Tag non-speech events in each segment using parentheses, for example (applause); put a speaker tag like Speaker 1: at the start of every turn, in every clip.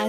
Speaker 1: À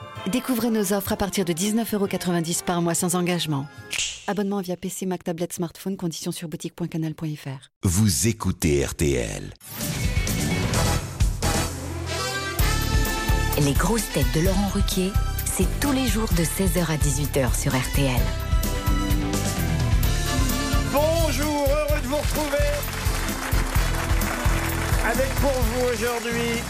Speaker 1: Découvrez nos offres à partir de 19,90€ par mois sans engagement. Abonnement via PC, Mac, tablette, smartphone, conditions sur boutique.canal.fr.
Speaker 2: Vous écoutez RTL.
Speaker 3: Les grosses têtes de Laurent Ruquier, c'est tous les jours de 16h à 18h sur RTL.
Speaker 4: Bonjour, heureux de vous retrouver. Avec pour vous aujourd'hui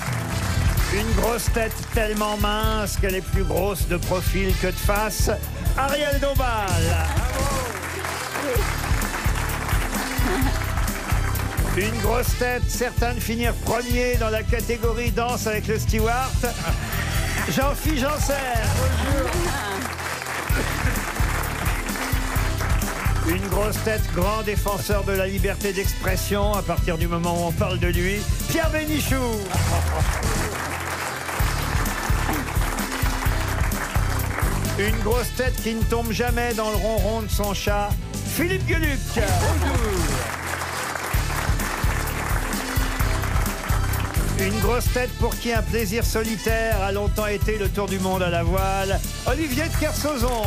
Speaker 4: une grosse tête tellement mince qu'elle est plus grosse de profil que de face. Ariel Dombal. Une grosse tête, certains de finir premier dans la catégorie danse avec le steward. Jean-Philippe Janssen. Une grosse tête, grand défenseur de la liberté d'expression à partir du moment où on parle de lui, Pierre Bénichou. Une grosse tête qui ne tombe jamais dans le ronron de son chat, Philippe Gueluc. Une grosse tête pour qui un plaisir solitaire a longtemps été le tour du monde à la voile, Olivier de Kersauzon.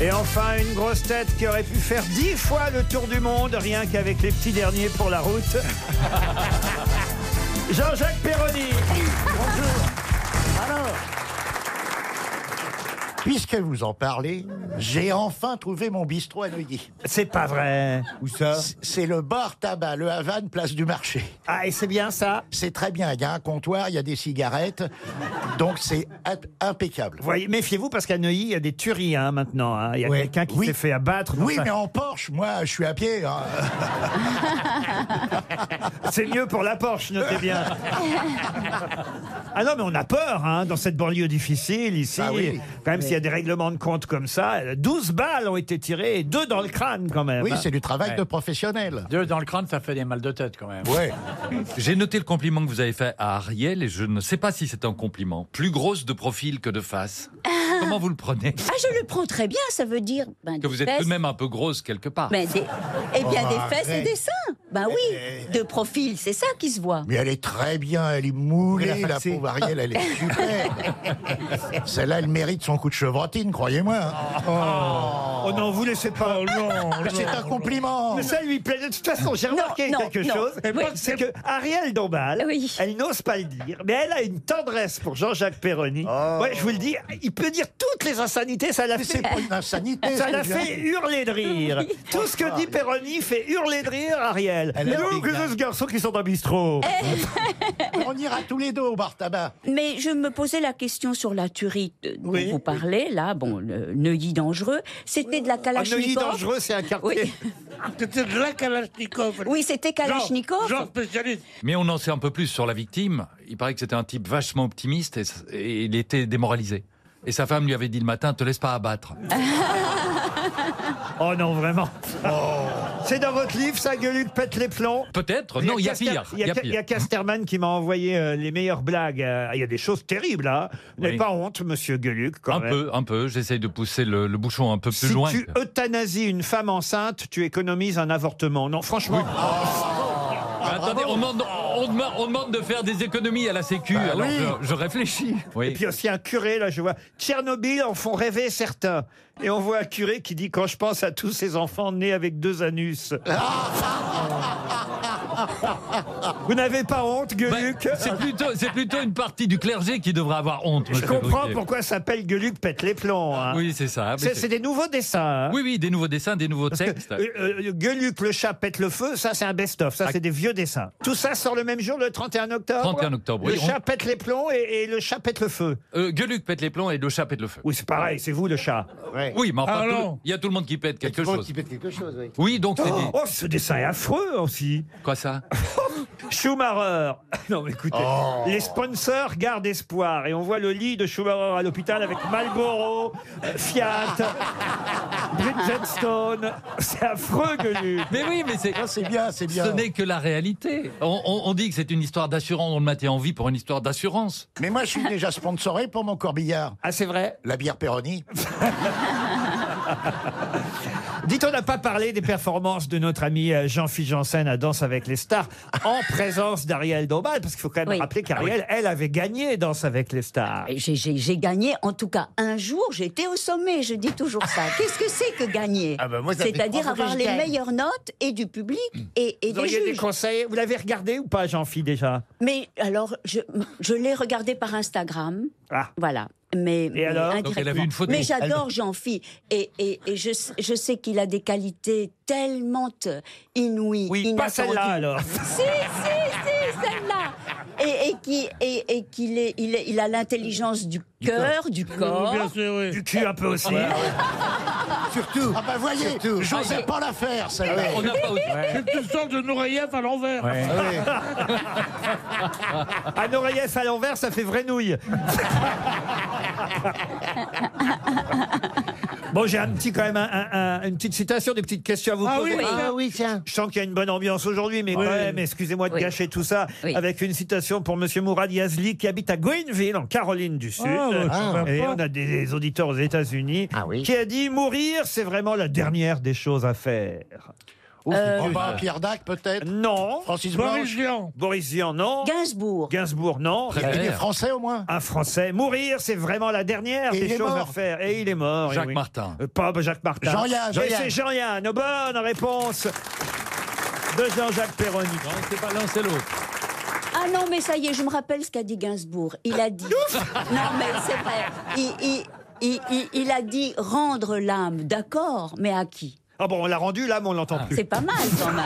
Speaker 4: Et enfin, une grosse tête qui aurait pu faire dix fois le tour du monde, rien qu'avec les petits derniers pour la route. Jean-Jacques Perroni.
Speaker 5: Alors, puisque vous en parlez, j'ai enfin trouvé mon bistrot à Neuilly.
Speaker 4: C'est pas vrai.
Speaker 5: Où ça C'est le bar tabac, le Havane, place du marché.
Speaker 4: Ah, et c'est bien ça.
Speaker 5: C'est très bien, il y a un comptoir, il y a des cigarettes, donc c'est ap- impeccable.
Speaker 4: Vous voyez, méfiez-vous parce qu'à Neuilly, il y a des tueries hein, maintenant. hein. Il y a
Speaker 5: Ouais.
Speaker 4: quelqu'un qui
Speaker 5: Oui.
Speaker 4: s'est fait abattre.
Speaker 5: Oui,
Speaker 4: Enfin,
Speaker 5: mais en Porsche, moi, je suis à pied. hein.
Speaker 4: (laughs) C'est mieux pour la Porsche, notez bien. ah non, mais on a peur hein, dans cette banlieue difficile ici.
Speaker 5: Ah oui.
Speaker 4: Quand même, s'il y a des règlements de compte comme ça, 12 balles ont été tirées et 2 dans le crâne quand même.
Speaker 5: Oui,
Speaker 4: hein.
Speaker 5: c'est du travail de professionnel.
Speaker 6: Deux dans le crâne, ça fait des mal de tête quand même.
Speaker 5: Ouais.
Speaker 7: J'ai noté le compliment que vous avez fait à Ariel et je ne sais pas si c'est un compliment. Plus grosse de profil que de face. Comment vous le prenez
Speaker 8: Ah, je le prends très bien, ça veut dire ben,
Speaker 7: Que
Speaker 8: des
Speaker 7: vous êtes
Speaker 8: fesses,
Speaker 7: tout de même un peu grosse quelque part.
Speaker 8: ben, des- eh bien,
Speaker 5: Oh,
Speaker 8: des fesses et
Speaker 5: arrête. Eh,
Speaker 8: des seins. Ben oui, de profil, c'est ça qui se voit.
Speaker 5: Mais elle est très bien, elle est moulée,
Speaker 4: Elle a
Speaker 5: la
Speaker 4: faxé.
Speaker 5: pauvre Ariel, elle est
Speaker 4: (laughs)
Speaker 5: super. Celle-là, elle mérite son coup de chevrotine, croyez-moi. hein.
Speaker 4: Oh non, vous laissez pas.
Speaker 8: Ah,
Speaker 5: Mais c'est un compliment.
Speaker 4: Mais ça lui plaît. De toute façon, j'ai remarqué
Speaker 8: non,
Speaker 4: quelque
Speaker 8: non.
Speaker 4: chose.
Speaker 8: Oui.
Speaker 4: C'est que Ariel Dombal,
Speaker 8: Oui.
Speaker 4: elle n'ose pas le dire, mais elle a une tendresse pour Jean-Jacques Perroni.
Speaker 8: Oh.
Speaker 4: Ouais, je vous le dis, il peut dire toutes les insanités, ça l'a fait.
Speaker 5: C'est pas une insanité.
Speaker 4: Ça
Speaker 5: ce
Speaker 4: l'a
Speaker 5: que je viens
Speaker 4: fait
Speaker 5: de dire.
Speaker 4: hurler de rire. Tout ce que dit
Speaker 8: Ah,
Speaker 4: Perroni fait hurler de rire Ariel.
Speaker 5: Elle a le
Speaker 4: Nous,
Speaker 5: big
Speaker 4: que
Speaker 8: hein.
Speaker 5: là.
Speaker 4: ce garçon qui sont dans le bistrot.
Speaker 5: (laughs)
Speaker 8: Eh.
Speaker 5: On ira tous les deux au bar tabac.
Speaker 8: Mais je me posais la question sur la tuerie de- dont
Speaker 4: Oui.
Speaker 8: vous parlez, là, bon, le Neuilly dangereux, c'était de
Speaker 5: Ah,
Speaker 8: la
Speaker 4: Un Neuilly
Speaker 8: Kalachnikov.
Speaker 4: dangereux, c'est un quartier.
Speaker 5: (laughs)
Speaker 8: oui,
Speaker 9: C'était de la Kalachnikov.
Speaker 8: oui c'était Kalachnikov.
Speaker 9: Genre spécialiste.
Speaker 7: Mais on en sait un peu plus sur la victime. Il paraît que c'était un type vachement optimiste et, et il était démoralisé. Et sa femme lui avait dit le matin, te laisse pas abattre.
Speaker 4: Oh non, vraiment.
Speaker 7: Oh.
Speaker 4: C'est dans votre livre, ça gueuluc pète les plombs.
Speaker 7: Peut-être, non, il y a
Speaker 4: Caster-
Speaker 7: pire.
Speaker 4: Il y a, il y a Casterman qui m'a envoyé euh, les meilleures blagues. Euh, Il y a des choses terribles, là. Vous n'avez
Speaker 7: Oui.
Speaker 4: pas honte, monsieur Gueluc, quand
Speaker 7: Un
Speaker 4: même.
Speaker 7: peu, un peu. J'essaye de pousser le, le bouchon un peu plus
Speaker 4: Si
Speaker 7: loin.
Speaker 4: tu euthanasies une femme enceinte, tu économises un avortement. Non, franchement.
Speaker 7: Ah,
Speaker 4: Ah.
Speaker 7: Attendez, on demande, on, demande, on demande de faire des économies à la Sécu, alors je, je réfléchis.
Speaker 4: Et puis euh, aussi un curé, là, je vois. Tchernobyl en font rêver certains. Et on voit un curé qui dit Quand je pense à tous ces enfants nés avec deux anus.
Speaker 7: Ah.
Speaker 4: ah, Vous n'avez pas honte,
Speaker 7: Ben,
Speaker 4: Gueluc
Speaker 7: c'est plutôt, c'est plutôt une partie du clergé qui devrait avoir honte.
Speaker 4: Je
Speaker 7: monsieur
Speaker 4: comprends
Speaker 7: Ruquier.
Speaker 4: pourquoi ça s'appelle Gueluc pète les plombs. hein.
Speaker 7: Oui, c'est ça. mais
Speaker 4: C'est
Speaker 7: c'est-
Speaker 4: c'est des nouveaux dessins. hein.
Speaker 7: Oui, oui, des nouveaux dessins, des nouveaux textes.
Speaker 4: Euh, euh, Gueuluc, le chat pète le feu, ça c'est un best-of,
Speaker 7: Ah.
Speaker 4: ça c'est des vieux dessins. Tout ça sort le même jour, le 31 octobre
Speaker 7: 31 octobre,
Speaker 4: Le
Speaker 7: oui, on-
Speaker 4: chat pète les plombs et, et le chat pète le feu.
Speaker 7: Euh, Gueuluc pète les plombs et le chat pète le feu.
Speaker 4: Oui, c'est pareil, Ah, c'est vous le chat.
Speaker 7: Oui, mais enfin,
Speaker 9: Ah,
Speaker 7: tout-
Speaker 9: non.
Speaker 7: il y a tout le monde qui pète quelque chose.
Speaker 5: quelque chose, oui.
Speaker 7: Oui, donc c'est des-
Speaker 4: Oh, ce dessin est affreux aussi.
Speaker 7: Quoi ça
Speaker 4: (laughs) Schumacher. (laughs) Non, mais écoutez,
Speaker 7: Oh.
Speaker 4: les sponsors gardent espoir
Speaker 7: (laughs)
Speaker 4: et on voit le lit de Schumacher à l'hôpital avec Marlboro, euh, Fiat, appelé Jetstone. C'est affreux, Gueuluc.
Speaker 7: Mais oui, mais c'est.
Speaker 5: Ah, c'est bien, c'est bien.
Speaker 7: Ce n'est que la réalité. On, on- on dit que c'est une histoire d'assurance, on le matait en vie pour une histoire d'assurance.
Speaker 5: Mais moi, je suis déjà sponsoré pour mon corbillard.
Speaker 4: Ah, c'est vrai
Speaker 5: La bière
Speaker 4: (laughs)
Speaker 5: Peroni.
Speaker 4: Dites, on n'a pas parlé des performances de notre ami euh, Jean-Philippe Janssen à Danse avec les stars en présence d'Ariel Dombal, parce qu'il faut quand même
Speaker 8: Oui.
Speaker 4: rappeler
Speaker 7: Ah
Speaker 4: qu'Ariel, elle avait gagné Danse avec les stars.
Speaker 8: J'ai- J'ai j'ai gagné, en tout cas un jour, j'étais au sommet, je dis toujours ça. Qu'est-ce que c'est que gagner
Speaker 5: Ah bah moi, ça fait
Speaker 8: C'est-à-dire
Speaker 5: trois fois que
Speaker 8: avoir
Speaker 5: je
Speaker 8: les
Speaker 5: gagne.
Speaker 8: meilleures notes et du public et, et
Speaker 4: Vous
Speaker 8: des
Speaker 4: auriez des
Speaker 8: juges.
Speaker 4: conseils Vous l'avez regardé ou pas, Jean-Philippe, déjà
Speaker 8: Mais alors, je, je l'ai regardé par Instagram,
Speaker 4: Ah,
Speaker 8: voilà. Mais, mais
Speaker 4: alors Donc,
Speaker 7: elle avait
Speaker 8: indirectement.
Speaker 7: une photo.
Speaker 8: Mais j'adore Jean-Phi. Et, et, et je, sais- je sais qu'il a des qualités tellement euh, inouïes.
Speaker 4: oui, pas
Speaker 8: inattendues.
Speaker 4: celle-là,
Speaker 7: (laughs)
Speaker 4: alors.
Speaker 8: Si, si, si, celle-là. Et, et qui et, et qu'il est, il, est- il a l'intelligence du cœur, du
Speaker 9: Bien
Speaker 8: corps.
Speaker 9: sûr, oui. bah,
Speaker 4: Du cul un peu
Speaker 9: Ah
Speaker 4: aussi.
Speaker 5: Surtout. Ah bah voyez, j'osais pas la faire, ça.
Speaker 7: On n'a pas.
Speaker 9: Tu sors de Nourayev à l'envers.
Speaker 4: Ah Un oreillette à l'envers, ça fait
Speaker 8: (laughs)
Speaker 4: vraie nouille. bon, j'ai un petit, quand même, un- un- un- une petite citation, des petites questions à vous
Speaker 9: Ah
Speaker 4: poser.
Speaker 9: oui,
Speaker 8: Ah
Speaker 9: oui, tiens.
Speaker 4: Je sens qu'il y a une bonne ambiance aujourd'hui, mais quand même, excusez-moi de
Speaker 8: Oui.
Speaker 4: gâcher tout ça
Speaker 8: Oui.
Speaker 4: avec une citation pour Monsieur Mourad Yazli qui habite à Greenville, en Caroline
Speaker 5: Ah,
Speaker 4: du
Speaker 9: Ah,
Speaker 4: Sud.
Speaker 9: bah,
Speaker 4: et on a des, des auditeurs aux États-Unis
Speaker 5: Ah
Speaker 4: qui a dit Mourir, c'est vraiment la dernière des choses à faire.
Speaker 5: On va à Pierre Dac, peut-être
Speaker 4: Euh, Non.
Speaker 5: Francis
Speaker 9: Boris
Speaker 5: Blanche
Speaker 9: Vian.
Speaker 4: Boris Vian, non.
Speaker 8: Gainsbourg.
Speaker 4: Gainsbourg, non.
Speaker 5: Il y avait des
Speaker 7: Préfère.
Speaker 5: Français, au moins
Speaker 4: Un Français. Mourir, c'est vraiment la dernière
Speaker 5: Et il
Speaker 4: des
Speaker 5: est
Speaker 4: choses à
Speaker 5: mort.
Speaker 4: faire. Et il est mort. eh
Speaker 7: Jacques
Speaker 4: oui.
Speaker 7: Martin.
Speaker 4: Euh, Pas Jacques Martin.
Speaker 5: Jean-Yann,
Speaker 4: Mais
Speaker 5: Jean-Yann.
Speaker 4: c'est Jean-Yann. Bonne réponse de Jean-Jacques Perroni.
Speaker 7: Non, c'est pas l'un, c'est l'autre.
Speaker 8: Ah non, mais ça y est, je me rappelle ce qu'a dit Gainsbourg. Il a dit. non, mais c'est vrai. Il, il- il- il- il a dit rendre l'âme, d'accord, mais à qui
Speaker 4: Ah bon, on l'a rendu, là, mais on l'entend plus.
Speaker 8: C'est pas mal quand même.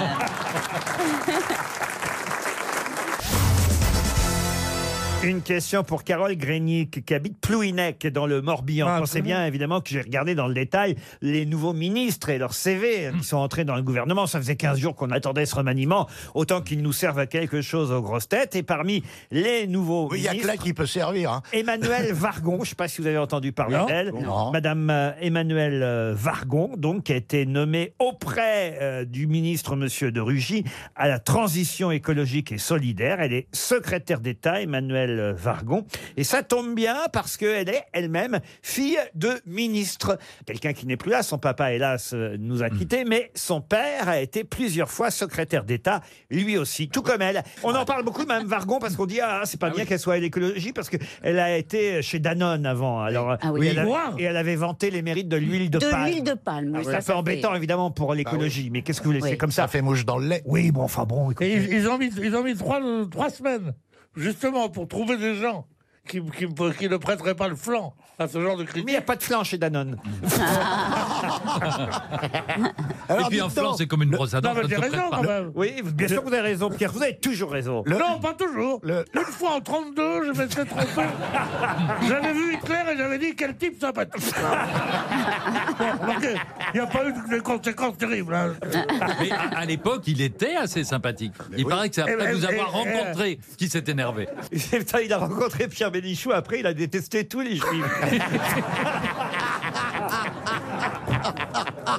Speaker 4: Une question pour Carole Grégnic, qui habite Plouinec, dans le Morbihan.
Speaker 9: Ah,
Speaker 4: Pensez bien, évidemment, que j'ai regardé dans le détail les nouveaux ministres et leurs CV qui sont entrés dans le gouvernement. Ça faisait 15 jours qu'on attendait ce remaniement. Autant qu'ils nous servent à quelque chose aux grosses têtes. Et parmi les nouveaux
Speaker 5: Oui, il y a que
Speaker 4: ministres...
Speaker 5: là qui peut servir. hein. (laughs)
Speaker 4: Emmanuelle Vargon, je ne sais pas si vous avez entendu parler
Speaker 9: Non.
Speaker 4: d'elle.
Speaker 5: Non.
Speaker 4: Madame euh, Emmanuelle euh, Vargon, donc, qui a été nommée auprès euh, du ministre Monsieur de Rugy à la transition écologique et solidaire. Elle est secrétaire d'État, Emmanuelle euh, Vargon. Et ça tombe bien parce qu'elle est elle-même fille de ministre. Quelqu'un qui n'est plus là, son papa, hélas, euh, nous a
Speaker 8: Hmm.
Speaker 4: quittés, mais son père a été plusieurs fois secrétaire d'État, lui aussi, tout comme elle. On en parle beaucoup, Madame Vargon, parce qu'on dit, ah, c'est pas bien qu'elle soit à l'écologie, parce qu'elle a été chez Danone avant. Alors,
Speaker 8: Ah oui.
Speaker 4: et elle avait-
Speaker 9: Wow.
Speaker 4: et elle avait vanté les mérites de l'huile de,
Speaker 8: De
Speaker 4: palme.
Speaker 8: l'huile de palme.
Speaker 4: Ah,
Speaker 8: oui,
Speaker 4: c'est
Speaker 8: ça,
Speaker 4: un peu
Speaker 8: ça
Speaker 4: embêtant,
Speaker 8: fait-
Speaker 4: évidemment, pour
Speaker 7: Bah
Speaker 4: l'écologie, mais qu'est-ce que vous laissez
Speaker 8: Oui.
Speaker 4: comme
Speaker 5: Ça
Speaker 4: ça
Speaker 5: fait mouche dans le lait.
Speaker 4: Oui, bon, enfin bon, écoutez.
Speaker 9: Et ils, ils ont mis, ils ont mis trois, trois semaines, justement, pour trouver des gens qui, qui, qui ne prêteraient pas le flanc à ce genre de
Speaker 4: Mais il
Speaker 9: critique.
Speaker 4: n'y a pas de flanc chez
Speaker 9: (laughs)
Speaker 4: Danone.
Speaker 5: Alors,
Speaker 7: Et puis
Speaker 5: dites
Speaker 7: un
Speaker 5: donc,
Speaker 7: flanc, c'est comme une brosse à dents.
Speaker 9: Non, mais
Speaker 7: ça ne
Speaker 9: j'ai
Speaker 7: se prête
Speaker 9: raison
Speaker 7: pas.
Speaker 9: quand même.
Speaker 4: Oui, bien sûr que vous avez raison, Pierre, vous avez toujours raison.
Speaker 5: le-
Speaker 4: (laughs)
Speaker 9: Non, pas toujours.
Speaker 5: Le-
Speaker 9: Une fois en 32, je m'étais trompé. j'avais vu Hitler et j'avais dit quel type sympathique.
Speaker 4: (laughs)
Speaker 9: bon, remarquez, il n'y a pas eu de conséquences terribles. hein.
Speaker 7: Mais à, à l'époque, il était assez sympathique. Il paraît que c'est
Speaker 9: Eh ben,
Speaker 7: après nous
Speaker 9: eh,
Speaker 7: avoir
Speaker 9: eh, eh.
Speaker 7: rencontrés qu'il s'est énervé.
Speaker 4: Putain, il a rencontré Pierre Bénichou, après il a détesté tous les juifs.
Speaker 7: (laughs)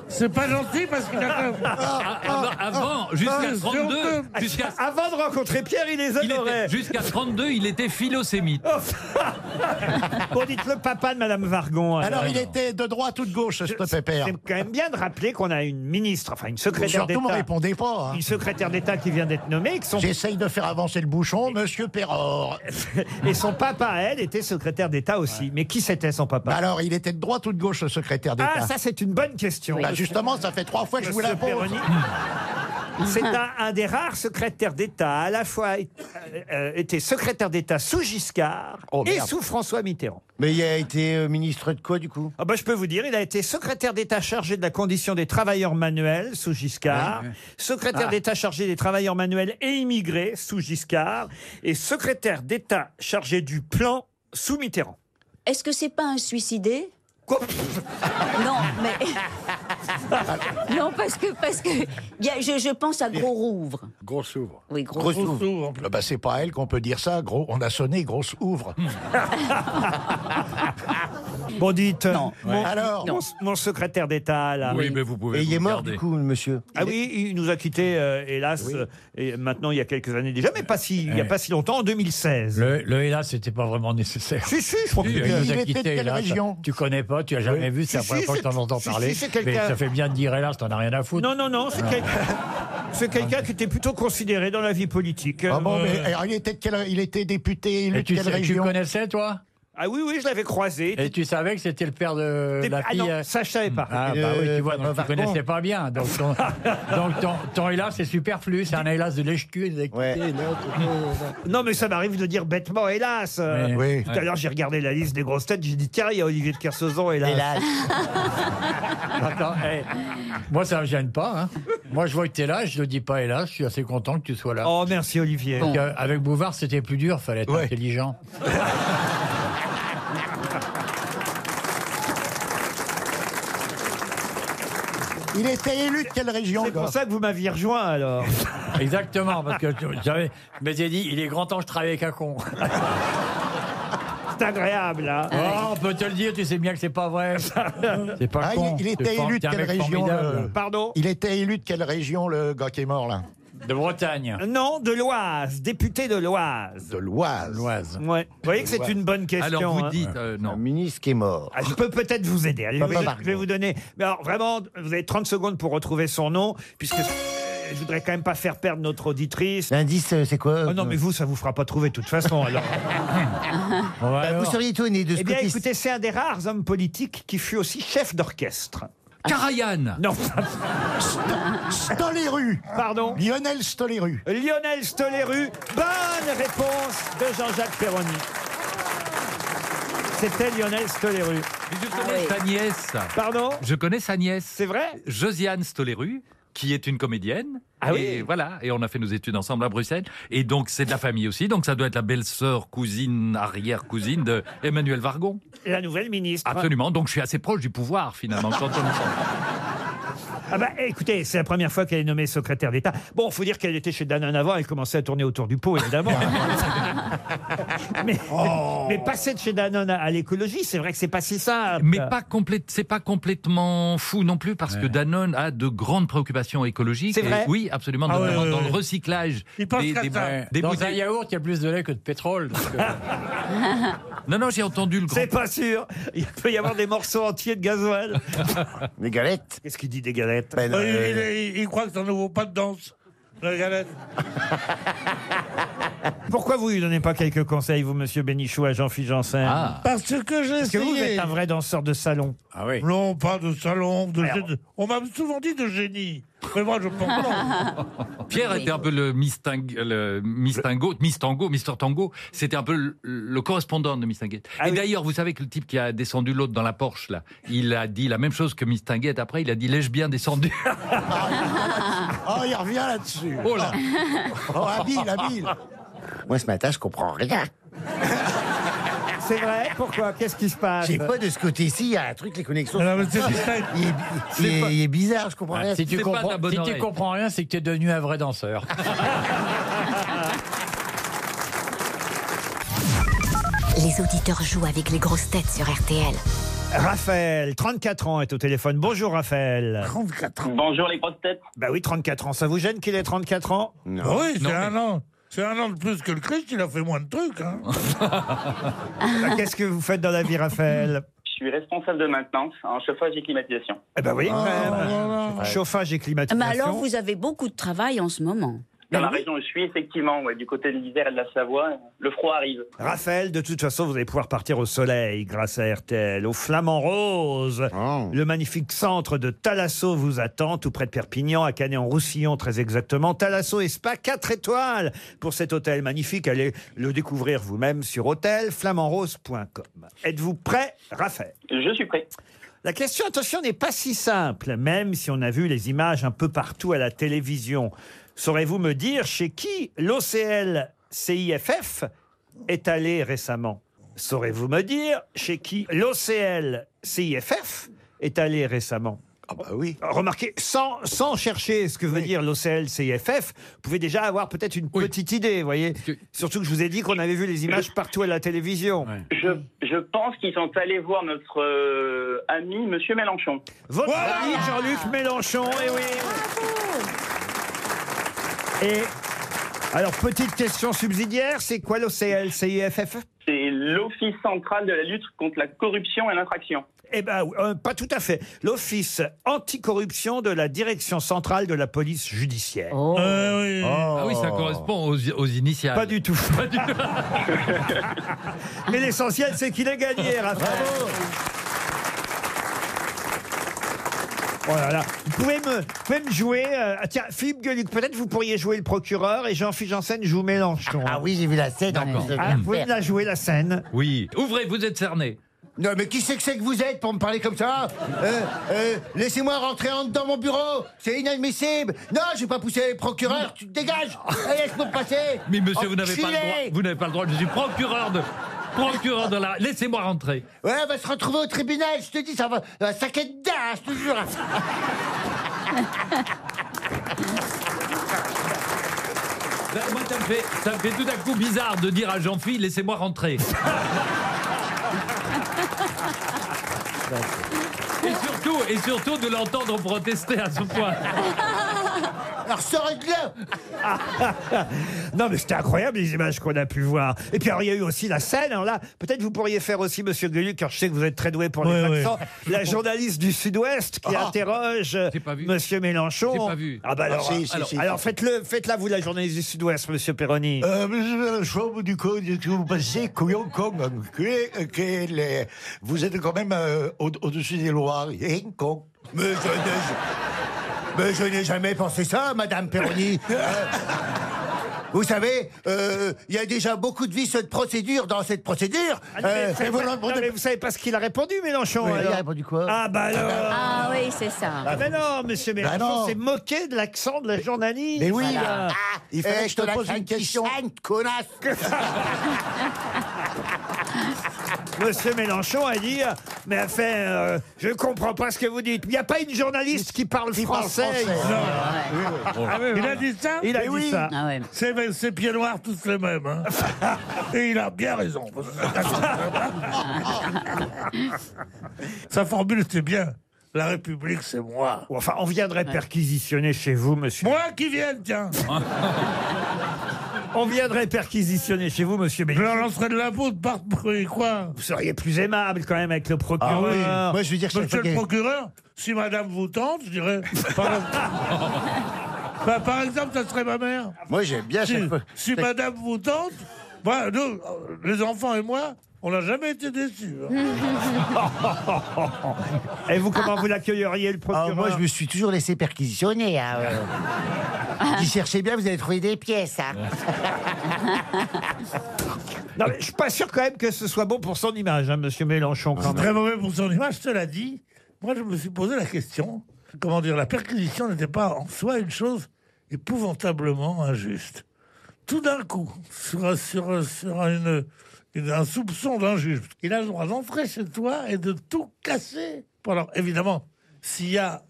Speaker 9: C'est pas gentil parce qu'il a quand même-
Speaker 7: Ah, avant, avant,
Speaker 9: ah,
Speaker 7: jusqu'à
Speaker 9: c'est
Speaker 7: 32,
Speaker 4: Ah,
Speaker 9: honteux.
Speaker 7: jusqu'à
Speaker 4: Avant de rencontrer Pierre, il les Oh.
Speaker 7: il
Speaker 4: adorait.
Speaker 7: était- jusqu'à 32, il était phylocémite.
Speaker 4: Bon, dites le papa de Madame Vargon. alors.
Speaker 5: Alors, il était de droite ou de gauche, ce pépère
Speaker 4: C'est quand même bien de rappeler qu'on a une ministre, enfin une secrétaire
Speaker 5: Surtout, me
Speaker 4: d'État.
Speaker 5: répondez pas. hein.
Speaker 4: Une secrétaire d'État qui vient d'être nommée et que son
Speaker 5: J'essaye de faire avancer le bouchon, monsieur Perror.
Speaker 4: (laughs) Et son papa, elle, était secrétaire d'État aussi. Mais qui c'était son papa
Speaker 5: Bah alors, il était de droite ou de gauche, le secrétaire d'État
Speaker 4: Ah, ça, c'est une bonne question.
Speaker 5: Bah justement, ça fait trois fois que je vous la
Speaker 4: Monsieur
Speaker 5: pose.
Speaker 4: Perroni. (laughs) C'est un, un des rares secrétaires d'État, à la fois euh, euh, était secrétaire d'État sous Giscard
Speaker 5: Oh,
Speaker 4: et
Speaker 5: merde.
Speaker 4: sous François Mitterrand.
Speaker 5: Mais il a été euh, ministre de quoi, du coup
Speaker 4: Ah bah, je peux vous dire, il a été secrétaire d'État chargé de la condition des travailleurs manuels sous Giscard,
Speaker 7: Ah.
Speaker 4: secrétaire d'État chargé des travailleurs manuels et immigrés sous Giscard, et secrétaire d'État chargé du plan sous Mitterrand.
Speaker 8: Est-ce que c'est pas un suicidé
Speaker 4: Quoi
Speaker 8: Non, mais. (laughs) non, parce que. Parce que il y a- je, je pense à Gros Rouvre.
Speaker 5: Gros ouvre.
Speaker 8: Oui, Gros
Speaker 5: Gros
Speaker 8: Rouvre.
Speaker 5: ouvre. Ah Bah, c'est pas à elle qu'on peut dire ça, gros. On a sonné, grosse ouvre.
Speaker 4: (laughs) Bon, dites.
Speaker 8: Non.
Speaker 4: Mon,
Speaker 5: Alors
Speaker 4: mon- mon secrétaire d'État, là.
Speaker 7: Oui, mais vous pouvez.
Speaker 10: Et il
Speaker 7: vous
Speaker 10: est mort
Speaker 7: regarder.
Speaker 10: du coup, le monsieur.
Speaker 4: Ah oui, il nous a quittés, euh, hélas, euh, et maintenant il y a quelques années déjà, mais pas si, il n'y a
Speaker 7: Eh.
Speaker 6: Ouais.
Speaker 4: pas si longtemps, en 2016.
Speaker 6: Le, le hélas, c'était pas vraiment nécessaire.
Speaker 4: Si, si, je crois que
Speaker 6: Il
Speaker 5: Il
Speaker 6: nous a
Speaker 5: était de
Speaker 6: quittés,
Speaker 5: quelle
Speaker 6: hélas.
Speaker 5: région
Speaker 6: Tu connais pas, tu as jamais vu, c'est la
Speaker 4: Si,
Speaker 6: première
Speaker 4: si,
Speaker 6: fois que t'en
Speaker 4: c'est-
Speaker 6: entends
Speaker 4: si,
Speaker 6: parler.
Speaker 4: si, c'est quelqu'un-
Speaker 6: mais ça fait bien de dire hélas, t'en as rien à foutre.
Speaker 4: Non, non, non, c'est quel- c'est quelqu'un qui était plutôt considéré dans la vie politique.
Speaker 5: Ah bon,
Speaker 4: Euh,
Speaker 5: mais alors, il était, de quelle- il était député élu
Speaker 6: Et
Speaker 5: de
Speaker 6: tu,
Speaker 5: quelle
Speaker 6: sais- tu
Speaker 5: région
Speaker 6: connaissais, toi
Speaker 4: Ah oui, oui, je l'avais croisé.
Speaker 6: Et tu savais que c'était le père de
Speaker 4: T'es-
Speaker 6: la
Speaker 4: Ah
Speaker 6: fille
Speaker 4: non,
Speaker 6: euh,
Speaker 4: ça je savais pas.
Speaker 6: Ah,
Speaker 10: Et
Speaker 6: bah
Speaker 10: le-
Speaker 4: Euh,
Speaker 6: oui, tu vois,
Speaker 10: le
Speaker 5: Euh,
Speaker 6: donc tu
Speaker 10: Vargon.
Speaker 6: connaissais pas bien. Donc ton, donc ton, ton hélas, c'est superflu, c'est un hélas de lèche-cul. de- euh,
Speaker 10: Ouais.
Speaker 4: Non, mais ça m'arrive de dire bêtement, hélas. euh,
Speaker 6: Mais-
Speaker 5: Oui.
Speaker 4: Tout à l'heure, j'ai regardé la liste des grosses têtes, j'ai dit, tiens, il y a Olivier de Kersauzon, hélas. (laughs)
Speaker 10: Hélas.
Speaker 6: Attends, hey, moi, ça me gêne pas. hein. Moi, je vois que t'es là, je ne dis pas hélas, je suis assez content que tu sois là.
Speaker 4: Oh, merci Olivier.
Speaker 6: Donc, euh, Avec Bouvard, c'était plus dur, fallait être
Speaker 5: Ouais.
Speaker 6: intelligent.
Speaker 5: Il était élu de quelle région
Speaker 4: C'est pour
Speaker 5: Gord
Speaker 4: ça que vous m'aviez rejoint alors.
Speaker 6: Exactement, parce que tu- j'avais, je m'étais dit, il est grand temps que je travaille avec un con.
Speaker 4: C'est agréable, hein.
Speaker 6: Oh, on peut te le dire, tu sais bien que c'est
Speaker 4: (laughs)
Speaker 6: pas vrai. C'est pas
Speaker 5: Ah, il-
Speaker 6: con.
Speaker 5: il
Speaker 6: C'est
Speaker 5: était
Speaker 6: for-
Speaker 5: élu de
Speaker 6: t'es un
Speaker 5: quelle
Speaker 6: mec
Speaker 5: région,
Speaker 7: euh
Speaker 6: formidable.
Speaker 4: Pardon
Speaker 5: Il était élu de quelle région, le gars qui est mort, là
Speaker 6: De Bretagne,
Speaker 4: Non, de l'Oise, député de l'Oise.
Speaker 5: De l'Oise.
Speaker 6: l'Oise.
Speaker 4: Ouais. Vous voyez que c'est une bonne question.
Speaker 7: Alors vous
Speaker 4: hein.
Speaker 7: dites euh,
Speaker 10: Un
Speaker 7: non.
Speaker 10: ministre qui est
Speaker 4: (laughs)
Speaker 10: mort.
Speaker 4: Ah, je peux peut-être vous aider. Allez, je,
Speaker 10: Papa
Speaker 4: vais,
Speaker 10: Margot.
Speaker 4: je vais vous donner. Mais alors, vraiment, vous avez 30 secondes pour retrouver son nom, puisque euh, je voudrais quand même pas faire perdre notre auditrice.
Speaker 10: L'indice, euh, c'est quoi
Speaker 4: Ah non, mais vous, ça vous fera pas trouver de toute façon.
Speaker 5: (laughs)
Speaker 4: Alors.
Speaker 6: On va
Speaker 10: Bah,
Speaker 6: alors.
Speaker 10: vous seriez étonné de ce
Speaker 4: eh bien,
Speaker 10: côté-ci.
Speaker 4: écoutez, c'est un des rares hommes politiques qui fut aussi chef d'orchestre.
Speaker 7: Carayan
Speaker 4: Non,
Speaker 5: Stoléru
Speaker 4: pardon.
Speaker 5: Lionel Stoléru.
Speaker 4: Lionel Stoléru. Bonne réponse de Jean-Jacques Ferroni. C'était Lionel Stoléru.
Speaker 7: Mais Je connais sa nièce.
Speaker 4: Ah Pardon
Speaker 7: Je connais sa nièce.
Speaker 4: C'est vrai
Speaker 7: Josiane Stoléru, qui est une comédienne.
Speaker 4: Ah
Speaker 7: et
Speaker 4: oui.
Speaker 7: voilà, et on a fait nos études ensemble à Bruxelles. Et donc c'est de la famille aussi, donc ça doit être la belle-sœur, cousine, arrière-cousine de Emmanuel Vargon.
Speaker 4: La nouvelle ministre.
Speaker 7: Absolument, donc je suis assez proche du pouvoir finalement. Quand on...
Speaker 4: (laughs) Ah bah écoutez, c'est la première fois qu'elle est nommée secrétaire d'État. Bon, faut dire qu'elle était chez Danone avant, elle commençait à tourner autour du pot
Speaker 7: (laughs)
Speaker 4: évidemment. (laughs) mais,
Speaker 7: Oh.
Speaker 4: mais passer de chez Danone à, à l'écologie, c'est vrai que c'est pas si simple.
Speaker 7: Mais pas complète, c'est pas complètement fou non plus parce que Danone a de grandes préoccupations écologiques.
Speaker 4: C'est
Speaker 7: Et
Speaker 4: vrai
Speaker 7: oui, absolument,
Speaker 9: Ah
Speaker 7: notamment
Speaker 9: ouais, ouais,
Speaker 7: dans le
Speaker 9: ouais.
Speaker 7: recyclage
Speaker 9: Il pense
Speaker 7: des,
Speaker 9: qu'à
Speaker 7: des-
Speaker 9: ça.
Speaker 7: des- des
Speaker 6: Dans un
Speaker 7: bouteilles.
Speaker 6: yaourt, il y a plus de lait que de pétrole. donc, euh,
Speaker 7: (laughs) Non, non, j'ai entendu le grand
Speaker 4: C'est pas sûr. Il peut y avoir des morceaux entiers
Speaker 10: (laughs)
Speaker 4: de gasoil.
Speaker 10: Les galettes.
Speaker 4: Qu'est-ce qu'il dit des galettes
Speaker 10: Ben,
Speaker 9: Il,
Speaker 10: euh,
Speaker 9: il- il- il croit que ça ne vaut pas de danse. La galette.
Speaker 4: Pourquoi vous lui donnez pas quelques conseils, vous, Monsieur Bénichou, à Jean-Philippe Janssen
Speaker 7: Ah,
Speaker 9: Parce que j'ai
Speaker 4: Parce que vous, vous
Speaker 9: essayé.
Speaker 4: êtes un vrai danseur de salon.
Speaker 6: Ah oui.
Speaker 9: Non, pas de salon. de-
Speaker 4: Alors.
Speaker 9: de- On m'a souvent dit de génie. Mais moi, je pense non.
Speaker 4: (laughs)
Speaker 7: Pierre était un peu le misting, le mistingo, mistango, Mister Tango. C'était un peu le, le correspondant de Mistinguette.
Speaker 4: Ah
Speaker 7: et
Speaker 4: oui.
Speaker 7: d'ailleurs, vous savez que le type qui a descendu l'autre dans la Porsche, là, il a dit la même chose que Mistinguette. Après, il a dit l'ai-je bien descendu (laughs)
Speaker 5: Oh, il revient là-dessus.
Speaker 7: Oh là
Speaker 5: Oh, habile, habile.
Speaker 10: Moi, ce matin, je comprends rien.
Speaker 4: (laughs) C'est vrai Pourquoi Qu'est-ce qui se passe Ah
Speaker 10: J'ai pas de ce côté-ci, il y a un truc, les
Speaker 7: Ah
Speaker 10: connexions.
Speaker 11: (laughs)
Speaker 9: Alors, mais c'est distinct.
Speaker 10: Il est, bi- il est- il est bizarre, je comprends rien.
Speaker 6: Ah, Si tu
Speaker 7: C'est pas de la
Speaker 6: comprends,
Speaker 7: bonne
Speaker 6: si tu
Speaker 7: oreille.
Speaker 6: comprends rien, c'est que t'es devenu un vrai danseur.
Speaker 3: Les auditeurs jouent avec les grosses têtes sur RTL.
Speaker 4: Raphaël, 34 ans, est au téléphone. Bonjour, Raphaël.
Speaker 12: Bonjour les grosses têtes.
Speaker 4: Bah oui, 34 ans. Ça vous gêne qu'il ait 34 ans
Speaker 9: Ah oui,
Speaker 7: Non,
Speaker 9: c'est un an. C'est un an de plus que le Christ, il a fait moins de trucs. hein.
Speaker 4: Bah, Qu'est-ce que vous faites dans la vie, Raphaël
Speaker 12: Je suis responsable de maintenance en chauffage et climatisation.
Speaker 4: Eh ben oui,
Speaker 5: Ah,
Speaker 4: quand même.
Speaker 9: Voilà.
Speaker 4: Chauffage et climatisation.
Speaker 8: (laughs) Mais alors, vous avez beaucoup de travail en ce moment.
Speaker 12: Dans la région où je suis, effectivement, ouais, du côté de l'Isère et de la Savoie, le froid arrive.
Speaker 4: Raphaël, de toute façon, vous allez pouvoir partir au soleil grâce à RTL, au Flamand Rose.
Speaker 10: Oh.
Speaker 4: Le magnifique centre de Talasso vous attend, tout près de Perpignan, à Canet-en-Roussillon, très exactement. Talasso et Spa, 4 étoiles pour cet hôtel magnifique. Allez le découvrir vous-même sur hôtelflamandrose.com. Êtes-vous prêt, Raphaël
Speaker 12: Je suis prêt.
Speaker 4: La question, attention, n'est pas si simple, même si on a vu les images un peu partout à la télévision. Saurez-vous me dire chez qui l'OCL CIFF est allé récemment Saurez-vous me dire chez qui l'OCL CIFF est allé récemment Ah bah oui. Remarquez, sans, sans chercher ce que veut dire l'OCL-CIFF, vous pouvez déjà avoir peut-être une petite idée, vous voyez. Surtout que je vous ai dit qu'on avait vu les images partout à la télévision.
Speaker 12: Je, je pense qu'ils sont allés voir notre euh, ami Monsieur Mélenchon.
Speaker 4: Votre ami Jean-Luc Mélenchon, et oui. Et alors, petite question subsidiaire, c'est quoi l'OCL-CIFF
Speaker 12: C'est l'Office central de la lutte contre la corruption et l'infraction.
Speaker 4: Eh ben, euh, pas tout à fait. L'Office anticorruption de la Direction centrale de la police judiciaire.
Speaker 7: Euh, Ah oui, ça correspond aux, aux initiales.
Speaker 4: Oh. Pas du tout.
Speaker 7: (laughs) Pas du tout.
Speaker 4: (laughs) Mais l'essentiel, c'est qu'il ait gagné, Raphaël. Oh là là. Vous pouvez me, vous pouvez me jouer. euh, ah tiens, Philippe Gueluc, peut-être vous pourriez jouer le procureur et Jean-Philippe Janssen joue Mélenchon. Ah oui, j'ai vu la scène.
Speaker 7: D'accord.
Speaker 4: Ah, vous pouvez me la jouer, la scène.
Speaker 7: Oui. Ouvrez, vous êtes cerné.
Speaker 10: Non, mais qui c'est que c'est que vous êtes pour me parler comme ça Euh, euh, Laissez-moi rentrer en dedans mon bureau, c'est inadmissible. Non, je vais pas pousser les procureurs, tu te dégages. Allez, Laisse-moi passer.
Speaker 7: Mais monsieur, vous n'avez pas le
Speaker 10: Enculé.
Speaker 7: droit. Vous n'avez pas le droit. Je suis procureur de procureur de la. Laissez-moi rentrer.
Speaker 10: Ouais, on va se retrouver au tribunal, je te dis, ça va, ça va saquer dedans, hein, je te
Speaker 4: (laughs)
Speaker 10: jure.
Speaker 7: Là, Ben, moi, ça me fait, ça me fait tout à coup bizarre de dire à Jean-Philippe, laissez-moi rentrer. Et surtout, et surtout de l'entendre protester à ce point.
Speaker 10: Alors sortez de là
Speaker 4: (laughs) non, mais c'était incroyable les images qu'on a pu voir. Et puis, alors, il y a eu aussi la scène. Alors là, peut-être vous pourriez faire aussi, monsieur Gueluc, car je sais que vous êtes très doué pour les
Speaker 13: Ouais,
Speaker 4: accents,
Speaker 13: ouais.
Speaker 4: la journaliste du Sud-Ouest qui
Speaker 13: Ah.
Speaker 4: interroge euh, monsieur Mélenchon.
Speaker 13: J'ai pas vu.
Speaker 4: Ah, bah
Speaker 13: Ah,
Speaker 4: alors,
Speaker 13: si, si,
Speaker 4: alors,
Speaker 13: si.
Speaker 4: alors, faites-le, faites-la, vous, la journaliste du Sud-Ouest, monsieur Perroni.
Speaker 13: Euh, monsieur Mélenchon, du coup, est-ce que vous pensez couillon con enculé, euh, que les- vous êtes quand même euh, au- au-dessus des lois, rien con.
Speaker 10: Mais je n'ai- mais je n'ai jamais pensé ça, Madame
Speaker 13: (laughs)
Speaker 10: Perroni. Euh, vous savez, euh, il y a déjà beaucoup de vices de procédure dans cette procédure.
Speaker 4: Ah, non, mais
Speaker 10: Euh,
Speaker 4: vous savez
Speaker 10: et vous
Speaker 4: pas-
Speaker 10: l'entendez-
Speaker 4: non, mais vous savez pas ce qu'il a répondu, Mélenchon.
Speaker 10: Oui, il a
Speaker 4: alors.
Speaker 10: répondu quoi
Speaker 4: Ah, bah alors.
Speaker 8: Ah oui, c'est ça.
Speaker 4: Ah, mais non, monsieur
Speaker 10: Bah
Speaker 4: Mélenchon
Speaker 10: non.
Speaker 4: s'est moqué de l'accent de la journaliste.
Speaker 10: Mais oui,
Speaker 4: Voilà. Ah,
Speaker 10: euh, il fallait que je te pose une question. (laughs)
Speaker 4: Monsieur Mélenchon a dit, euh, mais enfin, euh, je comprends pas ce que vous dites. Il n'y a pas une journaliste qui parle français. ici.
Speaker 9: Ah Il a dit ça
Speaker 4: Ah Il a dit ça. Ah
Speaker 9: C'est c'est pieds noirs tous les
Speaker 4: (laughs)
Speaker 9: mêmes. hein. Et il a bien raison. Sa formule, c'est bien. La République, c'est moi.
Speaker 4: Enfin, on viendrait perquisitionner chez vous, monsieur.
Speaker 9: Moi qui vienne, tiens.
Speaker 4: On viendrait perquisitionner chez vous, monsieur Mélenchon.
Speaker 9: Je lancerai de la poudre par quoi Ah
Speaker 4: Vous seriez plus aimable quand même avec le procureur.
Speaker 10: Ah
Speaker 9: Monsieur le procureur, si madame vous tente, je dirais.
Speaker 10: (laughs)
Speaker 9: Par, Bah, par exemple, ça serait ma mère.
Speaker 10: Moi, j'aime bien
Speaker 9: Si,
Speaker 10: chaque fois.
Speaker 9: si madame vous tente, bah, nous, euh, les enfants et moi, on n'a jamais été déçus. hein.
Speaker 4: (laughs)
Speaker 9: (laughs)
Speaker 4: Et vous, comment vous l'accueilleriez, le procureur
Speaker 11: Oh,
Speaker 10: moi, je me suis toujours laissé perquisitionner. Hein,
Speaker 13: (laughs)
Speaker 10: euh. Vous cherchez bien, vous allez trouver des pièces. hein.
Speaker 4: Non, mais je suis pas sûr quand même que ce soit bon pour son image, hein, monsieur Mélenchon. Quand
Speaker 9: C'est
Speaker 4: même.
Speaker 9: très mauvais pour son image, cela dit. Moi, je me suis posé la question. Comment dire La perquisition n'était pas en soi une chose épouvantablement injuste. Tout d'un coup, sur, sur, sur une, une- un soupçon d'injuste, il a le droit d'entrer chez toi et de tout casser. Bon, alors, évidemment, s'il y a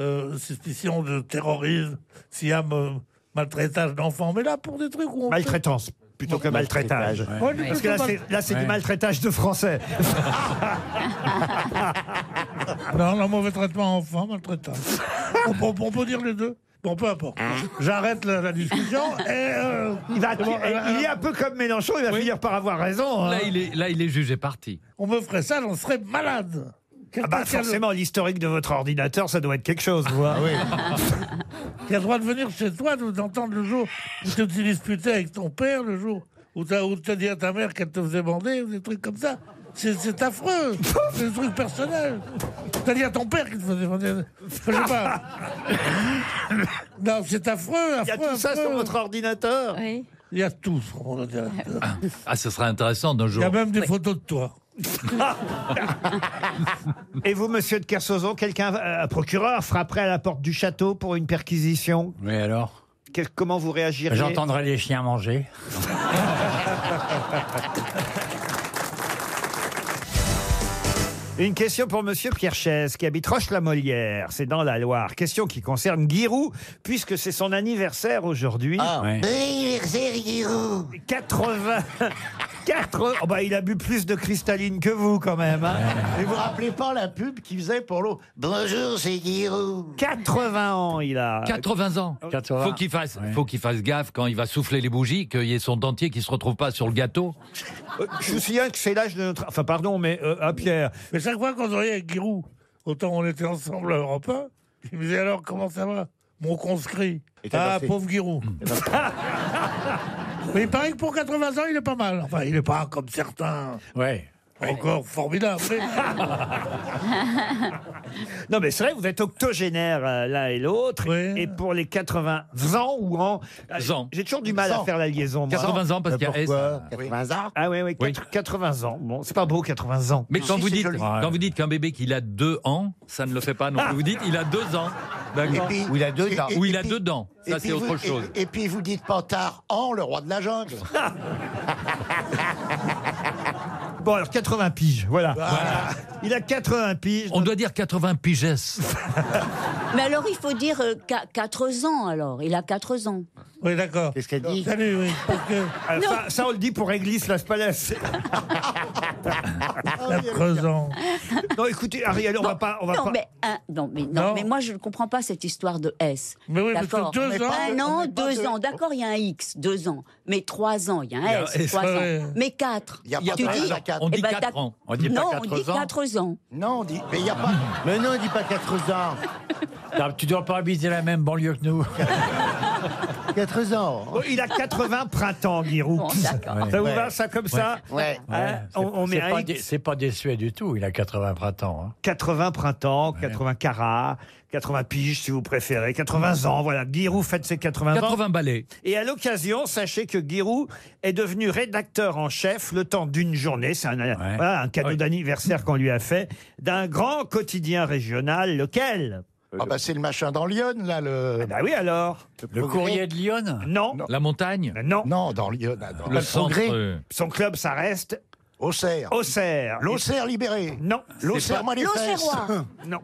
Speaker 9: euh, suspicion de terrorisme, s'il y a euh, maltraitage d'enfants, mais là, pour des trucs où on. peut-
Speaker 4: Maltraitance plutôt que maltraitage.
Speaker 9: Ouais. Ouais.
Speaker 4: Parce que là, c'est, là, c'est du
Speaker 9: Ouais.
Speaker 4: maltraitage de Français.
Speaker 9: (laughs) Non, le mauvais traitement enfant, maltraitant. on, peut- on peut dire les deux Bon, peu importe.
Speaker 4: Hein
Speaker 9: J'arrête la, la discussion et... euh,
Speaker 4: Il, va,
Speaker 9: c'est bon,
Speaker 4: il-
Speaker 9: euh,
Speaker 4: il est un peu comme Mélenchon, il va finir par avoir raison. hein.
Speaker 7: Là, il est, là, il est jugé parti.
Speaker 9: On me ferait ça, j'en serais malade.
Speaker 4: Ah bah,
Speaker 9: Quelqu'un qui a le-
Speaker 4: forcément, l'historique de votre ordinateur, ça doit être quelque chose, vous hein. voyez.
Speaker 9: Ah qui a le droit de venir chez toi, de t'entendre le jour où tu t'es disputé avec ton père, le jour où tu as, dit à ta mère qu'elle te faisait bander, ou des trucs comme ça. C'est, c'est affreux. C'est des trucs personnels. T'as dit à ton père qu'il te faisait bander. Je sais pas. non, c'est affreux, affreux.
Speaker 4: Il y a tout ça
Speaker 9: affreux.
Speaker 4: sur votre ordinateur.
Speaker 9: Il y a tout sur mon ordinateur.
Speaker 7: Ah, ce serait intéressant d'un
Speaker 9: Il
Speaker 7: jour.
Speaker 9: y a même des photos de toi.
Speaker 4: Et vous, monsieur de Kersozon, quelqu'un, euh, un procureur, frapperait à la porte du château pour une perquisition
Speaker 6: Oui, alors
Speaker 4: Quel- Comment vous réagiriez
Speaker 6: J'entendrai les chiens manger.
Speaker 4: Une question pour Monsieur Pierre Chaise, qui habite Roche-la-Molière, c'est dans la Loire. Question qui concerne Giroud, puisque c'est son anniversaire aujourd'hui.
Speaker 14: Ah.
Speaker 11: Ouais. Anniversaire Giroud.
Speaker 4: (laughs) 80... 4... Oh bah, il a bu plus de cristalline que vous, quand même. hein.
Speaker 13: Et vous rappelez pas la pub qu'il faisait pour l'eau Bonjour, c'est Giroud.
Speaker 4: 80 ans, il a.
Speaker 7: 80 ans. Faut qu'il fasse,
Speaker 4: Ouais.
Speaker 7: faut qu'il fasse gaffe quand il va souffler les bougies, qu'il y ait son dentier qui se retrouve pas sur le gâteau.
Speaker 4: Euh, (laughs) Je vous signale que c'est l'âge de notre. Enfin, pardon, mais euh, à Pierre.
Speaker 9: Mais chaque fois qu'on se voyait avec Giroud, autant on était ensemble à Europe 1, il me disait alors comment ça va Mon conscrit.
Speaker 13: Et t'as
Speaker 9: Ah,
Speaker 13: dansé.
Speaker 9: pauvre Giroud. (laughs) Mais il paraît que pour 80 ans, il est pas mal. Enfin, il est pas comme certains.
Speaker 6: Ouais.
Speaker 9: Encore formidable. mais-
Speaker 4: (laughs) Non, mais c'est vrai, vous êtes octogénaire euh, l'un et l'autre. Et pour les 80 ans ou en. euh,
Speaker 7: Zan.
Speaker 4: J'ai toujours du mal à
Speaker 7: Zan.
Speaker 4: faire la liaison. moi.
Speaker 7: 80 ans, parce qu'il y a Pourquoi S.
Speaker 4: 80 ans Ah oui, oui, 80 ans. Bon, c'est pas beau, 80 ans.
Speaker 7: Mais quand
Speaker 4: Si,
Speaker 7: vous
Speaker 4: c'est
Speaker 7: dites,
Speaker 4: joli.
Speaker 7: quand vous dites qu'un bébé qu'il a deux ans, ça ne le fait pas non plus. Vous dites, il a deux ans. D'accord.
Speaker 13: Et puis- Ou il a deux dents.
Speaker 7: Ou il
Speaker 13: et
Speaker 7: a
Speaker 13: puis-
Speaker 7: deux dents.
Speaker 13: et
Speaker 7: Ça,
Speaker 13: puis
Speaker 7: c'est autre
Speaker 13: vous-
Speaker 7: chose.
Speaker 13: Et, et puis vous dites Pantard, en le roi de la jungle.
Speaker 4: Bon, alors 80 piges, voilà. Il a 80 piges.
Speaker 7: On doit dire 80
Speaker 4: (laughs)
Speaker 7: pigesses.
Speaker 8: Mais alors, il faut dire 4 ans, alors. Il a 4 ans.
Speaker 9: Oui, d'accord. Qu'est-ce qu'elle dit Salut, oui. Parce que
Speaker 4: Alors, Euh, ça, ça, on le dit pour Église Las Palais.
Speaker 9: la présent.
Speaker 4: Non, écoutez, Ariel, on
Speaker 8: Bon,
Speaker 4: va pas. On va
Speaker 8: non,
Speaker 4: pas...
Speaker 8: Mais, un- non, mais, non,
Speaker 4: Non.
Speaker 8: mais moi, je ne comprends pas cette histoire de S.
Speaker 4: Mais oui, parce que
Speaker 8: D'accord.
Speaker 4: deux ans,
Speaker 8: Un
Speaker 4: on
Speaker 8: an,
Speaker 4: met pas
Speaker 8: deux
Speaker 4: de-
Speaker 8: ans. D'accord, il y a un X, deux ans. Mais trois ans, il y a
Speaker 7: Il y a
Speaker 8: un
Speaker 7: un
Speaker 8: S,
Speaker 7: S,
Speaker 8: trois
Speaker 7: ouais.
Speaker 8: ans. Mais quatre.
Speaker 7: Il y a pas de S à quatre. On
Speaker 8: eh
Speaker 7: dit
Speaker 8: ben,
Speaker 7: quatre
Speaker 8: t'as-
Speaker 7: ans. On dit pas
Speaker 8: non, on
Speaker 7: quatre
Speaker 8: dit
Speaker 7: ans.
Speaker 8: quatre ans.
Speaker 13: Non, on dit. Mais il n'y a pas.
Speaker 6: Mais non, dis pas 80 ans. tu dois pas habiter la même banlieue que nous.
Speaker 13: 80 ans.
Speaker 4: Bon, il a 80 printemps, Giroud.
Speaker 6: Bon, d'accord.
Speaker 4: ça vous
Speaker 6: Ouais.
Speaker 4: va, ça, comme
Speaker 6: Ouais.
Speaker 4: ça
Speaker 6: Ouais.
Speaker 4: Hein, on, on met
Speaker 6: C'est
Speaker 4: un
Speaker 6: pas,
Speaker 4: X.
Speaker 6: dé- c'est pas déçu du tout, il a 80 printemps. hein.
Speaker 4: 80 printemps, 80 carats, 80 piges si vous préférez, 80 ans, voilà. Giroud fête ses 80 ans.
Speaker 7: 80 balais.
Speaker 4: (laughs) Et à l'occasion, sachez que Giroud est devenu rédacteur en chef le temps d'une journée. C'est un, voilà, un cadeau d'anniversaire qu'on lui a fait d'un grand quotidien régional, lequel
Speaker 13: Ah bah c'est le machin dans Lyon, là, le...
Speaker 4: bah oui, alors
Speaker 13: Le Progrès. courrier
Speaker 6: de Lyon
Speaker 4: Non.
Speaker 7: La montagne
Speaker 4: Non.
Speaker 13: Non, dans Lyon. là, dans-
Speaker 7: Le centre. euh,
Speaker 4: Son club, ça reste
Speaker 13: Auxerre.
Speaker 4: Auxerre.
Speaker 13: L'Auxerre libéré.
Speaker 4: Non.
Speaker 13: L'Auxerre, moi les fesses. (laughs)
Speaker 4: Non.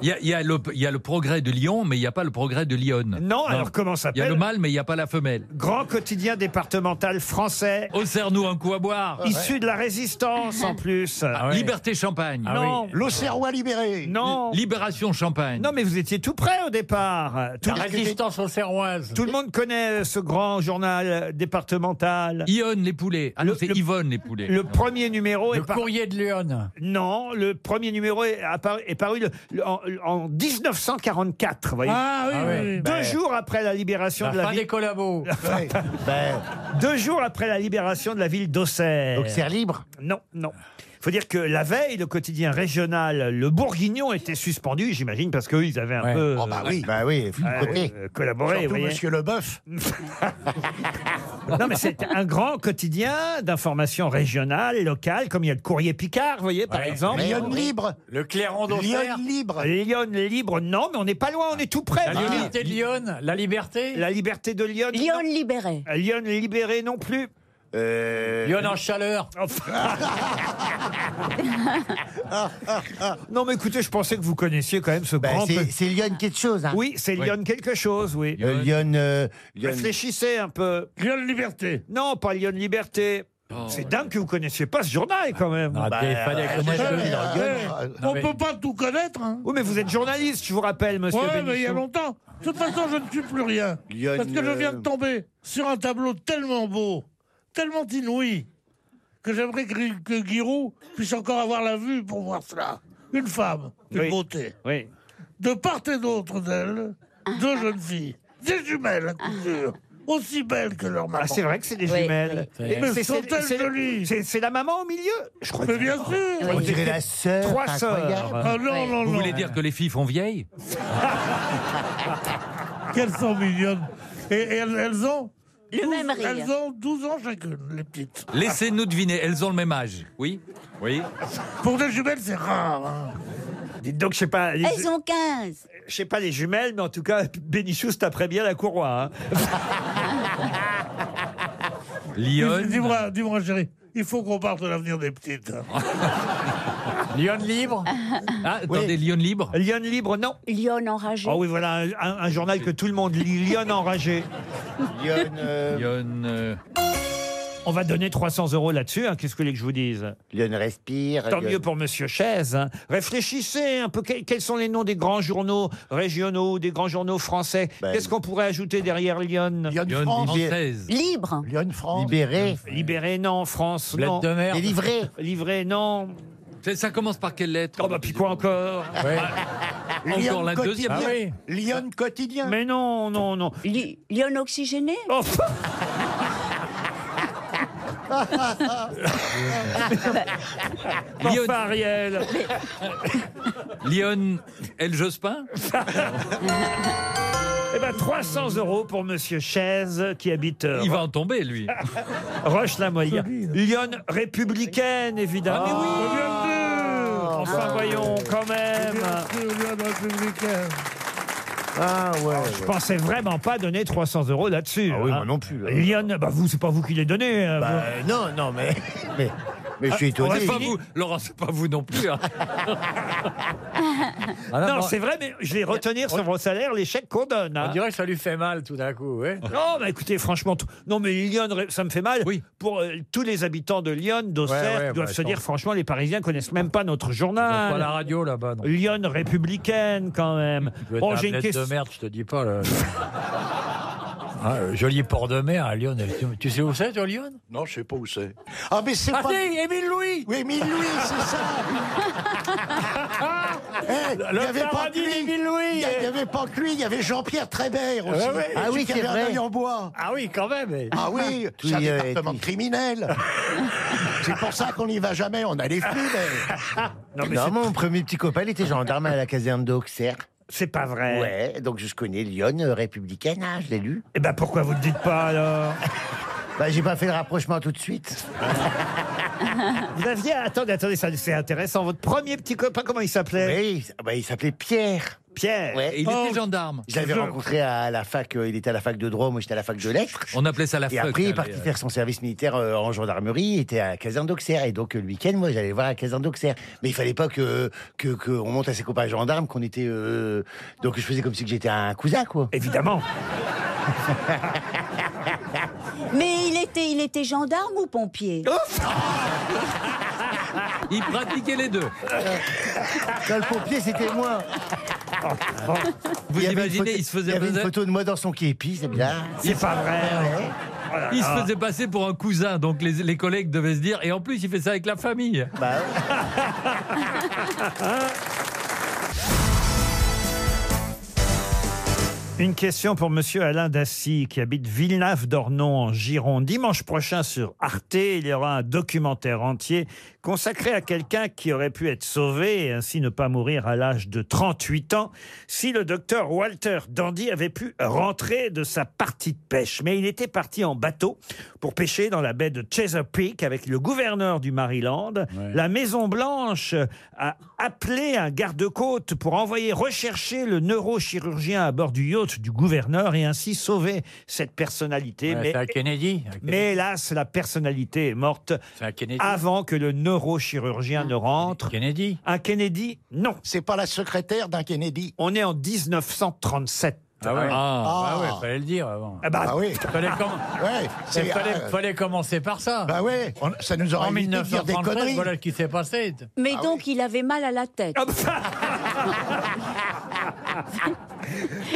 Speaker 7: Il y a, il y a le, il y a le progrès de Lyon, mais il n'y a pas le progrès de Lyon. Non,
Speaker 4: alors comment ça
Speaker 7: Il y a
Speaker 4: s'appelle
Speaker 7: le mâle, mais il n'y a pas la femelle.
Speaker 4: Grand quotidien départemental français,
Speaker 7: Auxerre-nous un coup à
Speaker 13: Ah,
Speaker 7: boire.
Speaker 4: Ah,
Speaker 7: Ah,
Speaker 4: issu de la résistance en plus. Ah,
Speaker 7: Liberté Champagne.
Speaker 13: Ah,
Speaker 4: Non.
Speaker 13: L'Auxerrois libéré.
Speaker 4: Non.
Speaker 7: Libération Champagne.
Speaker 4: Non, mais vous étiez tout près au départ. Euh, Tout,
Speaker 6: La résistance auxerroise.
Speaker 4: tout le monde connaît ce grand journal départemental.
Speaker 7: Yonne les poulets. Ah non, c'est Yvonne les poulets. Ah,
Speaker 4: Le premier numéro
Speaker 6: Le
Speaker 4: est par-
Speaker 6: courrier de Lyon.
Speaker 4: Non, le premier numéro est, apparu- est paru le- le- en, en 1944, vous voyez.
Speaker 9: Ah oui,
Speaker 6: Ah
Speaker 9: oui,
Speaker 6: oui.
Speaker 9: oui.
Speaker 4: Deux jours après la libération
Speaker 6: La
Speaker 4: de la
Speaker 6: fin
Speaker 4: ville,
Speaker 6: des collabos. (laughs)
Speaker 4: deux jours après la libération de la ville d'Auxerre.
Speaker 13: Auxerre libre.
Speaker 4: Non, non. Faut dire que la veille, le quotidien régional Le Bourguignon était suspendu, j'imagine, parce qu'eux, ils avaient un
Speaker 6: Ouais.
Speaker 4: peu
Speaker 13: Oh bah oui. Bah oui, vous
Speaker 4: euh,
Speaker 13: côté.
Speaker 4: euh, collaboré. vous
Speaker 13: Surtout
Speaker 4: voyez.
Speaker 13: Monsieur Leboeuf.
Speaker 4: Non, mais c'est un grand quotidien d'information régionale, locale, comme il y a le courrier Picard, vous voyez, par
Speaker 6: Ouais.
Speaker 4: exemple.
Speaker 13: Lyon libre.
Speaker 6: Le clairon
Speaker 13: Lyon
Speaker 6: d'Auxerre.
Speaker 13: libre.
Speaker 4: Lyon libre, non, mais on n'est pas loin, on est tout près.
Speaker 6: La
Speaker 4: vous voyez.
Speaker 6: liberté de Lyon. La liberté.
Speaker 4: La liberté de Lyon.
Speaker 8: Lyon libéré.
Speaker 4: non. Lyon libéré non plus.
Speaker 6: Lyon Euh, en chaleur.
Speaker 4: Enfin. (laughs) non, mais écoutez, je pensais que vous connaissiez quand même ce
Speaker 11: Bah,
Speaker 4: grand.
Speaker 11: c'est,
Speaker 4: peu-
Speaker 11: c'est Lyon quelque chose. Hein.
Speaker 4: Oui, c'est Lyon (laughs) quelque chose, oui.
Speaker 11: Euh, Lyon. euh, Lyon-
Speaker 4: Réfléchissez un peu.
Speaker 9: Lyon Liberté.
Speaker 4: Non, pas Lyon Liberté. c'est dingue que vous connaissiez pas ce journal quand même. Bah,
Speaker 6: Ah, il fallait connaître
Speaker 13: euh,
Speaker 6: le-
Speaker 13: euh,
Speaker 9: Eh,
Speaker 6: non,
Speaker 9: on
Speaker 6: mais-
Speaker 9: peut pas tout connaître. Hein.
Speaker 4: Oui, mais vous êtes journaliste, je vous rappelle, monsieur
Speaker 9: Ouais, mais il y a
Speaker 4: Bénichou.
Speaker 9: longtemps. De toute façon, je ne suis plus rien.
Speaker 11: Lyon,
Speaker 9: parce que je viens de
Speaker 11: euh,
Speaker 9: tomber sur un tableau tellement beau, tellement inouï, que j'aimerais que, Gui- que Giroud puisse encore avoir la vue pour voir cela. Une femme, une
Speaker 4: Oui.
Speaker 9: beauté.
Speaker 4: Oui.
Speaker 9: De part et d'autre d'elle, deux jeunes filles, des jumelles à coup sûr, aussi belles que leur maman.
Speaker 4: Ah, c'est vrai que c'est des
Speaker 8: Oui,
Speaker 4: jumelles.
Speaker 6: oui.
Speaker 4: Et
Speaker 9: Mais
Speaker 4: c'est-
Speaker 9: sont-elles
Speaker 4: c'est- c'est-
Speaker 9: jolies
Speaker 4: c'est- C'est la maman au milieu Je crois
Speaker 9: Mais bien sûr
Speaker 11: On dirait la sœur.
Speaker 4: Trois
Speaker 11: incroyable.
Speaker 4: sœurs.
Speaker 9: Ah non, non,
Speaker 7: Vous
Speaker 9: non.
Speaker 7: voulez dire que les filles
Speaker 9: (laughs)
Speaker 7: font vieilles
Speaker 9: Qu'elles sont mignonnes. Et, et elles, elles ont.
Speaker 8: Le même rire.
Speaker 9: Elles ont 12 ans chacune, les petites.
Speaker 7: Laissez-nous deviner, elles ont le même âge. Oui Oui.
Speaker 9: Pour des jumelles, c'est rare. hein.
Speaker 4: Dites donc, je sais pas, les,
Speaker 8: Elles ont 15.
Speaker 4: je sais pas les jumelles, mais en tout cas, Bénichou se taperait bien la courroie. hein.
Speaker 7: Lyon.
Speaker 9: Dis- Dis-moi, dis-moi, chérie, il faut qu'on parle de l'avenir des petites.
Speaker 6: Lyon libre
Speaker 7: Ah, attendez, Lyon libre
Speaker 4: Lyon libre, non.
Speaker 8: Lyon enragé.
Speaker 4: Oh oui, voilà un, un- un journal que tout le monde lit, Lyon enragé.
Speaker 7: Lyon. Lyon. euh,
Speaker 4: On va donner 300 euros là-dessus, hein, qu'est-ce que vous voulez que je vous dise
Speaker 11: Lyon respire.
Speaker 4: Tant
Speaker 11: Lyon-
Speaker 4: mieux pour Monsieur Chaise. hein. Réfléchissez un peu, que- quels sont les noms des grands journaux régionaux, des grands journaux français
Speaker 7: Ben,
Speaker 4: Qu'est-ce qu'on pourrait ajouter derrière Lyon Lyon,
Speaker 7: France. française.
Speaker 8: Libre.
Speaker 4: Lyon France.
Speaker 11: Libéré.
Speaker 4: Libéré, non. France,
Speaker 7: Bled
Speaker 4: non.
Speaker 7: de mer.
Speaker 4: Délivré.
Speaker 7: Délivré.
Speaker 4: Livré, non.
Speaker 7: Ça commence par quelle lettre
Speaker 4: Oh bah puis quoi encore
Speaker 7: Encore ah la deuxième.
Speaker 8: Lyon quotidien.
Speaker 4: Ah Mais non, non, non. Oh.
Speaker 8: Lyon oxygéné.
Speaker 4: Lyon. Enfin, Ariel.
Speaker 7: (laughs) Lyon
Speaker 9: (laughs)
Speaker 7: El Jospin
Speaker 4: Eh ben 300 euros pour Monsieur Chaise qui habite. euh,
Speaker 7: Il va en tomber, lui.
Speaker 4: (laughs) Roche-la-Moyenne. Lyon républicaine, évidemment.
Speaker 7: Ah, mais oui.
Speaker 4: Bien sûr. Enfin,
Speaker 9: Ah.
Speaker 4: voyons, quand même.
Speaker 11: Ah ouais.
Speaker 4: Je pensais vraiment pas donner 300 euros là-dessus.
Speaker 11: Ah oui, moi non plus, là.
Speaker 4: Lyon, bah vous, c'est pas vous qui les donnez. hein,
Speaker 11: Bah,
Speaker 7: euh,
Speaker 13: euh,
Speaker 4: vous.
Speaker 11: non, non,
Speaker 13: (laughs)
Speaker 11: mais. Mais, mais je suis
Speaker 4: Ah, on
Speaker 11: étonné.
Speaker 4: reste
Speaker 7: Pas vous, Laurent, c'est pas vous non plus. hein.
Speaker 6: Ah
Speaker 4: non,
Speaker 6: bon.
Speaker 4: c'est vrai, mais je vais retenir sur vos salaires les chèques qu'on donne. hein.
Speaker 6: On dirait que ça lui fait mal tout d'un coup, ouais.
Speaker 4: Non, mais écoutez, franchement, tout- non, mais Lyon, ça me fait mal. Pour euh, tous les habitants de Lyon, d'Auxerre,
Speaker 6: Ouais, ouais,
Speaker 4: doivent
Speaker 6: bah,
Speaker 4: se dire,
Speaker 6: attends.
Speaker 4: franchement, les Parisiens connaissent même pas notre journal.
Speaker 6: Pas la radio là-bas, non.
Speaker 4: Lyon républicaine, quand même.
Speaker 6: Peut-être
Speaker 4: Bon,
Speaker 6: un
Speaker 4: j'ai une
Speaker 6: bled
Speaker 4: question.
Speaker 6: de merde, je te dis pas. Là. Ah, euh, joli port de mer à Lyon. Tu- Tu sais où c'est, toi, Lyon
Speaker 13: Non, je sais pas où c'est. Ah, mais c'est
Speaker 6: Ah,
Speaker 13: pas.
Speaker 6: si, Émile Louis
Speaker 13: Oui, Émile Louis,
Speaker 4: (laughs)
Speaker 13: c'est ça Eh, Il n'y
Speaker 6: Le
Speaker 13: avait pas que
Speaker 6: paradis
Speaker 13: lui
Speaker 6: d'Émile Louis,
Speaker 13: Il y a- il y avait pas que lui, il y avait Jean-Pierre Trébert aussi.
Speaker 4: Eh
Speaker 6: Ouais, ouais.
Speaker 13: Ah oui, qui avait un œil en bois.
Speaker 6: Ah oui, quand même. eh.
Speaker 13: Ah oui,
Speaker 11: Tout
Speaker 13: c'est un
Speaker 11: y est,
Speaker 13: département
Speaker 11: tout-
Speaker 4: (laughs)
Speaker 13: criminel. c'est pour ça qu'on n'y va jamais, (laughs) on a les flux.
Speaker 4: (laughs) Non, mais
Speaker 11: Non,
Speaker 4: c'est-
Speaker 11: mon premier petit copain, il était gendarme à la caserne d'Auxerre.
Speaker 4: c'est pas vrai.
Speaker 11: Ouais, donc je connais Lyon euh, républicaine, hein, je l'ai lu.
Speaker 4: Eh ben pourquoi vous le dites pas
Speaker 13: (laughs)
Speaker 4: alors
Speaker 11: Bah, j'ai pas fait le rapprochement tout de suite.
Speaker 4: Vous aviez. Attendez, attendez, ça c'est intéressant. Votre premier petit copain, comment il s'appelait
Speaker 11: Oui, il- bah, il s'appelait Pierre.
Speaker 4: Pierre. Oh.
Speaker 11: Ouais.
Speaker 7: Et il était gendarme.
Speaker 11: Je l'avais rencontré à la fac, euh, il était à la fac de droit, moi j'étais à la fac de lettres.
Speaker 7: On appelait ça la
Speaker 11: Et
Speaker 7: fuck,
Speaker 11: après, il est
Speaker 7: là,
Speaker 11: parti
Speaker 7: mais, euh,
Speaker 11: faire son service militaire euh, en gendarmerie, il était à la caserne d'Auxerre. Et donc, euh, le week-end, moi, j'allais voir la caserne d'Auxerre. Mais il fallait pas que que- qu'on monte à ses copains gendarmes, qu'on était. euh, Donc, je faisais comme si que j'étais un cousin, quoi. (laughs)
Speaker 4: Évidemment.
Speaker 8: Mais il était, il était gendarme ou pompier
Speaker 4: Oh
Speaker 7: Il pratiquait les deux.
Speaker 11: Là, le pompier, c'était moi.
Speaker 7: Vous
Speaker 11: Il y avait une
Speaker 7: imaginez,
Speaker 11: photo-
Speaker 7: il se faisait
Speaker 11: Il y avait une
Speaker 7: baiser
Speaker 11: photo de moi dans son képi, c'est bizarre.
Speaker 4: C'est pas vrai.
Speaker 11: Ouais.
Speaker 4: Oh là
Speaker 7: hein. Il se
Speaker 4: là.
Speaker 7: faisait passer pour un cousin, donc les, les collègues devaient se dire, et en plus il fait ça avec la famille.
Speaker 11: Bah,
Speaker 7: (laughs)
Speaker 4: Une question pour Monsieur Alain Dassy, qui habite Villeneuve-d'Ornon en Gironde. Dimanche prochain sur Arte, il y aura un documentaire entier consacré à quelqu'un qui aurait pu être sauvé et ainsi ne pas mourir à l'âge de 38 ans si le docteur Walter Dandy avait pu rentrer de sa partie de pêche. Mais il était parti en bateau pour pêcher dans la baie de Chesapeake avec le gouverneur du Maryland. La Maison Blanche a appelé un garde-côte pour envoyer rechercher le neurochirurgien à bord du yacht du gouverneur et ainsi sauver cette personnalité.
Speaker 6: Ouais,
Speaker 4: mais,
Speaker 6: c'est à Kennedy. à Kennedy.
Speaker 4: mais hélas, la personnalité est morte
Speaker 6: C'est à Kennedy. Ah,
Speaker 4: avant que le neurochirurgien ne rentre.
Speaker 6: Kennedy.
Speaker 4: Un Kennedy, non.
Speaker 13: C'est pas la secrétaire d'un Kennedy.
Speaker 4: On est en 1937.
Speaker 6: Ah ouais.
Speaker 7: Ah.
Speaker 6: Ah ouais, fallait le dire avant.
Speaker 4: Ah bah,
Speaker 13: Ah oui,
Speaker 6: Fallait, com-
Speaker 13: (laughs) ouais, c'est.
Speaker 6: fallait,
Speaker 13: ah,
Speaker 6: fallait commencer par ça.
Speaker 13: bah ouais, on- ça nous aurait
Speaker 6: en
Speaker 13: évité de dire des
Speaker 6: 1937,
Speaker 13: conneries.
Speaker 6: voilà ce qui s'est
Speaker 13: (laughs)
Speaker 6: passé.
Speaker 8: Mais
Speaker 7: Ah
Speaker 8: donc il avait mal à la tête.
Speaker 4: Ah bah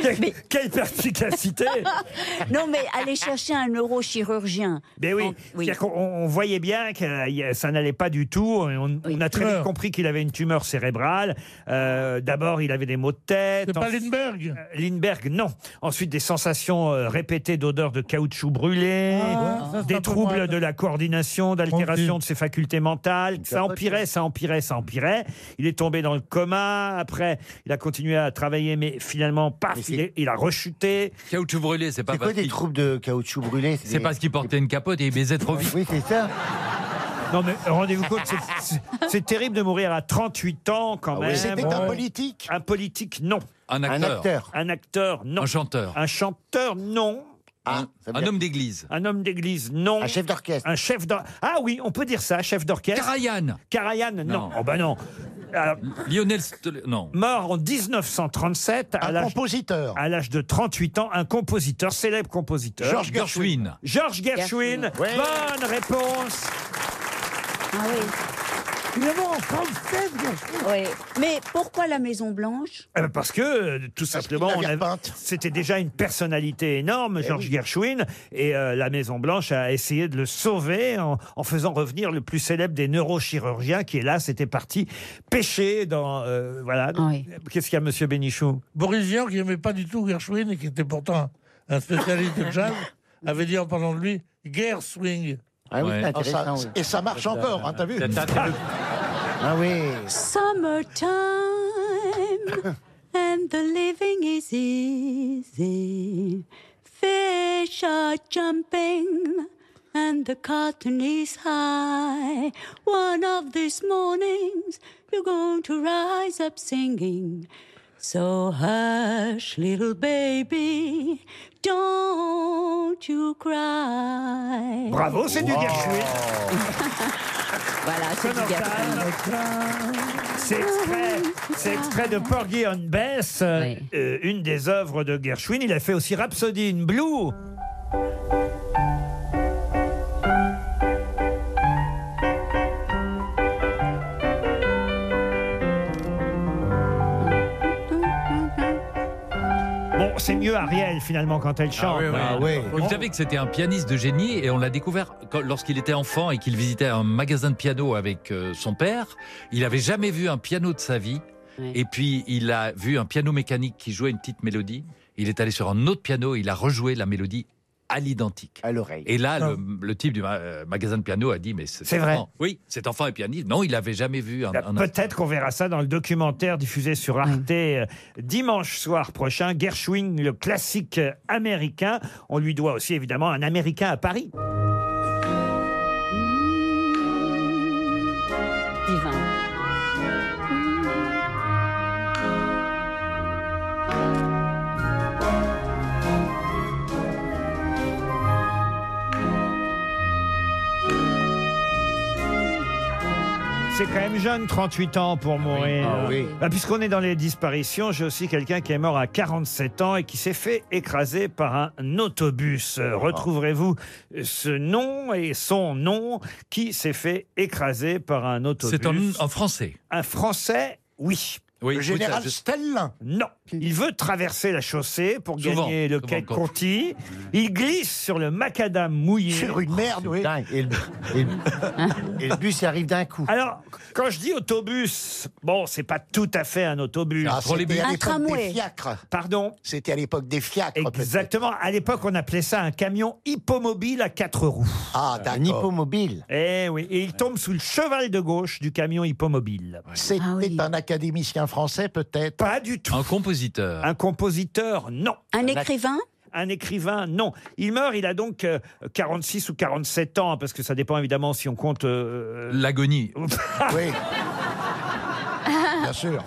Speaker 4: quelle, quelle perspicacité
Speaker 8: (laughs) non mais aller chercher un neurochirurgien.
Speaker 4: Ben oui,
Speaker 11: Oh,
Speaker 8: En- oui.
Speaker 4: C'est-à-dire qu'on- on, voyait bien que euh, y- ça n'allait pas du tout. et On, on a très vite
Speaker 9: Tumeur.
Speaker 4: compris qu'il avait une tumeur cérébrale. Euh, D'abord, il avait des maux de tête.
Speaker 9: C'est pas
Speaker 4: Ensuite-
Speaker 9: Lindbergh
Speaker 4: Euh, Lindbergh, non. Ensuite, des sensations euh, répétées d'odeur de caoutchouc brûlé,
Speaker 9: Ah, ça, c'est
Speaker 4: des
Speaker 9: pas pour
Speaker 4: troubles
Speaker 9: moi.
Speaker 4: de la coordination, d'altération de ses facultés mentales. Ça empirait, ça empirait, ça empirait. Il est tombé dans le coma. Après, il a continué à travailler, mais finalement, paf,
Speaker 11: Mais c'est-
Speaker 4: il, est- il a rechuté.
Speaker 7: Caoutchouc brûlé, c'est pas
Speaker 11: c'est quoi
Speaker 7: parce
Speaker 11: des
Speaker 7: qu'il
Speaker 11: troupes de caoutchouc brûlé
Speaker 7: c'est parce qu'il portait une capote et il baisait trop vite.
Speaker 11: Ah, Oui, c'est ça.
Speaker 4: Non, mais rendez-vous compte, c'est- c'est- c'est terrible de mourir à 38 ans quand même.
Speaker 13: C'était un politique.
Speaker 4: Un politique, non.
Speaker 7: Un
Speaker 11: Un
Speaker 7: acteur,
Speaker 11: acteur.
Speaker 4: Un acteur, non.
Speaker 7: un chanteur.
Speaker 4: Un chanteur, non.
Speaker 7: un homme d'église.
Speaker 4: Un homme d'église, non. Un chef d'orchestre. Un chef d'or- Ah oui, on peut dire ça, chef d'orchestre.
Speaker 7: Karajan.
Speaker 4: Karajan, non.
Speaker 7: Non.
Speaker 4: Oh bah non. Alors,
Speaker 7: Lionel Stol- Non.
Speaker 4: Mort en 1937. Un compositeur. À l'âge de 38 ans, un compositeur, célèbre compositeur.
Speaker 7: George Gershwin.
Speaker 4: George Gershwin.
Speaker 7: Gershwin.
Speaker 4: Bonne réponse.
Speaker 8: Ah oui.
Speaker 9: en
Speaker 8: Oui. Mais pourquoi la Maison Blanche
Speaker 4: Eh ben parce que, euh, tout simplement, on avait- c'était déjà une personnalité énorme, Georges Gershwin, et euh, la Maison-Blanche a essayé de le sauver en, en faisant revenir le plus célèbre des neurochirurgiens qui, hélas, était parti pêcher dans. euh, voilà. Qu'est-ce qu'il y a, monsieur Bénichou
Speaker 9: Boris Vian, qui n'aimait pas du tout Gershwin et qui était pourtant un spécialiste de jazz, avait dit en parlant de lui Gershwin. Swing.
Speaker 11: Ah oui, c'est intéressant, oui. Ah oui.
Speaker 4: (coughs)
Speaker 15: Summertime and the living is easy. Fish are jumping and the cotton is high. One of these mornings you're going to rise up singing. So hush, little baby, don't you cry.
Speaker 4: Bravo, c'est du Gershwin.
Speaker 15: Voilà,
Speaker 4: c'est du C'est extrait, c'est extrait de Porgy and Bess, euh, euh, une des œuvres de Gershwin. Il a fait aussi Rhapsody in Blue. Bon, C'est mieux Ariel finalement quand elle
Speaker 7: Ah
Speaker 4: chante.
Speaker 7: Vous savez que c'était un pianiste de génie et on l'a découvert quand- lorsqu'il était enfant et qu'il visitait un magasin de piano avec euh, son père. Il n'avait jamais vu un piano de sa vie. Et puis il a vu un piano mécanique qui jouait une petite mélodie. Il est allé sur un autre piano, il a rejoué la mélodie à l'identique.
Speaker 11: À l'oreille.
Speaker 7: Et là, le, le type du ma- euh, magasin de piano a dit Mais
Speaker 4: C'est vrai.
Speaker 7: enfant- Oui, cet enfant est pianiste. Non, il n'avait jamais vu un.
Speaker 11: Ah,
Speaker 7: un-
Speaker 4: Euh, Peut-être qu'on verra ça dans le documentaire diffusé sur
Speaker 11: Mm.
Speaker 4: Arte euh, dimanche soir prochain. Gershwin, le classique euh, américain. On lui doit aussi évidemment un Américain à Paris. C'est quand même jeune, 38 ans pour mourir.
Speaker 11: Ah oui.
Speaker 4: Bah, Puisqu'on est dans les disparitions, j'ai aussi quelqu'un qui est mort à 47 ans et qui s'est fait écraser par un autobus.
Speaker 11: Ah.
Speaker 4: Euh, Retrouverez-vous euh, ce nom et son nom qui s'est fait écraser par un autobus
Speaker 7: C'est un, un Français.
Speaker 4: Un Français, oui.
Speaker 7: Oui, Le écoute, général ça, je-
Speaker 4: Stellin Non. Il veut traverser la chaussée pour
Speaker 7: Souvent,
Speaker 4: gagner le
Speaker 7: souvent,
Speaker 4: quai de
Speaker 7: quand-
Speaker 4: Conti. Il glisse sur le macadam mouillé. Sur une merde, oui.
Speaker 11: Et le, et le- et le bus il arrive d'un coup.
Speaker 4: Alors, quand je dis autobus, bon, c'est pas tout à fait un autobus.
Speaker 11: Ah, c'était à Un l'époque tramway. des
Speaker 4: fiacres. Pardon C'était à l'époque des fiacres. Exactement. À l'époque, on appelait ça un camion hippomobile à quatre roues. Ah,
Speaker 11: Un hippomobile.
Speaker 4: Eh oui. Et il tombe sous le cheval de gauche du camion hippomobile.
Speaker 13: C'était
Speaker 8: Ah
Speaker 13: un académicien français, peut-être
Speaker 4: Pas du tout.
Speaker 7: Un compositeur.
Speaker 4: Un compositeur, non.
Speaker 8: Un écrivain
Speaker 4: un écrivain, non. Il meurt, il a donc euh, 46 ou 47 ans, parce que ça dépend évidemment si on compte... euh,
Speaker 7: L'agonie.
Speaker 4: (laughs) oui, sûr.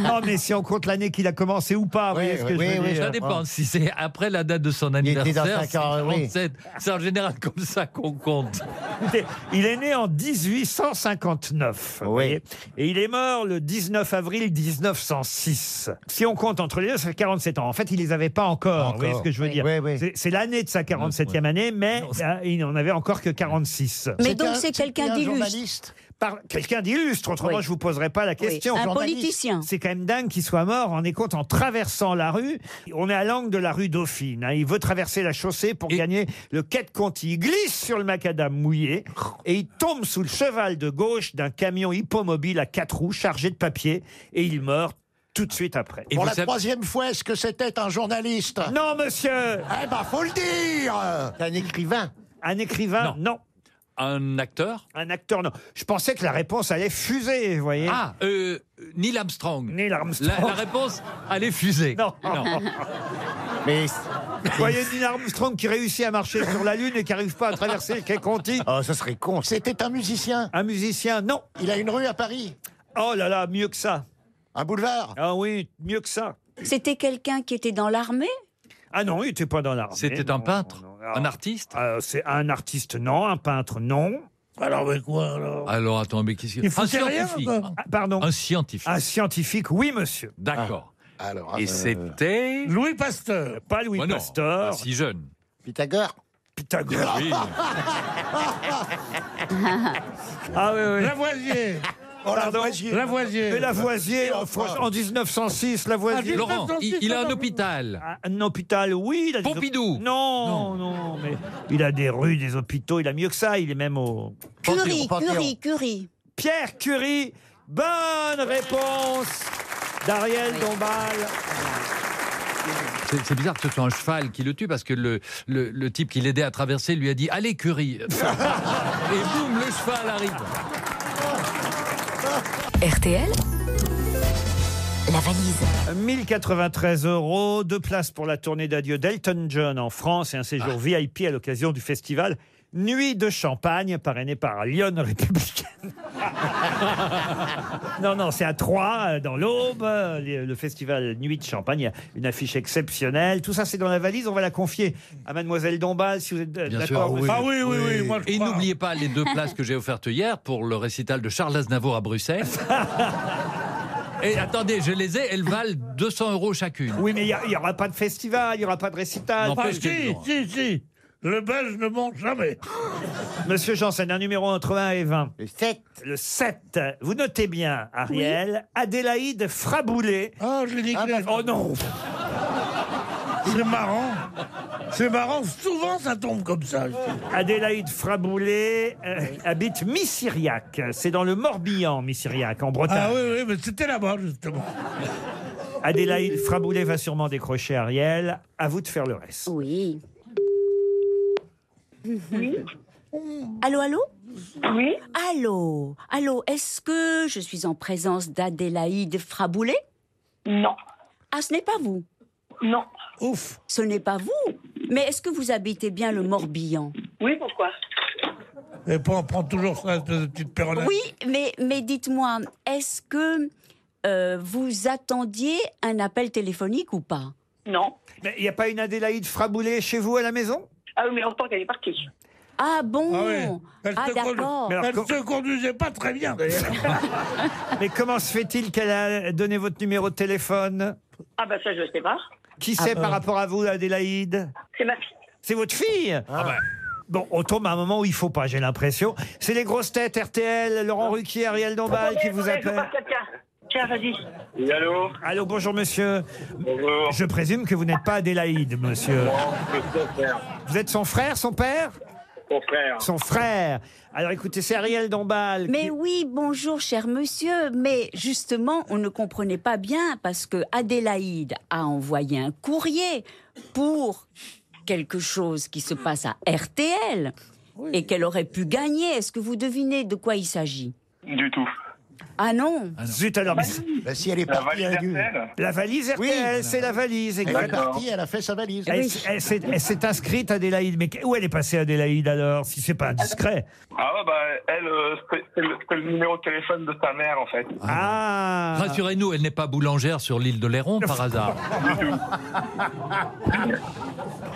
Speaker 4: non, mais si on compte l'année qu'il a commencé ou pas, vous voyez ce que je veux dire.
Speaker 7: ça dépend. Si c'est après la date de son anniversaire,
Speaker 4: sa
Speaker 7: c'est
Speaker 4: car- oui.
Speaker 7: 37. C'est en général comme ça qu'on compte.
Speaker 4: Écoutez, il est né en 1859. vous voyez, et il est mort le 19 avril 1906. Si on compte entre les deux, ça fait 47 ans. En fait, il les avait pas encore. Vous voyez ce que je veux dire C'est- C'est l'année de sa 47e année, mais euh, il n'en avait encore que 46.
Speaker 8: Mais donc c'est quelqu'un d'illustre.
Speaker 4: Par quelqu'un d'illustre, autrement
Speaker 8: Oui.
Speaker 4: je vous poserai pas la question.
Speaker 8: Oui, un
Speaker 4: Journaliste.
Speaker 8: politicien.
Speaker 4: C'est quand même dingue qu'il soit mort, en est compte, en traversant la rue. On est à l'angle de la rue Dauphine. hein. Il veut traverser la chaussée pour gagner le quai de Conti. Il glisse sur le macadam mouillé et il tombe sous le cheval de gauche d'un camion hippomobile à quatre roues chargé de papier et il meurt tout de suite après.
Speaker 13: Pour la troisième fois, est-ce que c'était un journaliste
Speaker 4: Non, monsieur
Speaker 13: Eh ben, faut le dire
Speaker 4: Un écrivain. Un écrivain, non.
Speaker 7: Un acteur
Speaker 4: Un acteur, non. Je pensais que la réponse allait fuser, vous voyez.
Speaker 7: Ah, euh, Neil Armstrong.
Speaker 4: Neil Armstrong.
Speaker 7: La, la réponse, elle est fusée.
Speaker 4: Non. (laughs)
Speaker 11: Mais.
Speaker 4: Vous voyez Neil Armstrong qui réussit à marcher sur la Lune et qui n'arrive pas à traverser le quai Conti
Speaker 11: Oh, ça serait con.
Speaker 4: C'était un musicien Un musicien, non. Il a une rue à Paris Oh là là, mieux que ça. Un boulevard Ah oui, mieux que ça.
Speaker 8: C'était quelqu'un qui était dans l'armée
Speaker 4: Ah non, il n'était pas dans l'armée.
Speaker 7: C'était un peintre
Speaker 4: Un
Speaker 7: artiste
Speaker 4: Ah, C'est un artiste, non. Un peintre, non.
Speaker 9: Alors, mais quoi, alors
Speaker 7: Alors, attends, mais qu'est-ce qu'il
Speaker 4: Il foutait rien, quoi.
Speaker 7: Ah, Pardon Un scientifique.
Speaker 4: Un scientifique, oui, monsieur.
Speaker 7: D'accord.
Speaker 4: Alors,
Speaker 6: euh,
Speaker 7: Et c'était.
Speaker 9: Louis Pasteur.
Speaker 4: Pas Louis
Speaker 7: Bah non,
Speaker 4: Pasteur.
Speaker 7: pas si jeune.
Speaker 4: Pythagore. Pythagore.
Speaker 7: Oui.
Speaker 4: Ah oui, oui.
Speaker 9: Lavoisier.
Speaker 14: Ah.
Speaker 4: Oh,
Speaker 9: Pardon
Speaker 4: Lavoisier.
Speaker 9: Lavoisier.
Speaker 4: Mais Lavoisier, en,
Speaker 9: Enfin.
Speaker 4: en 1906, Lavoisier.
Speaker 9: Ah, Laurent, il- il a un hôpital.
Speaker 4: Ah, Un, hôpital, oui. Il a Pompidou. Non, non, mais il a des rues, des hôpitaux, il a mieux que ça, il est même au.
Speaker 8: Curie,
Speaker 4: au Panthéon.
Speaker 8: Curie, Curie.
Speaker 4: Pierre Curie, bonne réponse d'Ariel Dombal.
Speaker 7: C'est c'est bizarre que ce soit un cheval qui le tue parce que le, le, le type qui l'aidait à traverser lui a dit
Speaker 4: (laughs)
Speaker 7: Allez, Curie Et boum, le cheval arrive
Speaker 3: RTL,
Speaker 4: La valise. 1093 euros, deux places pour la tournée d'adieu d'Elton John en France et un séjour
Speaker 7: Ah.
Speaker 4: VIP à l'occasion du festival Nuit de Champagne, parrainé par Lyon Républicaine. (laughs) non, non, c'est à Troyes, euh, dans l'Aube, euh, les- le festival Nuit de Champagne. Il y a une affiche exceptionnelle. Tout ça, c'est dans la valise. On va la confier à Mademoiselle Dombal, si vous êtes euh,
Speaker 7: Bien
Speaker 4: d'accord.
Speaker 7: sûr.
Speaker 4: monsieur.
Speaker 7: Et n'oubliez pas les deux places que j'ai offertes hier pour le récital de Charles Aznavour
Speaker 4: (laughs)
Speaker 7: à Bruxelles. Et attendez, je les ai, elles valent 200 euros chacune.
Speaker 4: Oui, mais il n'y aura pas de festival, il n'y aura pas de récital.
Speaker 9: Ah, si, si, si. Le belge ne ment jamais.
Speaker 4: Monsieur Janssen, un numéro entre 1 et 20. Le 7. Le 7. Vous notez bien, Ariel. Adélaïde Fraboulé.
Speaker 9: Oh, je l'ai dit.
Speaker 4: oh non
Speaker 9: C'est marrant. C'est marrant. Souvent, ça tombe comme ça.
Speaker 4: Adélaïde Fraboulé euh, habite Missiriac. C'est dans le Morbihan, Missiriac, en Bretagne.
Speaker 9: Ah oui, oui, mais c'était là-bas, justement.
Speaker 4: Adélaïde Fraboulé va sûrement décrocher Ariel. À vous de faire le reste.
Speaker 8: Oui. Allô, allô Oui. Allô, allô, est-ce que je suis en présence d'Adélaïde Fraboulé Non. Ah, ce n'est pas vous Non. Ouf. Ce n'est pas vous Mais est-ce que vous habitez bien le Morbihan Oui, pourquoi
Speaker 9: Et puis, on prend toujours ça, cette petite peronnette.
Speaker 8: Oui, mais, mais dites-moi, est-ce que euh, vous attendiez un appel téléphonique ou pas
Speaker 4: Non. Mais il n'y a pas une Adélaïde Fraboulé chez vous à la maison
Speaker 8: Ah oui, mais longtemps qu'elle est partie. Ah bon
Speaker 9: Ah oui. Elle
Speaker 8: Ah
Speaker 9: se condu-
Speaker 8: d'accord.
Speaker 9: Elle se conduisait pas très bien, d'ailleurs.
Speaker 4: (laughs) Mais comment se fait-il qu'elle a donné votre numéro de téléphone
Speaker 12: Ah bah ça, je sais pas.
Speaker 4: Qui
Speaker 12: Ah
Speaker 4: c'est
Speaker 12: bah.
Speaker 4: par rapport à vous, Adélaïde
Speaker 12: C'est ma fille. Ah. bah.
Speaker 4: C'est votre fille Bon, on tombe à un moment où il faut pas, j'ai l'impression. C'est les grosses têtes RTL, Laurent Ruquier, Ariel Dombal
Speaker 12: Attendez,
Speaker 4: qui vous
Speaker 12: attendez, je
Speaker 4: appellent.
Speaker 12: passe quelqu'un. Tiens, vas-y. Oui, allô
Speaker 4: Allô, bonjour monsieur. Je présume que vous n'êtes pas Adélaïde, monsieur. Vous êtes son frère, son père
Speaker 12: Mon frère.
Speaker 4: Son frère. Alors écoutez, c'est Ariel Dombal.
Speaker 8: Mais
Speaker 4: qui-
Speaker 8: oui, bonjour cher monsieur, mais justement, on ne comprenait pas bien parce que Adélaïde a envoyé un courrier pour quelque chose qui se passe à RTL et qu'elle aurait pu gagner. Est-ce que vous devinez de quoi il s'agit
Speaker 12: Du tout.
Speaker 8: Ah non
Speaker 4: Zut alors. mais-
Speaker 13: Bah,
Speaker 5: si elle est
Speaker 12: La
Speaker 5: partie,
Speaker 12: valise
Speaker 5: elle a dû-
Speaker 12: RTL.
Speaker 4: La valise RTL,
Speaker 5: Oui.
Speaker 4: c'est la valise.
Speaker 5: Elle est
Speaker 4: exactement.
Speaker 5: partie, elle a fait sa valise.
Speaker 4: Elle s- elle s'est elle s'est inscrite, Adélaïde. Mais où elle est passée, Adélaïde, alors, si c'est pas indiscret
Speaker 12: Ah ouais, bah, elle, euh, c'est- c'est le, c'est le numéro de téléphone de sa mère, en fait.
Speaker 4: Ah
Speaker 7: Rassurez-nous, elle n'est pas boulangère sur l'île de Léron par hasard.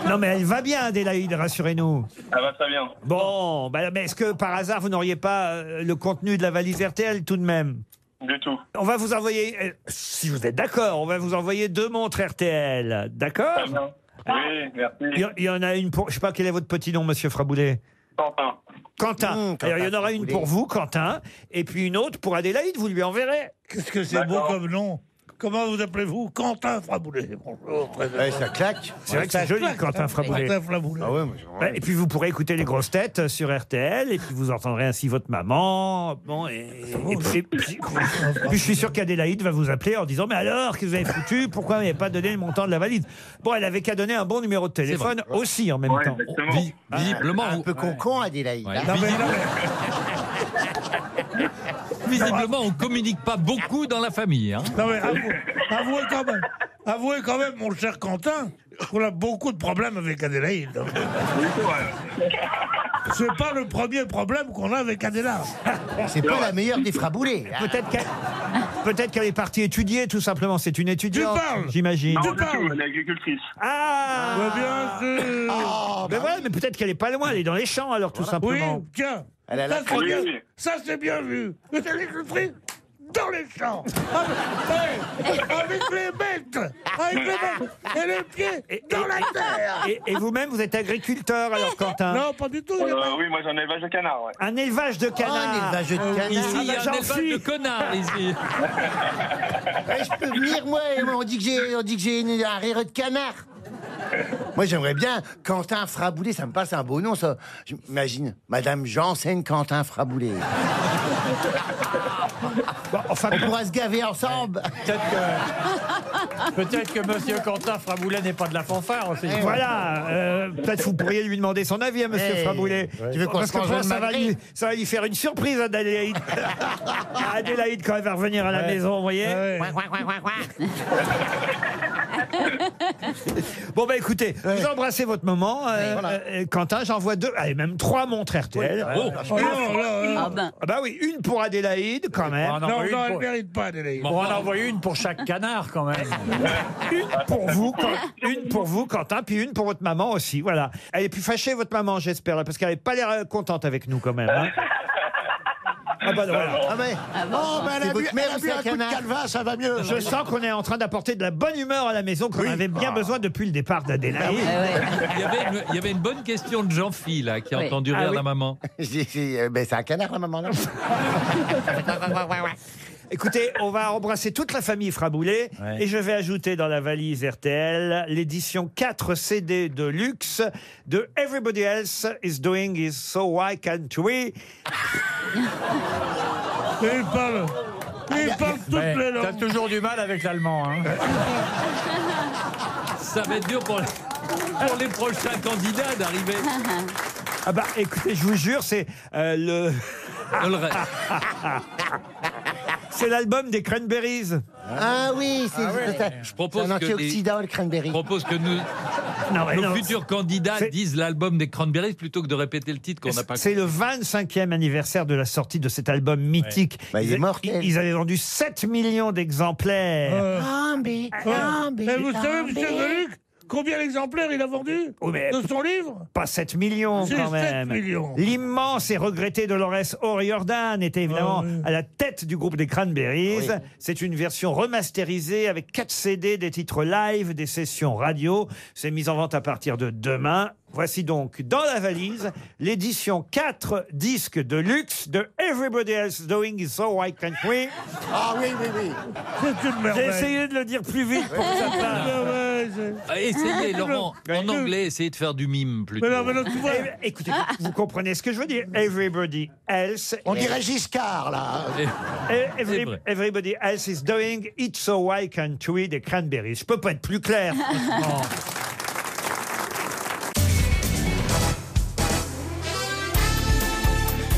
Speaker 4: Non, mais elle va bien, Adélaïde, rassurez-nous.
Speaker 12: Elle va Ah bah, très bien.
Speaker 4: Bon, bah, mais est-ce que par hasard, vous n'auriez pas euh, le contenu de la valise RTL tout de même
Speaker 12: Du tout.
Speaker 4: On va vous envoyer, euh, si vous êtes d'accord, on va vous envoyer deux montres RTL. D'accord
Speaker 12: Très bien. Ah, Oui,
Speaker 4: il y,
Speaker 12: merci.
Speaker 4: en- il y en a une pour. Je sais pas quel est votre petit nom, monsieur Fraboulet.
Speaker 12: Quentin.
Speaker 4: Quentin.
Speaker 9: Mmh,
Speaker 4: Alors, il y en aura une pour vous, Quentin, et puis une autre pour Adélaïde, vous lui enverrez.
Speaker 9: Qu'est-ce que c'est beau comme nom Comment vous appelez-vous Quentin Fraboulet. Bonjour. très bien.
Speaker 11: Ouais, ça claque.
Speaker 4: C'est vrai que c'est
Speaker 9: Ça
Speaker 4: joli,
Speaker 9: claque,
Speaker 4: Quentin
Speaker 9: hein,
Speaker 4: Fraboulet.
Speaker 9: Quentin Fraboulet.
Speaker 11: Ah ouais, moi, je-
Speaker 4: Bah, Et puis vous pourrez écouter les grosses têtes euh, sur RTL, et puis vous entendrez ainsi votre maman. Bon, et, et- et- et puis, puis je suis sûr qu'Adélaïde va vous appeler en disant Mais alors, qu'est-ce que vous avez foutu Pourquoi vous n'avez pas donné le montant de la valise Bon, elle avait qu'à donner un bon numéro de téléphone aussi en même temps. Ah.
Speaker 7: Vi- visiblement,
Speaker 11: un
Speaker 7: vous-
Speaker 11: peu con-con, Adélaïde.
Speaker 7: Ouais.
Speaker 11: hein.
Speaker 12: Ah,
Speaker 7: Non, mais- visiblement, on communique pas beaucoup dans la famille. hein.
Speaker 9: Non, mais avouez, avouez quand même, avouez quand même, mon cher Quentin, qu'on a beaucoup de problèmes avec Adélaïde. C'est pas
Speaker 11: (laughs)
Speaker 9: le premier problème qu'on a avec Adélaïde.
Speaker 11: C'est pas la meilleure des fraboulées. hein.
Speaker 4: Peut-être qu'elle Peut-être qu'elle est partie étudier, tout simplement. C'est une étudiante,
Speaker 12: parles
Speaker 4: j'imagine.
Speaker 12: Non, du tout, une agricultrice.
Speaker 4: Ah mais voilà, mais peut-être qu'elle est pas loin, elle est dans les champs alors tout simplement.
Speaker 9: Ah, bah. Oui, tiens.
Speaker 4: Elle a la
Speaker 9: ça, c'est
Speaker 4: crotte.
Speaker 9: bien,
Speaker 4: Oui, oui.
Speaker 9: ça, c'est bien vu. Vous allez le faire dans les champs.
Speaker 12: (laughs)
Speaker 9: Avec, avec les bêtes. Avec les bêtes. Et les pieds dans la terre.
Speaker 4: Et, et vous-même, vous êtes agriculteur alors Quentin
Speaker 9: Non, pas Oh, du tout.
Speaker 12: Euh, oui, moi j'ai un élevage de canards, ouais.
Speaker 4: Un élevage de canards.
Speaker 12: élevage de canards.
Speaker 4: Ah,
Speaker 12: Ici, il y a
Speaker 4: bah,
Speaker 12: un
Speaker 4: j'en
Speaker 12: élevage
Speaker 4: suis.
Speaker 12: de connards,
Speaker 4: (laughs)
Speaker 12: ici.
Speaker 11: Ouais, je peux venir, moi, et on dit que j'ai, on dit que j'ai une- un rire de canard. Moi, j'aimerais bien Quentin Fraboulet, ça me passe un beau nom, ça. J'imagine, Madame Janssen Quentin Fraboulet.
Speaker 4: enfin,
Speaker 11: on pourra se gaver ensemble.
Speaker 6: Peut-être que Monsieur Quentin Fraboulet n'est pas de la fanfare aussi.
Speaker 4: Eh, Voilà, euh, peut-être vous pourriez lui demander son avis à Monsieur
Speaker 6: Eh,
Speaker 4: Fraboulet.
Speaker 6: ouais. Tu veux qu'on
Speaker 4: Parce
Speaker 6: se
Speaker 4: que
Speaker 6: mange
Speaker 4: je pense
Speaker 6: le
Speaker 4: que ça va,
Speaker 6: malgré
Speaker 4: lui, ça va lui faire une surprise à Adélaïde. (laughs) À Adélaïde quand elle va revenir à la
Speaker 6: Ouais.
Speaker 4: maison, vous voyez.
Speaker 6: Ouais.
Speaker 4: (laughs) Bon bah écoutez, vous embrassez votre maman, euh, euh, Quentin. J'envoie deux, allez même trois montres RTL.
Speaker 9: Oui. Oh. Oh, non, non, non. Ah ben.
Speaker 4: Ah bah oui, une pour Adélaïde quand même.
Speaker 9: non, non, elle ne mérite pas, Adélaïde.
Speaker 6: Bon, on en envoie une pour chaque canard quand même.
Speaker 4: une pour vous, Quan- une pour vous, Quentin, puis une pour votre maman aussi. Voilà. Elle est plus fâchée, votre maman, j'espère, là, parce qu'elle n'avait pas l'air euh, contente avec nous quand même. hein. Ah bah non, voilà.
Speaker 11: Ah ouais.
Speaker 13: Oh, mais elle
Speaker 4: C'est
Speaker 13: a bu,
Speaker 4: votre
Speaker 13: elle
Speaker 4: mère
Speaker 13: a
Speaker 4: ou
Speaker 13: bu
Speaker 4: c'est
Speaker 13: un
Speaker 4: un
Speaker 13: coup de
Speaker 4: canard
Speaker 13: calva, ça va mieux.
Speaker 4: Je sens qu'on est en train d'apporter de la bonne humeur à la maison qu'on avait bien
Speaker 7: Ah.
Speaker 4: besoin depuis le départ
Speaker 13: Ah
Speaker 4: d'Adélaïde.
Speaker 7: Il y, avait une, il y avait une bonne question de Jean-Phi, là, qui a
Speaker 11: Oui.
Speaker 7: entendu
Speaker 11: Ah
Speaker 7: rire
Speaker 11: oui.
Speaker 7: la maman.
Speaker 11: J'ai- j'ai- euh, ben, c'est un canard, la maman, là.
Speaker 4: (laughs) Écoutez, on va embrasser toute la famille Fraboulet et je vais ajouter dans la valise RTL l'édition 4 CD de luxe de Everybody Else is Doing It So Why Can't
Speaker 7: (laughs)
Speaker 4: We
Speaker 9: Il parle, il parle toutes
Speaker 6: Ouais,
Speaker 9: les
Speaker 6: T'as
Speaker 9: langues.
Speaker 6: toujours du mal avec l'allemand.
Speaker 13: (laughs)
Speaker 6: Hein.
Speaker 7: Ça va être dur pour, pour les prochains candidats d'arriver.
Speaker 4: Ah bah écoutez, je vous jure, c'est euh, le... (laughs) c'est l'album des Cranberries.
Speaker 11: Ah oui, c'est, c'est-
Speaker 7: Je propose
Speaker 11: c'est un
Speaker 7: que les-
Speaker 11: antioxydant, le cranberry.
Speaker 7: Je propose que nous,
Speaker 4: Non, mais
Speaker 7: nos
Speaker 4: non,
Speaker 7: futurs candidats disent l'album des Cranberries plutôt que de répéter le titre qu'on n'a pas
Speaker 4: C'est le 25e anniversaire de la sortie de cet album mythique.
Speaker 11: Bah, il est
Speaker 4: Ils- Ils,
Speaker 11: mortel.
Speaker 4: ils avaient vendu 7 millions d'exemplaires.
Speaker 7: Oh.
Speaker 11: Cranberry,
Speaker 9: Ouais.
Speaker 11: cranberry,
Speaker 9: Euh, Mais vous savez,
Speaker 11: cranberry.
Speaker 9: monsieur Deluc, combien d'exemplaires il a vendu
Speaker 4: Oui, Oh, mais-
Speaker 7: Euh,
Speaker 9: de son livre
Speaker 4: Pas 7 millions
Speaker 9: C'est
Speaker 4: quand
Speaker 9: 7
Speaker 4: même.
Speaker 9: millions.
Speaker 4: L'immense et regretté Dolores O'Riordan était
Speaker 13: Ah
Speaker 4: évidemment à la tête du groupe des Cranberries. C'est une version remasterisée avec 4 CD, des titres live, des sessions radio. C'est mis en vente à partir de demain. Voici donc dans la valise l'édition 4 disques de luxe de Everybody Else Doing It So Why Can't We.
Speaker 13: Ah oui, oui, oui.
Speaker 9: C'est une
Speaker 4: J'ai
Speaker 9: merveille.
Speaker 4: essayé de le dire plus vite pour que
Speaker 13: (laughs)
Speaker 4: ça passe.
Speaker 9: Ah ouais, c'est-
Speaker 7: Ah, Essayez, Laurent, en anglais, essayez de faire du mime plutôt.
Speaker 9: Mais non, mais non, tu vois.
Speaker 4: Eh, Écoutez, vous comprenez ce que je veux dire. Everybody else.
Speaker 13: On dirait Giscard, là.
Speaker 4: Eh, every-
Speaker 13: C'est vrai.
Speaker 4: everybody else is doing it, so why can't we des cranberries Je peux pas être plus clair. franchement.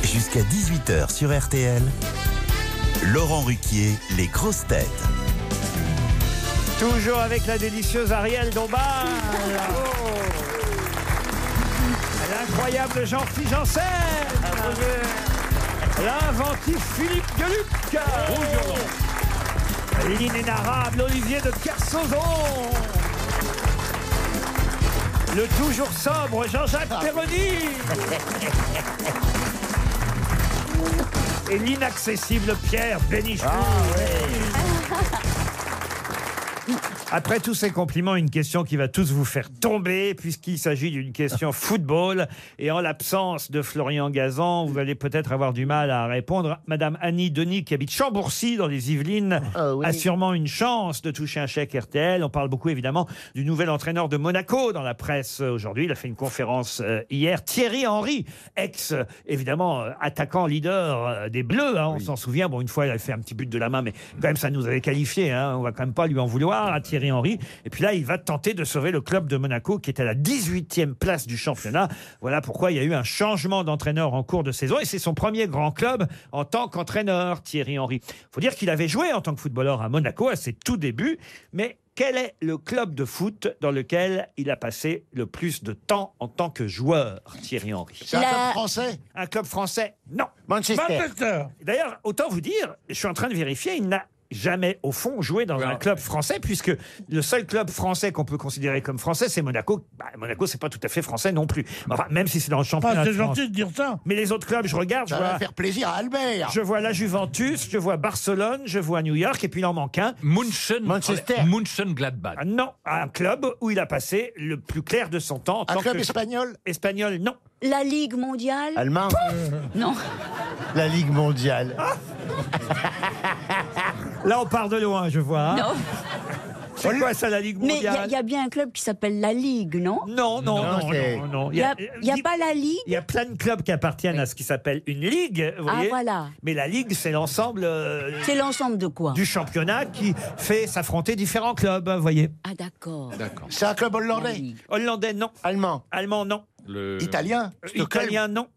Speaker 2: Jusqu'à 18h sur RTL, Laurent Ruquier, les grosses têtes.
Speaker 4: Toujours avec la délicieuse Ariel Dombal. L'incroyable Jean-Philippe Janssen. L'inventif Philippe Gueluc. L'inénarrable Olivier de Kersauzon. Le toujours sobre Jean-Jacques Perroni. Et l'inaccessible Pierre Bénichou.
Speaker 13: Ah,
Speaker 4: Après tous ces compliments, une question qui va tous vous faire tomber, puisqu'il s'agit d'une question football. Et en l'absence de Florian Gazan, vous allez peut-être avoir du mal à répondre. Madame Annie Denis, qui habite Chambourcy, dans les Yvelines, a sûrement une chance de toucher un chèque RTL. On parle beaucoup, évidemment, du nouvel entraîneur de Monaco dans la presse euh, aujourd'hui. Il a fait une conférence euh, hier. Thierry Henry, ex, euh, évidemment, euh, attaquant leader euh, des Bleus, hein, on s'en souvient. Bon, une fois, il a fait un petit but de la main, mais quand même, ça nous avait qualifié. Hein. On va quand même pas lui en vouloir à Thierry Henry. Et puis là, il va tenter de sauver le club de Monaco, qui est à la 18e place du championnat. Voilà pourquoi il y a eu un changement d'entraîneur en cours de saison. Et c'est son premier grand club en tant qu'entraîneur, Thierry Henry. faut dire qu'il avait joué en tant que footballeur à Monaco à ses tout débuts, mais quel est le club de foot dans lequel il a passé le plus de temps en tant que joueur, Thierry Henry
Speaker 13: C'est un La- club français
Speaker 4: Un club français Non.
Speaker 11: Manchester.
Speaker 9: Manchester.
Speaker 4: D'ailleurs, autant vous dire, je suis en train de vérifier, il n'a jamais, au fond, joué dans un club français, puisque le seul club français qu'on peut considérer comme français, c'est Monaco. Bah, Monaco, c'est pas tout à fait français non plus. Enfin, même si c'est dans le championnat.
Speaker 9: Ah, c'est
Speaker 4: de France.
Speaker 9: gentil de dire ça.
Speaker 4: Mais les autres clubs, je regarde.
Speaker 9: Ça
Speaker 4: je
Speaker 9: va
Speaker 4: vois-
Speaker 9: faire plaisir à Albert.
Speaker 4: Je vois la Juventus, je vois Barcelone, je vois New York, et puis il en manque un. Ah,
Speaker 7: Munchen. Manchester. Munchen Gladbach.
Speaker 4: non, un club où il a passé le plus clair de son temps.
Speaker 8: Un club
Speaker 4: espagnol Espagnol, non.
Speaker 8: La Ligue mondiale
Speaker 4: Allemand
Speaker 8: (laughs) Non.
Speaker 4: La Ligue mondiale. Ah, Là, on part de loin, je vois. hein.
Speaker 8: Non.
Speaker 4: C'est quoi ça, la Ligue
Speaker 8: Mais il y,
Speaker 4: mondiale Oh,
Speaker 8: a- il y a bien un club qui s'appelle la Ligue, non
Speaker 4: Non, non, non, non, non, non.
Speaker 8: Il n'y a, il y a pas la Ligue
Speaker 4: il y a plein de clubs qui appartiennent à ce qui s'appelle une ligue. vous
Speaker 8: Ah,
Speaker 4: voyez.
Speaker 8: voilà.
Speaker 4: Mais la ligue, c'est l'ensemble. euh,
Speaker 8: C'est l'ensemble de quoi
Speaker 4: Du championnat qui fait s'affronter différents clubs, vous voyez.
Speaker 8: Ah d'accord.
Speaker 4: C'est un club hollandais. Hollandais, non. Allemand. Allemand, non.
Speaker 11: Italien Bah, euh,
Speaker 4: Euh, Italien, non.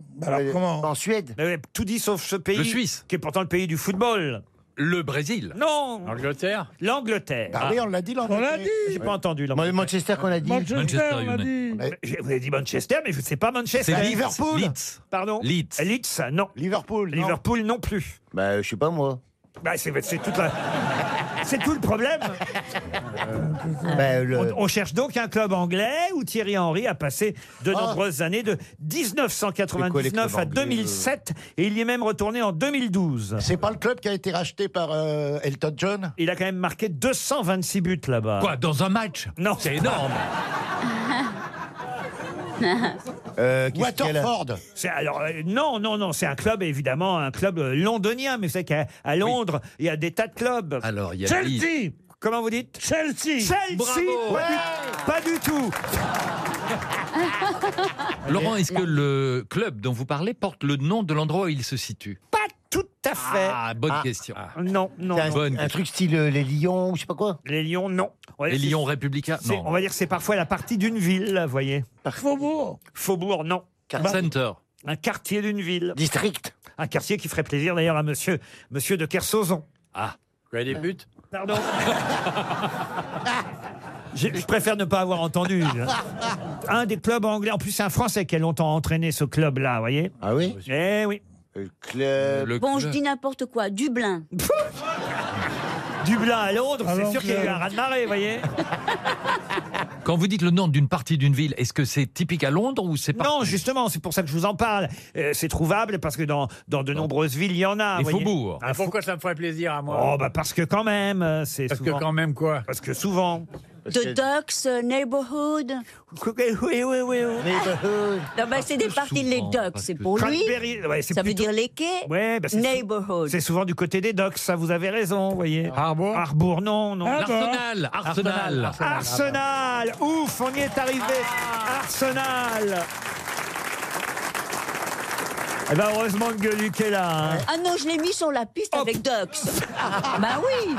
Speaker 11: En Suède
Speaker 4: Mais Tout dit sauf ce pays.
Speaker 11: Le Suisse.
Speaker 4: Qui est pourtant le pays du football.
Speaker 7: Le Brésil.
Speaker 4: Non. L'Angleterre. L'Angleterre.
Speaker 11: Ah oui, on l'a dit, l'Angleterre.
Speaker 4: On l'a dit. J'ai pas entendu l'Angleterre.
Speaker 11: Manchester qu'on a dit
Speaker 4: Manchester, on l'a
Speaker 11: dit.
Speaker 4: Mais je- Vous avez dit Manchester, mais je ne sais pas Manchester.
Speaker 11: C'est Leeds. Liverpool.
Speaker 4: Leeds. Pardon
Speaker 11: Leeds.
Speaker 4: Leeds, euh, non.
Speaker 11: Liverpool non.
Speaker 4: Liverpool non plus.
Speaker 11: Bah, je sais pas moi.
Speaker 4: Bah, c'est c'est toute la- c'est tout le problème.
Speaker 11: Bah, le-
Speaker 4: Ah. On, on cherche donc un club anglais où Thierry Henry a passé de
Speaker 11: Ah.
Speaker 4: nombreuses années de
Speaker 13: C'est quoi les
Speaker 4: 1999
Speaker 13: clubs
Speaker 4: à
Speaker 11: euh
Speaker 13: anglais,
Speaker 4: 2007 et il y est même retourné en 2012.
Speaker 13: C'est pas le club qui a été racheté par euh, Elton John
Speaker 4: Il a quand même marqué 226 buts là-bas.
Speaker 7: Quoi, dans un match
Speaker 4: Non.
Speaker 7: C'est énorme.
Speaker 11: (laughs)
Speaker 7: Euh,
Speaker 4: Waterford. C'est alors euh, non non non, c'est un club évidemment un club euh, londonien mais c'est qu'à à Londres, il y a des tas de clubs.
Speaker 7: Alors il y a
Speaker 4: Chelsea. Comment vous dites Chelsea. Chelsea.
Speaker 7: Bravo.
Speaker 4: Pas, du- pas du, tout.
Speaker 7: Laurent, est-ce que le club dont vous parlez porte le nom de l'endroit où il se situe
Speaker 4: Pas tout à fait.
Speaker 7: Ah, bonne question.
Speaker 4: Non, non,
Speaker 11: un,
Speaker 4: non.
Speaker 11: un truc style euh, les Lions ou je sais pas quoi
Speaker 4: Les Lions, non. Ouais,
Speaker 7: Les
Speaker 4: c'est-
Speaker 7: Lions républicains
Speaker 4: c'est-
Speaker 7: Non.
Speaker 4: On va dire que c'est parfois la partie d'une ville, vous voyez.
Speaker 9: Faubourg.
Speaker 4: Faubourg, non.
Speaker 7: Car- Center.
Speaker 4: Un quartier d'une ville.
Speaker 11: District.
Speaker 4: Un quartier qui ferait plaisir d'ailleurs à monsieur, monsieur de Kersauzon.
Speaker 7: Ah. Quoi, des buts
Speaker 4: Pardon Je, je préfère ne pas avoir entendu. Un des clubs anglais. En plus, c'est un Français qui a longtemps entraîné ce club-là, vous voyez
Speaker 11: Ah oui
Speaker 4: Eh oui.
Speaker 11: Le club.
Speaker 8: Bon, je dis n'importe quoi.
Speaker 4: (laughs)
Speaker 8: Dublin.
Speaker 4: Dublin à Londres, c'est
Speaker 8: Alors
Speaker 4: sûr qu'il y a eu
Speaker 8: que-
Speaker 4: un raz-de-marée, vous voyez
Speaker 7: Quand vous dites le nom d'une partie d'une ville, est-ce que c'est typique à Londres ou c'est pas
Speaker 4: Non, justement, c'est pour ça que je vous en parle. Euh, c'est trouvable parce que dans, dans de nombreuses villes, il y en a.
Speaker 7: Les
Speaker 4: vous voyez.
Speaker 7: faubourgs.
Speaker 4: Un fau-
Speaker 6: Pourquoi ça me ferait plaisir à moi
Speaker 4: Oh, bah parce que quand même, euh, c'est
Speaker 6: Parce que
Speaker 4: souvent-
Speaker 6: quand même quoi
Speaker 4: Parce que souvent.
Speaker 8: The Ducks, euh, Neighborhood.
Speaker 4: Oui, oui, oui.
Speaker 11: Neighborhood.
Speaker 8: Non, ben, c'est des parties, les Ducks, c'est pour lui.
Speaker 4: Cranberry, ouais, c'est
Speaker 8: Ça veut
Speaker 4: plutôt-
Speaker 8: dire les quais.
Speaker 4: Ouais, bah, c'est sou-
Speaker 8: Neighborhood.
Speaker 4: C'est souvent du côté des docks, ça vous avez raison, vous voyez.
Speaker 6: Harbour Ah
Speaker 4: Harbour, non, non.
Speaker 7: Arsenal, Arsenal,
Speaker 4: Arsenal, ouf, on y est arrivé.
Speaker 6: Ah.
Speaker 4: Arsenal. Eh ben heureusement que Gueuluc est là. hein.
Speaker 8: Ah non, je l'ai mis sur la piste avec
Speaker 4: (laughs)
Speaker 8: Ducks. bah oui.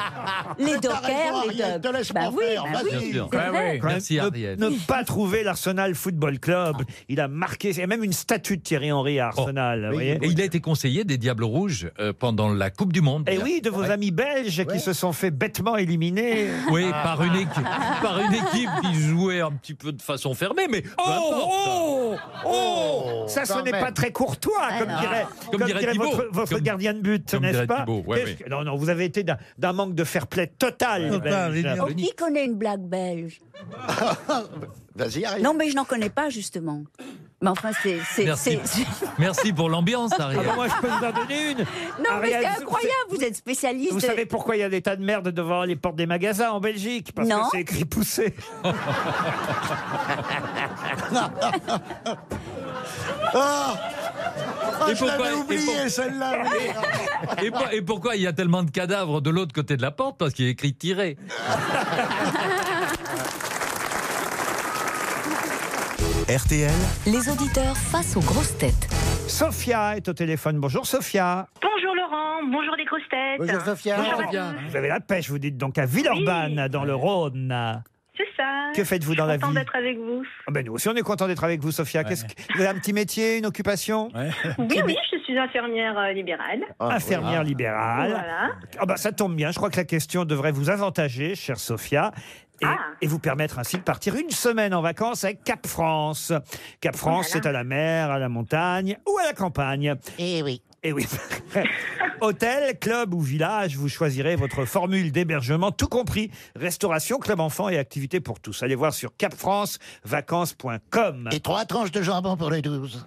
Speaker 8: Les Dockers, les Ducks. Bah oui, bah oui. c'est vrai.
Speaker 4: Quand même,
Speaker 7: Merci,
Speaker 4: ne-
Speaker 7: Ariel.
Speaker 4: Ne, pas trouver l'Arsenal Football Club. Il a marqué, il y a même une statue de Thierry Henry
Speaker 7: Oh,
Speaker 4: à Arsenal. vous voyez.
Speaker 7: Et il a été conseiller des Diables Rouges euh, pendant la Coupe du Monde.
Speaker 4: Et Eh oui, de vos amis belges qui se sont fait bêtement éliminer. Ah.
Speaker 7: Oui, par une, équipe, par une équipe qui jouait un petit peu de façon fermée, mais. peu importe.
Speaker 4: Oh, oh, oh Ça, ce
Speaker 7: quand
Speaker 4: n'est
Speaker 7: même.
Speaker 4: pas très courtois, comme
Speaker 7: non.
Speaker 4: dirait,
Speaker 7: Comme dirait Thibaut.
Speaker 4: votre, votre
Speaker 7: Comme-
Speaker 4: gardien de but,
Speaker 7: comme
Speaker 4: n'est-ce
Speaker 7: dirait
Speaker 4: pas
Speaker 7: Thibaut, ouais,
Speaker 4: Qu'est-ce
Speaker 7: ouais.
Speaker 4: que- Non, non, vous avez été d'un d'un manque de fair-play total. les
Speaker 9: Total,
Speaker 4: Belges.
Speaker 9: ignorant.
Speaker 8: Oh, qui connaît une blague
Speaker 4: (laughs)
Speaker 8: belge
Speaker 13: Vas-y, arrive.
Speaker 8: Non, mais je n'en connais pas, justement. Mais enfin, c'est. c'est-
Speaker 7: Merci.
Speaker 4: (laughs)
Speaker 8: c'est-
Speaker 7: Merci pour l'ambiance,
Speaker 4: Ah
Speaker 7: Ariel.
Speaker 4: bah, moi, je peux vous en donner une.
Speaker 8: Non, mais
Speaker 4: Ariel,
Speaker 8: c'est
Speaker 4: vous-
Speaker 8: incroyable, vous êtes spécialiste.
Speaker 4: Vous savez pourquoi il y a des tas de merde devant les portes des magasins en Belgique Parce
Speaker 8: Non.
Speaker 4: que c'est
Speaker 8: (laughs)
Speaker 4: écrit poussé.
Speaker 13: Ah,
Speaker 7: Et
Speaker 13: je
Speaker 7: pourquoi-
Speaker 13: l'avais
Speaker 7: et
Speaker 13: oublié,
Speaker 7: pour-
Speaker 13: celle-là.
Speaker 7: Et, pour- et pourquoi il y a tellement de cadavres de l'autre côté de la porte Parce qu'il est écrit tiré.
Speaker 2: RTL,
Speaker 3: Les auditeurs face aux grosses têtes.
Speaker 4: Sophia est au téléphone. Bonjour Sophia.
Speaker 16: Bonjour Laurent, bonjour les grosses têtes. Bonjour à tous.
Speaker 4: Vous avez la pêche, vous dites donc à Villeurbanne, dans le Rhône.
Speaker 16: C'est ça.
Speaker 4: Que faites-vous dans la
Speaker 16: Content
Speaker 4: vie
Speaker 16: d'être avec vous.
Speaker 4: Ah ben, nous aussi, on est content d'être avec vous, Sophia. Qu'est-ce que- Vous avez un petit métier, une occupation
Speaker 16: Oui, oui, je suis infirmière euh, libérale.
Speaker 4: Ah, Infirmière libérale.
Speaker 16: Voilà.
Speaker 4: Ah bah, ça tombe bien, je crois que la question devrait vous avantager, chère Sophia. Et,
Speaker 16: Ah.
Speaker 4: et vous permettre ainsi de partir une semaine en vacances à Cap France. Cap
Speaker 16: Oh là
Speaker 4: France,
Speaker 16: là.
Speaker 4: c'est à la mer, à la montagne ou à la campagne.
Speaker 11: Eh oui.
Speaker 4: Et oui. (laughs) Hôtel, club ou village, vous choisirez votre formule d'hébergement, tout compris restauration, club enfant et activités pour tous. Allez voir sur capfrancevacances.com. Et trois tranches de jambon pour les 12.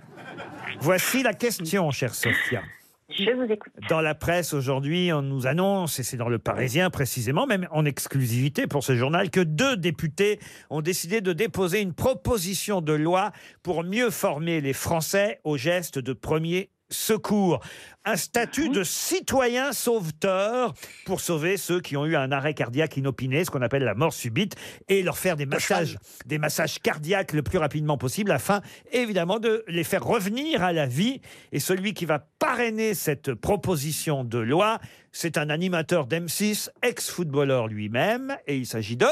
Speaker 4: Voici la question, chère Sophia.
Speaker 16: Je vous écoute.
Speaker 4: Dans la presse aujourd'hui, on nous annonce, et c'est dans le Parisien précisément, même en exclusivité pour ce journal, que deux députés ont décidé de déposer une proposition de loi pour mieux former les Français aux gestes de premier secours. Un
Speaker 16: Ah
Speaker 4: statut de citoyen sauveteur pour sauver ceux qui ont eu un arrêt cardiaque inopiné, ce qu'on appelle la mort subite, et leur faire des massages, des massages cardiaques le plus rapidement possible afin évidemment de les faire revenir à la vie. Et celui qui va parrainer cette proposition de loi, c'est un animateur d'M6, ex-footballeur lui-même, et il s'agit de...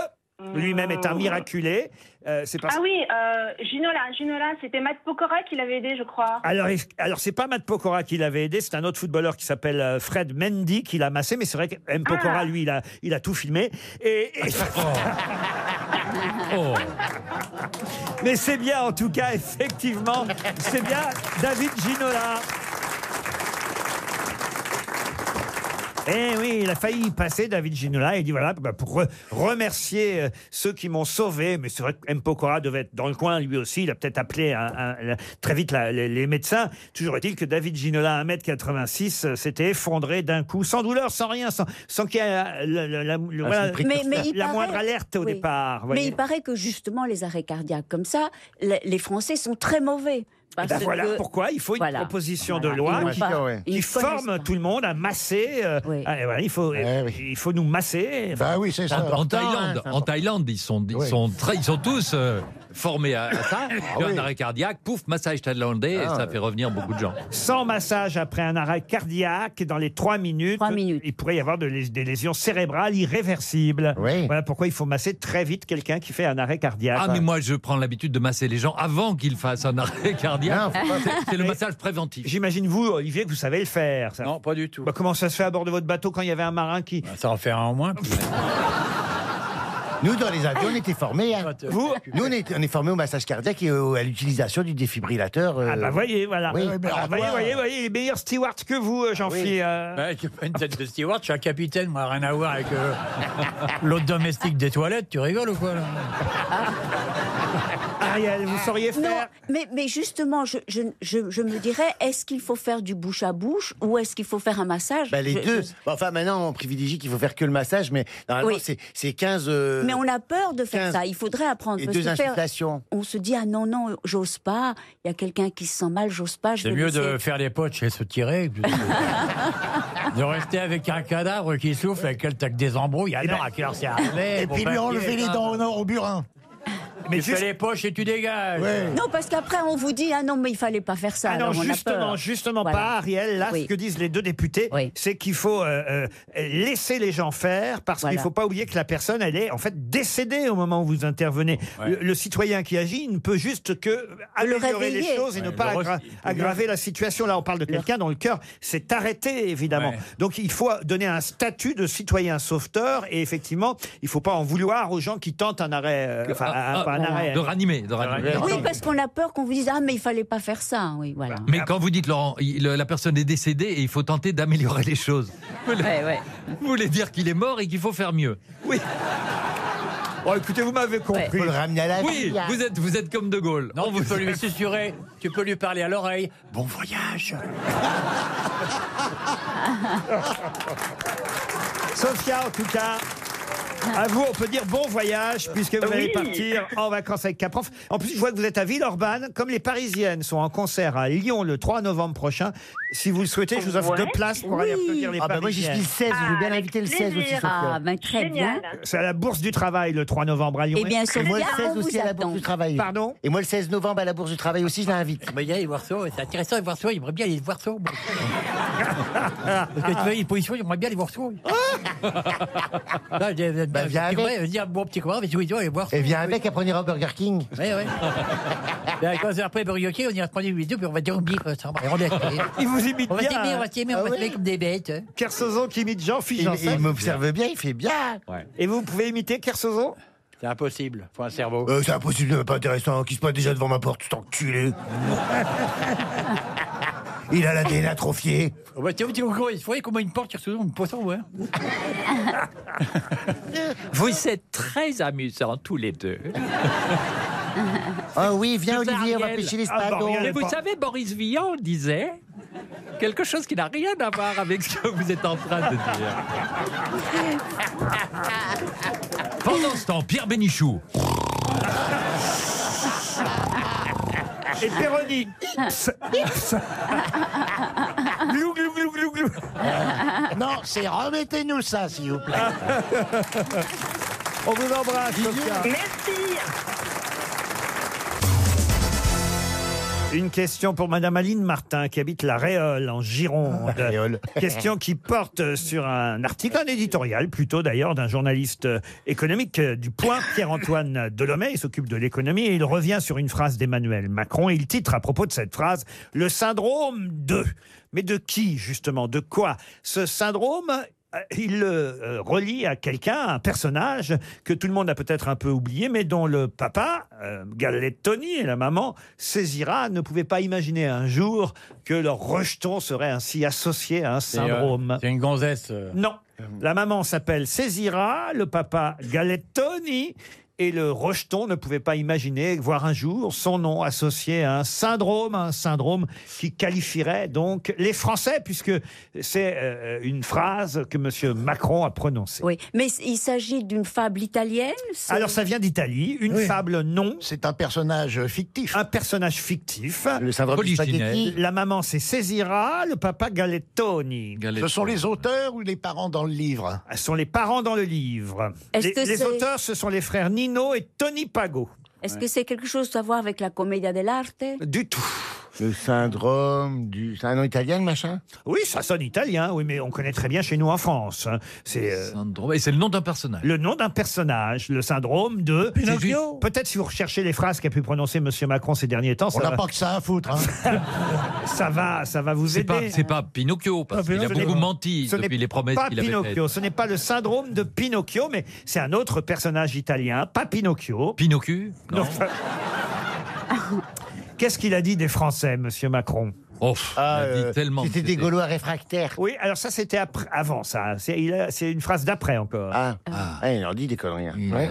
Speaker 4: Lui-même est un miraculé. Euh, c'est parce
Speaker 16: Ah oui, euh, Ginola, Ginola, c'était Matt Pokora qui l'avait aidé, je crois.
Speaker 4: Alors, est- alors c'est pas Matt Pokora qui l'avait aidé, c'est un autre footballeur qui s'appelle euh, Fred Mendy qui l'a massé, mais c'est vrai que M. Pokora, lui, il a, il a tout filmé. Et,
Speaker 14: (laughs)
Speaker 4: et- (laughs)
Speaker 14: Oh.
Speaker 4: Mais c'est bien, en tout cas, effectivement, c'est bien David Ginola. Eh oui, il a failli y passer, David Ginola. Il dit voilà, bah, pour re- remercier euh, ceux qui m'ont sauvé. Mais c'est vrai que M. Pokora devait être dans le coin lui aussi. Il a peut-être appelé un- un- la- très vite la- les, les médecins. Toujours est-il que David Ginola, 1m86, euh, s'était effondré d'un coup, sans douleur, sans rien, sans, sans qu'il y ait euh, la, la-
Speaker 8: Ah,
Speaker 4: la- le- voilà,
Speaker 8: mais, mais il
Speaker 4: la
Speaker 8: paraît-
Speaker 4: moindre alerte au
Speaker 8: oui.
Speaker 4: départ.
Speaker 8: Mais
Speaker 4: voyez.
Speaker 8: il paraît que justement, les arrêts cardiaques comme ça, le- les Français sont très mauvais.
Speaker 4: Eh
Speaker 8: Parce
Speaker 4: ben voilà
Speaker 8: que-
Speaker 4: pourquoi il faut une
Speaker 8: Voilà.
Speaker 4: proposition
Speaker 8: Voilà,
Speaker 4: de loi
Speaker 8: ils n'ont
Speaker 4: qui,
Speaker 8: pas-
Speaker 4: qui
Speaker 8: ils connaissent
Speaker 4: forme tout le monde à masser. euh, ah, et voilà, il, faut, il faut nous masser.
Speaker 7: oui,
Speaker 4: c'est
Speaker 7: En,
Speaker 4: important,
Speaker 7: en Thaïlande,
Speaker 4: hein, c'est
Speaker 7: en Thaïlande, ils sont, ils
Speaker 4: Oui.
Speaker 7: sont, très- ils sont tous euh, formés à, à ça. Tu as un arrêt cardiaque, pouf, massage thaïlandais, et
Speaker 4: Ah,
Speaker 7: ça
Speaker 4: ouais.
Speaker 7: fait revenir beaucoup de gens.
Speaker 4: Sans massage après un arrêt cardiaque, dans les trois minutes, il pourrait y avoir de lés- des lésions cérébrales irréversibles. Voilà pourquoi il faut masser très vite quelqu'un qui fait un arrêt cardiaque.
Speaker 7: Ah, mais moi, je prends l'habitude de masser les gens avant qu'ils fassent un arrêt cardiaque.
Speaker 4: Non, faut pas-
Speaker 7: C'est- C'est le massage préventif.
Speaker 4: J'imagine vous, Olivier, que vous savez le faire. Non,
Speaker 6: pas du tout.
Speaker 4: comment ça se fait à bord de votre bateau quand il y avait un marin qui...
Speaker 6: Bah, ça en fait un en moins.
Speaker 11: Nous, dans les avions, on était formés. hein.
Speaker 4: Vous
Speaker 11: Nous, on est, on est formés au massage cardiaque et au- à l'utilisation du défibrillateur. euh.
Speaker 4: Ah bah voyez, voilà.
Speaker 11: Oui.
Speaker 4: Ah, voyez, voyez, voyez, il est meilleur steward que vous, euh, Jean-Philippe. euh.
Speaker 6: Ben, j'ai pas une tête de steward, je suis un capitaine, moi, rien à voir avec euh, l'autre domestique des toilettes, tu rigoles ou quoi là
Speaker 4: Ariel, vous sauriez
Speaker 6: faire
Speaker 8: mais, mais justement, je, je, je, je me dirais, est-ce qu'il faut faire du bouche à bouche ou est-ce qu'il faut faire un massage
Speaker 11: Bah, les
Speaker 8: Je-
Speaker 11: deux.
Speaker 8: je-
Speaker 11: Bon, Enfin, maintenant, on privilégie qu'il faut faire que le massage, mais normalement,
Speaker 8: Oui.
Speaker 11: c'est- c'est 15. euh,
Speaker 8: Mais on a peur de faire
Speaker 11: 15
Speaker 8: ça. Il faudrait apprendre.
Speaker 11: et
Speaker 8: parce
Speaker 11: deux
Speaker 8: que faire-
Speaker 11: incitations.
Speaker 8: On se dit ah non non, j'ose pas. Il y a quelqu'un qui se sent mal, j'ose pas. Je
Speaker 6: C'est
Speaker 8: vais
Speaker 6: mieux de
Speaker 8: laisser-
Speaker 6: faire des potes et se tirer que de- de rester avec un cadavre qui souffle avec lequel t'as que des embrouilles. Alors, à quelle heure c'est arrivé
Speaker 13: Et
Speaker 6: Bon,
Speaker 13: puis
Speaker 6: ben,
Speaker 13: lui enlever les
Speaker 6: hein.
Speaker 13: dents au nord au burin.
Speaker 6: tu fais les poches et tu dégages.
Speaker 8: Non parce qu'après on vous dit ah non mais il fallait pas faire ça.
Speaker 4: Ah non,
Speaker 8: alors on a
Speaker 4: justement,
Speaker 8: peur.
Speaker 4: justement
Speaker 8: Voilà.
Speaker 4: pas, Ariel. Là,
Speaker 8: Oui.
Speaker 4: ce que disent les deux députés, c'est qu'il faut euh, euh, laisser les gens faire parce qu'il
Speaker 8: Voilà.
Speaker 4: ne faut pas oublier que la personne, elle est en fait décédée au moment où vous intervenez. Le, le citoyen qui agit il ne peut juste que améliorer les
Speaker 6: réveiller.
Speaker 4: choses et
Speaker 6: Ouais,
Speaker 4: ne
Speaker 6: le
Speaker 4: pas
Speaker 6: re-
Speaker 4: aggra-
Speaker 6: il peut
Speaker 4: aggraver
Speaker 6: bien-
Speaker 4: la situation. Là, on parle de quelqu'un dont le cœur s'est arrêté, évidemment.
Speaker 6: Ouais.
Speaker 4: Donc, il faut donner un statut de citoyen sauveteur et effectivement, il ne faut pas en vouloir aux gens qui tentent un arrêt, euh, enfin,
Speaker 6: ah,
Speaker 4: un, pas un arrêt.
Speaker 7: Ah,
Speaker 4: hein.
Speaker 7: De ranimer, de ranimer.
Speaker 8: Oui parce qu'on a peur qu'on vous dise ah mais il fallait pas faire ça. Oui voilà.
Speaker 7: Mais quand vous dites, Laurent, il- la personne est décédée et il faut tenter d'améliorer les choses, vous voulez, vous voulez dire qu'il est mort et qu'il faut faire mieux. Oui.
Speaker 4: Oh, écoutez, vous m'avez compris.
Speaker 11: Faut le ramener à la
Speaker 7: Oui,
Speaker 11: vie, hein.
Speaker 7: vous êtes, vous êtes comme De Gaulle.
Speaker 6: Non, tu peux lui susurrer, tu peux lui parler à l'oreille. Bon voyage.
Speaker 4: Sophia, en tout cas.
Speaker 8: Ah,
Speaker 4: À vous, on peut dire bon voyage puisque vous allez
Speaker 6: Oui.
Speaker 4: partir en vacances avec Caprof. En plus, je vois que vous êtes à Villeurbanne. Comme les Parisiennes sont en concert à Lyon le 3 novembre prochain, si vous le souhaitez, je vous offre
Speaker 11: Ouais.
Speaker 4: deux places pour aller
Speaker 11: Oui.
Speaker 4: applaudir les
Speaker 11: Ah bah moi, j'y suis
Speaker 4: Parisiennes.
Speaker 11: le 16, je veux bien Ah, inviter le avec 16 aussi, plaisir. Sophia. Ah, ben, très Génial. bien. Eh
Speaker 4: C'est à la Bourse du Travail le 3 novembre à Lyon.
Speaker 11: Et moi le 16 aussi à la Bourse du Travail.
Speaker 4: Pardon
Speaker 11: Et moi le 16 novembre à la Bourse du Travail aussi, je l'invite.
Speaker 6: Mais il y a les Warsaw, c'est intéressant les Warsaw, il aimerait bien aller les Warsaw. moi. Parce que tu vois, les positions, il aimerait bien les Warsaw. Là, je- je-
Speaker 11: Ah. Bah,
Speaker 6: je-
Speaker 11: viens
Speaker 6: tu
Speaker 11: avec.
Speaker 6: vois, je dis à mon petit copain, mais tu vois, il doit aller voir.
Speaker 11: Et viens avec, après on ira au Burger King.
Speaker 6: Ouais, ouais. Et à cause de- après Burger King, on ira se prendre une vidéo, puis on va dire, on dit, ça va, on est
Speaker 4: Il vous imite
Speaker 6: On va
Speaker 4: bien,
Speaker 6: s'aimer, on va
Speaker 4: hein.
Speaker 6: s'aimer,
Speaker 4: Ah
Speaker 6: on va
Speaker 4: ouais.
Speaker 6: se mettre comme des bêtes. hein.
Speaker 4: Kersozon qui imite Jean-Philippe
Speaker 11: Il-
Speaker 4: Janssen.
Speaker 11: il m'observe bien, il fait bien.
Speaker 4: Et vous pouvez imiter Kersozon
Speaker 6: C'est impossible, faut un cerveau.
Speaker 11: Euh, c'est impossible, pas intéressant, qui se passe déjà devant ma porte, tout enculé.
Speaker 10: Il a la DNA trophiée.
Speaker 6: Oh bah, tiens, tiens, gros, vous voyez comment une porte qui ressemble à une poisson, ouais
Speaker 17: Vous êtes très amusants tous les deux.
Speaker 11: Oh oui, viens
Speaker 17: Tout
Speaker 11: Olivier, on va
Speaker 17: Ariel.
Speaker 11: pêcher les
Speaker 7: bah,
Speaker 17: Ah,
Speaker 11: spagons.
Speaker 17: Ariel, Mais vous savez, Boris Vian disait quelque chose qui n'a rien à voir avec ce que vous êtes en train de dire.
Speaker 13: Oh.
Speaker 14: Oh.
Speaker 7: Pendant ce temps, Pierre Bénichou.
Speaker 4: Et Véronique. Ips, ips. Glou, glou, glou, glou, glou.
Speaker 13: Euh, non, c'est remettez-nous ça, s'il vous plaît.
Speaker 4: On vous embrasse, Sophia.
Speaker 16: Merci.
Speaker 4: Une question pour Madame Aline Martin qui habite la Réole en Gironde. Question qui porte sur un article, un éditorial plutôt d'ailleurs d'un journaliste économique euh, du Point, Pierre-Antoine Delomé. Il s'occupe de l'économie et il revient sur une phrase d'Emmanuel Macron. Il titre à propos de cette phrase le syndrome de. Mais de qui justement De quoi Ce syndrome. euh, Il le euh, relie à quelqu'un, à un personnage que tout le monde a peut-être un peu oublié, mais dont le papa, euh, Gallettoni, et la maman, Césira, ne pouvaient pas imaginer un jour que leur rejeton serait ainsi associé à un syndrome.
Speaker 6: C'est une gonzesse. euh.
Speaker 4: Non. La maman s'appelle Césira, le papa Galettoni. Et le rejeton ne pouvait pas imaginer voir un jour son nom associé à un syndrome, un syndrome qui qualifierait donc les Français, puisque c'est euh, une phrase que M. Macron a prononcée.
Speaker 8: Oui, mais il s'agit d'une fable italienne. c'est-
Speaker 4: Alors ça vient d'Italie, une fable non. C'est un personnage fictif. Un personnage fictif. Le
Speaker 13: syndrome du Polichinelle. spaghetti.
Speaker 4: La maman c'est Césira, le papa Galettoni.
Speaker 13: Ce sont les auteurs ou les parents dans le livre
Speaker 4: Ce sont les parents dans le livre.
Speaker 8: Est-ce
Speaker 4: Les,
Speaker 8: que
Speaker 4: les
Speaker 8: c'est-
Speaker 4: auteurs, ce sont les frères Nino et Tony Pago.
Speaker 8: Est-ce que c'est quelque chose à voir avec la commedia dell'arte
Speaker 4: Du tout.
Speaker 11: Le syndrome du. C'est un nom italien, le machin
Speaker 4: Oui, ça sonne italien, oui, mais on connaît très bien chez nous en France. hein. C'est
Speaker 7: Et c'est le nom d'un personnage.
Speaker 4: Le nom d'un personnage, le syndrome de.
Speaker 13: Pinocchio.
Speaker 4: Peut-être si vous recherchez les phrases qu'a pu prononcer Monsieur Macron ces derniers temps, ça
Speaker 13: On n'a
Speaker 4: va,
Speaker 13: pas que ça à foutre. hein.
Speaker 4: (laughs) ça va, ça va vous
Speaker 7: C'est
Speaker 4: aider.
Speaker 7: pas, c'est pas Pinocchio, parce
Speaker 4: Ah, mais
Speaker 7: qu'il a
Speaker 4: non, ce n'est-
Speaker 7: beaucoup menti
Speaker 4: ce n'est
Speaker 7: depuis les promesses
Speaker 4: pas
Speaker 7: qu'il avait faites.
Speaker 4: Pinocchio, ce n'est pas le syndrome de Pinocchio, mais c'est un autre personnage italien, pas Pinocchio.
Speaker 7: Pinocchio
Speaker 4: Non.
Speaker 7: (laughs)
Speaker 4: Qu'est-ce qu'il a dit des Français, Monsieur Macron
Speaker 11: Ah, euh, C'était des Gaulois réfractaires.
Speaker 4: Oui, alors ça c'était après- avant ça. C'est il a- c'est une phrase d'après encore.
Speaker 11: Ah, Ah, il leur dit des conneries. hein. Ouais.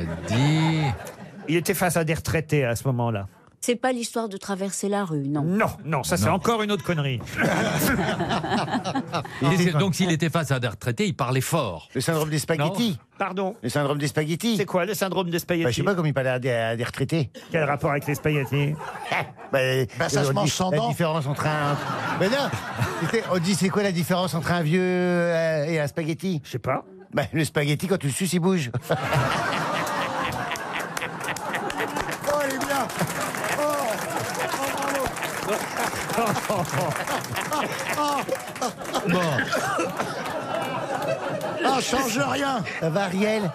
Speaker 4: Il était face à des retraités à ce moment-là.
Speaker 8: C'est pas l'histoire de traverser la rue, non
Speaker 4: Non, non, ça c'est encore une autre connerie.
Speaker 7: Il était- donc s'il était face à des retraités, il parlait fort.
Speaker 11: Le syndrome des spaghettis.
Speaker 4: Pardon
Speaker 11: Le syndrome des spaghettis. C'est
Speaker 4: quoi le syndrome des spaghettis
Speaker 11: bah, Je sais pas comment il parlait à des, à des retraités.
Speaker 4: Quel rapport avec les spaghettis
Speaker 11: (laughs) bah,
Speaker 13: Bah, ça
Speaker 11: euh,
Speaker 13: se
Speaker 11: on
Speaker 13: mange
Speaker 11: dit-
Speaker 13: sans
Speaker 11: La
Speaker 13: dents.
Speaker 11: différence entre un. Mais Ben, non c'était- On dit c'est quoi la différence entre un vieux euh, et un spaghetti
Speaker 4: Je sais pas.
Speaker 11: Bah, le spaghetti, quand tu le suces, il bouge.
Speaker 13: Oh, il est bien Oh, oh, bravo
Speaker 14: Oh,
Speaker 11: Bon.
Speaker 13: Ah, change rien
Speaker 11: Ça va, Ariel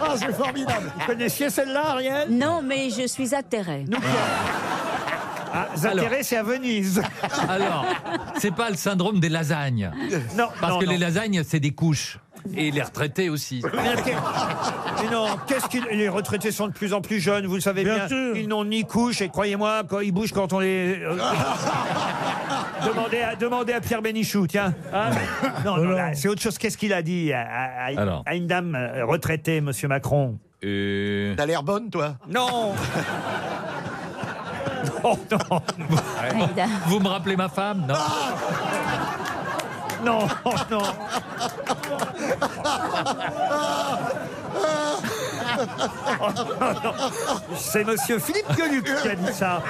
Speaker 13: Ah, c'est formidable
Speaker 4: Vous connaissiez celle-là, Ariel
Speaker 8: Non, mais je suis atterrée.
Speaker 4: Ah, Zatterré, c'est à Venise.
Speaker 7: Alors, c'est pas le syndrome des lasagnes.
Speaker 4: Non,
Speaker 7: parce
Speaker 4: non,
Speaker 7: que
Speaker 4: non.
Speaker 7: les lasagnes, c'est des couches. Et les retraités aussi.
Speaker 4: Mais non, qu'est-ce qu'il les retraités sont de plus en plus jeunes, vous le savez bien.
Speaker 7: Bien sûr.
Speaker 4: Ils n'ont ni couche et croyez-moi, quand ils bougent quand on les euh, demandez, à, demandez à Pierre Bénichou, tiens. Hein non, non, là, c'est autre chose. Qu'est-ce qu'il a dit à, à- à-
Speaker 7: Alors.
Speaker 4: à une dame euh, retraitée, Monsieur Macron
Speaker 7: Euh,
Speaker 13: T'as l'air bonne, toi
Speaker 4: Non (laughs) Oh
Speaker 13: (laughs)
Speaker 4: non
Speaker 7: Vous me rappelez ma femme Non.
Speaker 4: Ah, Non, non. C'est Monsieur Philippe Gueluc qui a dit ça.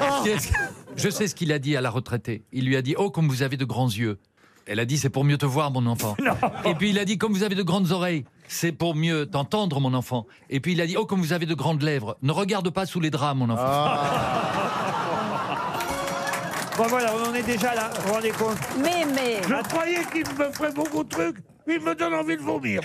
Speaker 4: ah.
Speaker 7: Qu'est-ce que- Je sais ce qu'il a dit à la retraitée. Il lui a dit Oh, comme vous avez de grands yeux. Elle a dit C'est pour mieux te voir, mon enfant. Et puis il a dit Comme vous avez de grandes oreilles. C'est pour mieux t'entendre, mon enfant. Et puis il a dit Oh, comme vous avez de grandes lèvres. Ne regarde pas sous les draps, mon enfant.
Speaker 4: Ah. Bon voilà, on en est déjà
Speaker 9: Ah,
Speaker 4: là, vous vous rendez compte
Speaker 8: Mais, mais...
Speaker 9: Je croyais qu'il me ferait beaucoup de trucs, mais il me donne envie
Speaker 11: (laughs)
Speaker 9: de vomir.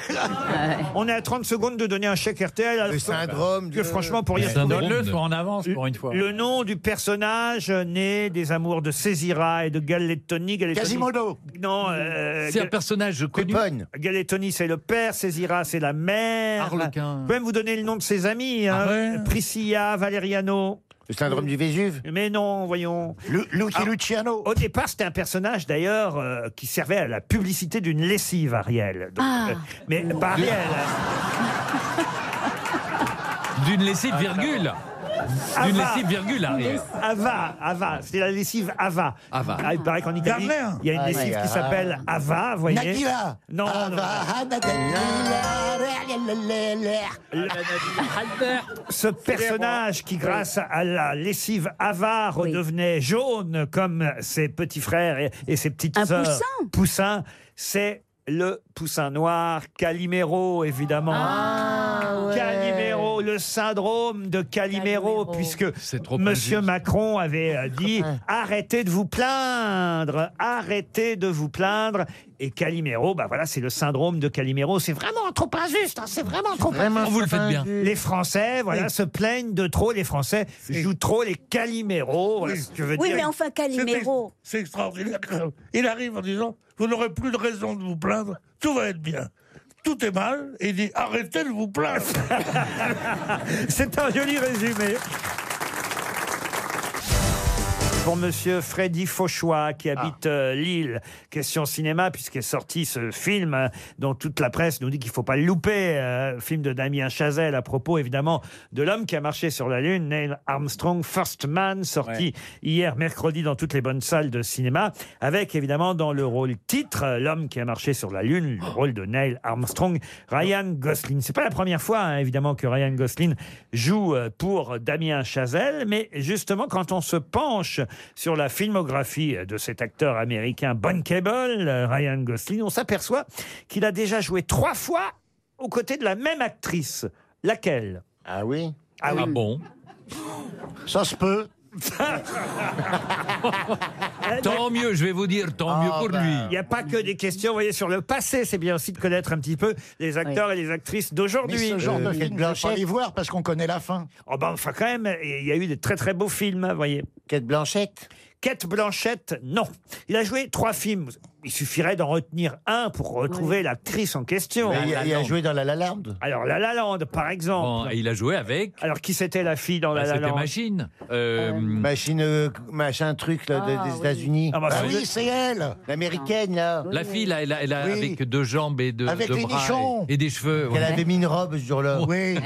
Speaker 4: On est à 30 secondes de donner un chèque RTL. à-
Speaker 11: Le syndrome
Speaker 4: Que
Speaker 11: de-
Speaker 4: franchement, pour y
Speaker 11: Le
Speaker 4: retrouver-
Speaker 11: syndrome Donne-le, de- soit en
Speaker 6: avance pour une fois.
Speaker 4: Le nom du personnage euh, né des amours de Césira et de Gallettoni. Gallettoni-
Speaker 13: Quasimodo.
Speaker 4: Non. euh,
Speaker 7: C'est un
Speaker 4: Gal-
Speaker 7: personnage connu.
Speaker 4: Gallettoni, c'est le père, Césira, c'est la mère.
Speaker 7: Harlequin.
Speaker 4: Je peux même vous donner le nom de ses amis. hein. Priscilla, Valeriano.
Speaker 11: Le syndrome du Vésuve
Speaker 4: Mais non, voyons.
Speaker 11: Lucky
Speaker 4: Luciano. Au départ, c'était un personnage d'ailleurs euh, qui servait à la publicité d'une lessive, Ariel. Donc,
Speaker 15: Ah.
Speaker 4: euh, mais pas Ariel.
Speaker 7: D'une lessive virgule. D'une lessive virgule, Ariel.
Speaker 4: Ava, Ava, c'est la lessive Ava.
Speaker 7: Ava.
Speaker 4: Ah, il paraît qu'en Italie, il y a une
Speaker 13: Ah,
Speaker 4: lessive
Speaker 13: mais,
Speaker 4: qui
Speaker 13: ah.
Speaker 4: s'appelle Ava, vous voyez.
Speaker 13: Nagila.
Speaker 4: Non, non.
Speaker 7: Ah.
Speaker 4: Ce personnage qui, grâce à la lessive avare, devenait jaune comme ses petits frères et, et ses petites
Speaker 15: Un
Speaker 4: sœurs.
Speaker 15: poussin.
Speaker 4: Poussin, c'est le poussin noir, Calimero, évidemment.
Speaker 7: Ah,
Speaker 15: Ah,
Speaker 4: Calimero, le syndrome de Calimero, puisque Monsieur Macron avait euh, dit arrêtez de vous plaindre, arrêtez de vous plaindre. Et Calimero, bah voilà, c'est le syndrome de Calimero. C'est vraiment trop injuste, hein, c'est vraiment trop
Speaker 11: Vraiment
Speaker 4: injuste.
Speaker 11: Vous le faites bien.
Speaker 4: Les Français, voilà,
Speaker 11: Oui.
Speaker 4: se plaignent de trop. Les Français jouent trop les Calimero. Voilà ce que je veux
Speaker 8: Oui,
Speaker 4: dire.
Speaker 8: mais enfin, Calimero.
Speaker 9: C'est extraordinaire. quand même. Il arrive en disant Vous n'aurez plus de raison de vous plaindre, tout va être bien. Tout est mal, et il dit Arrêtez de vous plaindre.
Speaker 4: (laughs) C'est un joli résumé. Pour Monsieur Freddy Fauchois, qui habite euh, Lille, question cinéma, puisqu'est sorti ce film euh, dont toute la presse nous dit qu'il faut pas le louper, euh, film de Damien Chazelle à propos évidemment de l'homme qui a marché sur la Lune, Neil Armstrong, First Man, sorti
Speaker 17: Ouais.
Speaker 4: hier mercredi dans toutes les bonnes salles de cinéma, avec évidemment dans le rôle titre, euh, l'homme qui a marché sur la Lune, le rôle de Neil Armstrong, Ryan Gosling. C'est pas la première fois, hein, évidemment, que Ryan Gosling joue euh, pour Damien Chazelle, mais justement, quand on se penche sur la filmographie euh, de cet acteur américain Bon Cable, euh, Ryan Gosling, on s'aperçoit qu'il a déjà joué trois fois aux côtés de la même actrice. Laquelle Ah oui Ah oui. bon
Speaker 7: Ça
Speaker 4: (laughs)
Speaker 7: se peut. tant mieux, je vais vous dire, tant mieux pour lui.
Speaker 4: Il n'y a pas que des questions, vous voyez, sur le passé. C'est bien aussi de connaître un petit peu les acteurs et les actrices d'aujourd'hui.
Speaker 13: Mais ce genre de
Speaker 4: euh,
Speaker 13: film, je vais pas les
Speaker 4: voir parce qu'on connaît la fin. Oh ben, enfin, quand même, il y a eu des très très beaux films, vous voyez. Kate Blanchette Kate Blanchette, non. Il a joué trois films. Il suffirait d'en retenir un pour retrouver l'actrice en question.
Speaker 11: Mais il a- il a joué
Speaker 4: dans La La Land. Alors, La La Land, par exemple.
Speaker 7: Bon, et il a joué avec.
Speaker 4: Alors, qui c'était la fille dans
Speaker 7: Bah,
Speaker 4: La La
Speaker 7: c'était
Speaker 4: Land
Speaker 7: Machine. Euh,
Speaker 11: Machine, euh, machin truc là, de-
Speaker 7: Ah,
Speaker 11: des
Speaker 7: oui.
Speaker 11: États-Unis.
Speaker 7: Ah, bah, ça, je-
Speaker 11: c'est elle L'américaine, là.
Speaker 7: La fille, là, elle a, elle a
Speaker 11: Oui.
Speaker 7: avec deux jambes et deux,
Speaker 11: Avec
Speaker 7: deux
Speaker 11: les
Speaker 7: bras
Speaker 11: nichons.
Speaker 7: et, et des cheveux.
Speaker 11: Elle
Speaker 7: ouais.
Speaker 11: avait mis une robe ce jour-là. Oui.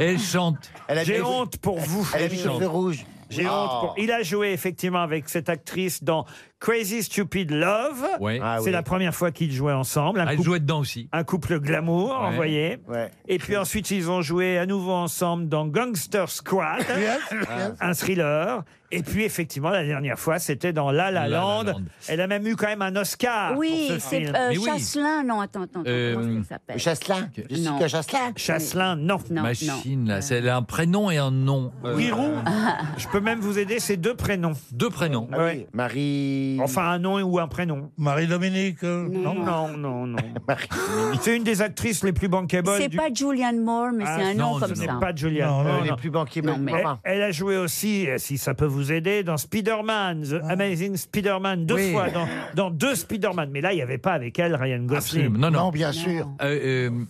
Speaker 7: Elle chante.
Speaker 4: J'ai honte pour vous.
Speaker 11: Elle a mis le feu rouge.
Speaker 4: J'ai honte
Speaker 11: Ah.
Speaker 4: pour- Il a joué effectivement avec cette actrice dans Crazy Stupid Love.
Speaker 7: Ouais. Ah,
Speaker 4: C'est
Speaker 7: oui.
Speaker 4: la première fois qu'ils jouaient ensemble. Un
Speaker 7: Elle
Speaker 4: couple-
Speaker 7: jouait dedans aussi.
Speaker 4: Un couple glamour,
Speaker 7: Ouais.
Speaker 4: vous voyez. Et puis ensuite, ils ont joué à nouveau ensemble dans Gangster Squad,
Speaker 11: (laughs)
Speaker 4: Ah. un thriller. Et puis effectivement, la dernière fois, c'était dans La La,
Speaker 7: La La
Speaker 4: Land.
Speaker 7: Land.
Speaker 4: Elle a même eu quand même un Oscar.
Speaker 8: Oui,
Speaker 4: Ah, pour ce
Speaker 8: c'est
Speaker 4: film.
Speaker 8: euh, Chasselin. Non, attends, attends. attends,
Speaker 7: Euh,
Speaker 8: comment ça s'appelle
Speaker 11: Chasselin
Speaker 8: Non. Euh.
Speaker 11: Chasselin
Speaker 4: Chasselin, non.
Speaker 7: Machine, là. c'est- Elle a un prénom et un nom. Euh,
Speaker 8: Ah,
Speaker 4: Je peux même vous aider, c'est deux prénoms.
Speaker 7: Deux prénoms.
Speaker 4: Ouais.
Speaker 11: Marie.
Speaker 4: Enfin, un nom ou un prénom.
Speaker 9: Marie-Dominique. euh,
Speaker 4: Non, non, non, non.
Speaker 11: (laughs)
Speaker 4: c'est une des actrices les plus bankables.
Speaker 8: C'est
Speaker 4: du-
Speaker 8: pas Julianne Moore, mais
Speaker 4: Ah,
Speaker 8: c'est un nom comme
Speaker 4: ce n'est
Speaker 8: ça.
Speaker 4: pas Julianne.
Speaker 11: Non, non, elle est plus banquier,
Speaker 8: mais-
Speaker 4: Elle, elle a joué aussi, euh, si ça peut vous aider, dans Spider-Man, The Amazing Spider-Man, deux
Speaker 7: Oui.
Speaker 4: fois, dans, dans deux Spider-Man. Mais là, il n'y avait pas avec elle Ryan Gosling.
Speaker 7: Absolument. Non, non.
Speaker 11: sûr.
Speaker 7: Euh, euh,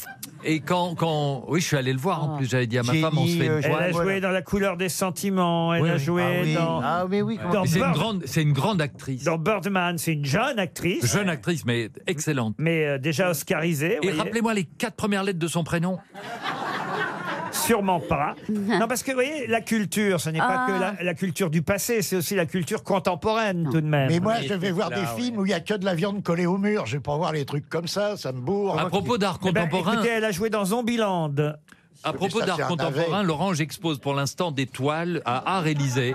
Speaker 7: et quand, quand. Oui, je suis allé le voir en plus. J'avais dit à ma
Speaker 4: Jenny,
Speaker 7: femme, on se fait une
Speaker 4: euh, Elle
Speaker 7: fois.
Speaker 4: a joué dans La couleur des sentiments, elle
Speaker 7: Oui,
Speaker 4: a
Speaker 7: oui.
Speaker 4: joué
Speaker 7: Ah oui.
Speaker 4: dans.
Speaker 7: Ah
Speaker 11: oui, oui,
Speaker 7: Mais C'est une, grande- c'est une grande actrice.
Speaker 4: Dans Birdman, c'est une jeune actrice.
Speaker 7: Jeune actrice, mais excellente.
Speaker 4: Mais euh, déjà oscarisée.
Speaker 7: Et
Speaker 4: vous voyez.
Speaker 7: rappelez-moi les quatre premières lettres de son prénom.
Speaker 4: Sûrement pas. Non, parce que vous voyez, la culture, ce n'est pas
Speaker 13: Ah.
Speaker 4: que la, la culture du passé, c'est aussi la culture contemporaine tout de même.
Speaker 13: Mais moi, je vais voir
Speaker 4: Là,
Speaker 13: des
Speaker 4: ouais.
Speaker 13: films où il n'y a que de la viande collée au mur. Je vais pas voir les trucs comme ça, ça me bourre.
Speaker 7: À propos d'art
Speaker 4: Eh ben,
Speaker 7: contemporain.
Speaker 4: écoutez, elle a joué dans Zombieland.
Speaker 7: À propos
Speaker 4: ça, c'est
Speaker 7: d'art
Speaker 4: un
Speaker 7: contemporain, Laurent, j'expose pour l'instant des toiles à Art Élysée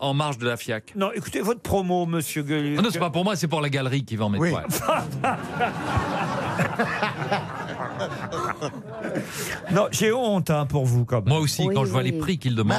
Speaker 7: en marge de la FIAC. Ah
Speaker 4: Non, écoutez votre promo, monsieur Gueuluc.
Speaker 7: non, c'est pas pour moi, c'est pour la galerie qui va en mettre. toile.
Speaker 4: Non, j'ai honte hein, pour vous quand même.
Speaker 7: Moi aussi, quand je vois les prix euh, qu'ils demandent.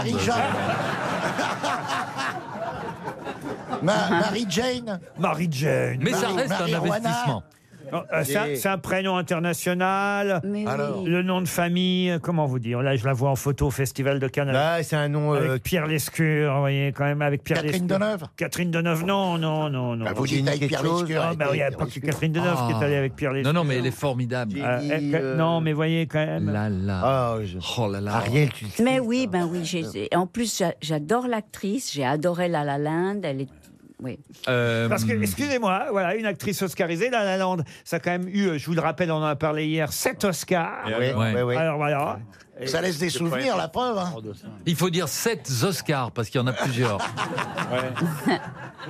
Speaker 13: Ma- Marie Jane
Speaker 4: Marie Jane.
Speaker 7: Mais ça reste un
Speaker 13: Marijuana.
Speaker 7: investissement.
Speaker 4: Non, euh, C'est un- c'est un, prénom international.
Speaker 11: Mais oui. Alors.
Speaker 4: Le nom de famille, euh, comment vous dire Là, je la vois en photo au Festival de Cannes. Là, c'est un nom.
Speaker 11: euh,
Speaker 4: Avec Pierre Lescure, vous voyez, quand même, avec Pierre
Speaker 11: Catherine
Speaker 4: Lescure.
Speaker 11: Deneuve
Speaker 4: Catherine Deneuve, non, non, non. non.
Speaker 11: Bah, vous dites avec Pierre Lescure,
Speaker 4: Ah, bah oui, il n'y a
Speaker 11: avec
Speaker 4: pas que
Speaker 11: Pierre
Speaker 4: Catherine Deneuve qui est allée avec Pierre Lescure.
Speaker 7: Ah. Non, non, mais elle est formidable.
Speaker 4: Euh, elle- Non, mais voyez quand même.
Speaker 7: Là, là. Oh là là.
Speaker 11: Ariel, tu
Speaker 8: Mais oui, ben oui. j'ai- En plus, j'a- j'adore l'actrice. J'ai adoré La La Land. Elle est. Oui.
Speaker 7: Euh,
Speaker 4: Parce que, excusez-moi, voilà, une actrice oscarisée, La La Land, ça a quand même eu, euh, je vous le rappelle, on en a parlé hier, 7 Oscars.
Speaker 7: Et alors Ouais. Ouais, ouais.
Speaker 4: Alors voilà. Et- C'est pas être-
Speaker 7: preuve.
Speaker 4: Oh, bah,
Speaker 7: Il faut dire sept Oscars, parce qu'il y en a
Speaker 4: (laughs)
Speaker 7: plusieurs.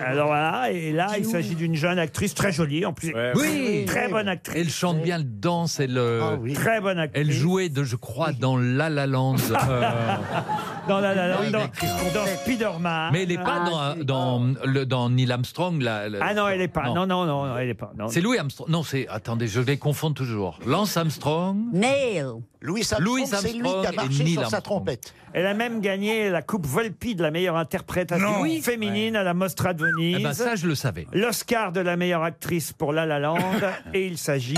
Speaker 4: Alors voilà, et là, il s'agit d'une jeune actrice très jolie, en plus.
Speaker 7: Oui.
Speaker 4: Très bonne actrice.
Speaker 7: Elle chante bien, elle danse, elle. euh,
Speaker 4: Très bonne actrice. Ah.
Speaker 7: Elle jouait, de, je crois, dans La
Speaker 4: (laughs)
Speaker 7: La Land. euh,
Speaker 4: Dans La La Land,
Speaker 7: Oui,
Speaker 4: dans,
Speaker 7: l'actrice
Speaker 4: dans Spider-Man.
Speaker 7: mais elle n'est pas dans, hein. dans, le, dans Neil Armstrong. La, la-
Speaker 4: Ah non, elle n'est pas. Non, non, non, non, elle n'est pas. non.
Speaker 7: C'est Louis Armstrong. Non, c'est. Attendez, je les confonds toujours. Lance Armstrong.
Speaker 8: Neil.
Speaker 13: Louis
Speaker 7: Louis
Speaker 13: Armstrong, c'est lui qui a
Speaker 7: Armstrong et
Speaker 13: marché
Speaker 7: Neil
Speaker 13: sur sa
Speaker 7: Armstrong.
Speaker 13: trompette.
Speaker 4: Elle a même gagné la Coupe Volpi de la meilleure interprétation
Speaker 7: Non. Oui.
Speaker 4: féminine à la Mostra de Venise.
Speaker 7: Eh ben, ça, je le savais.
Speaker 4: L'Oscar de la meilleure actrice pour La La
Speaker 7: (laughs)
Speaker 4: Land. et il s'agit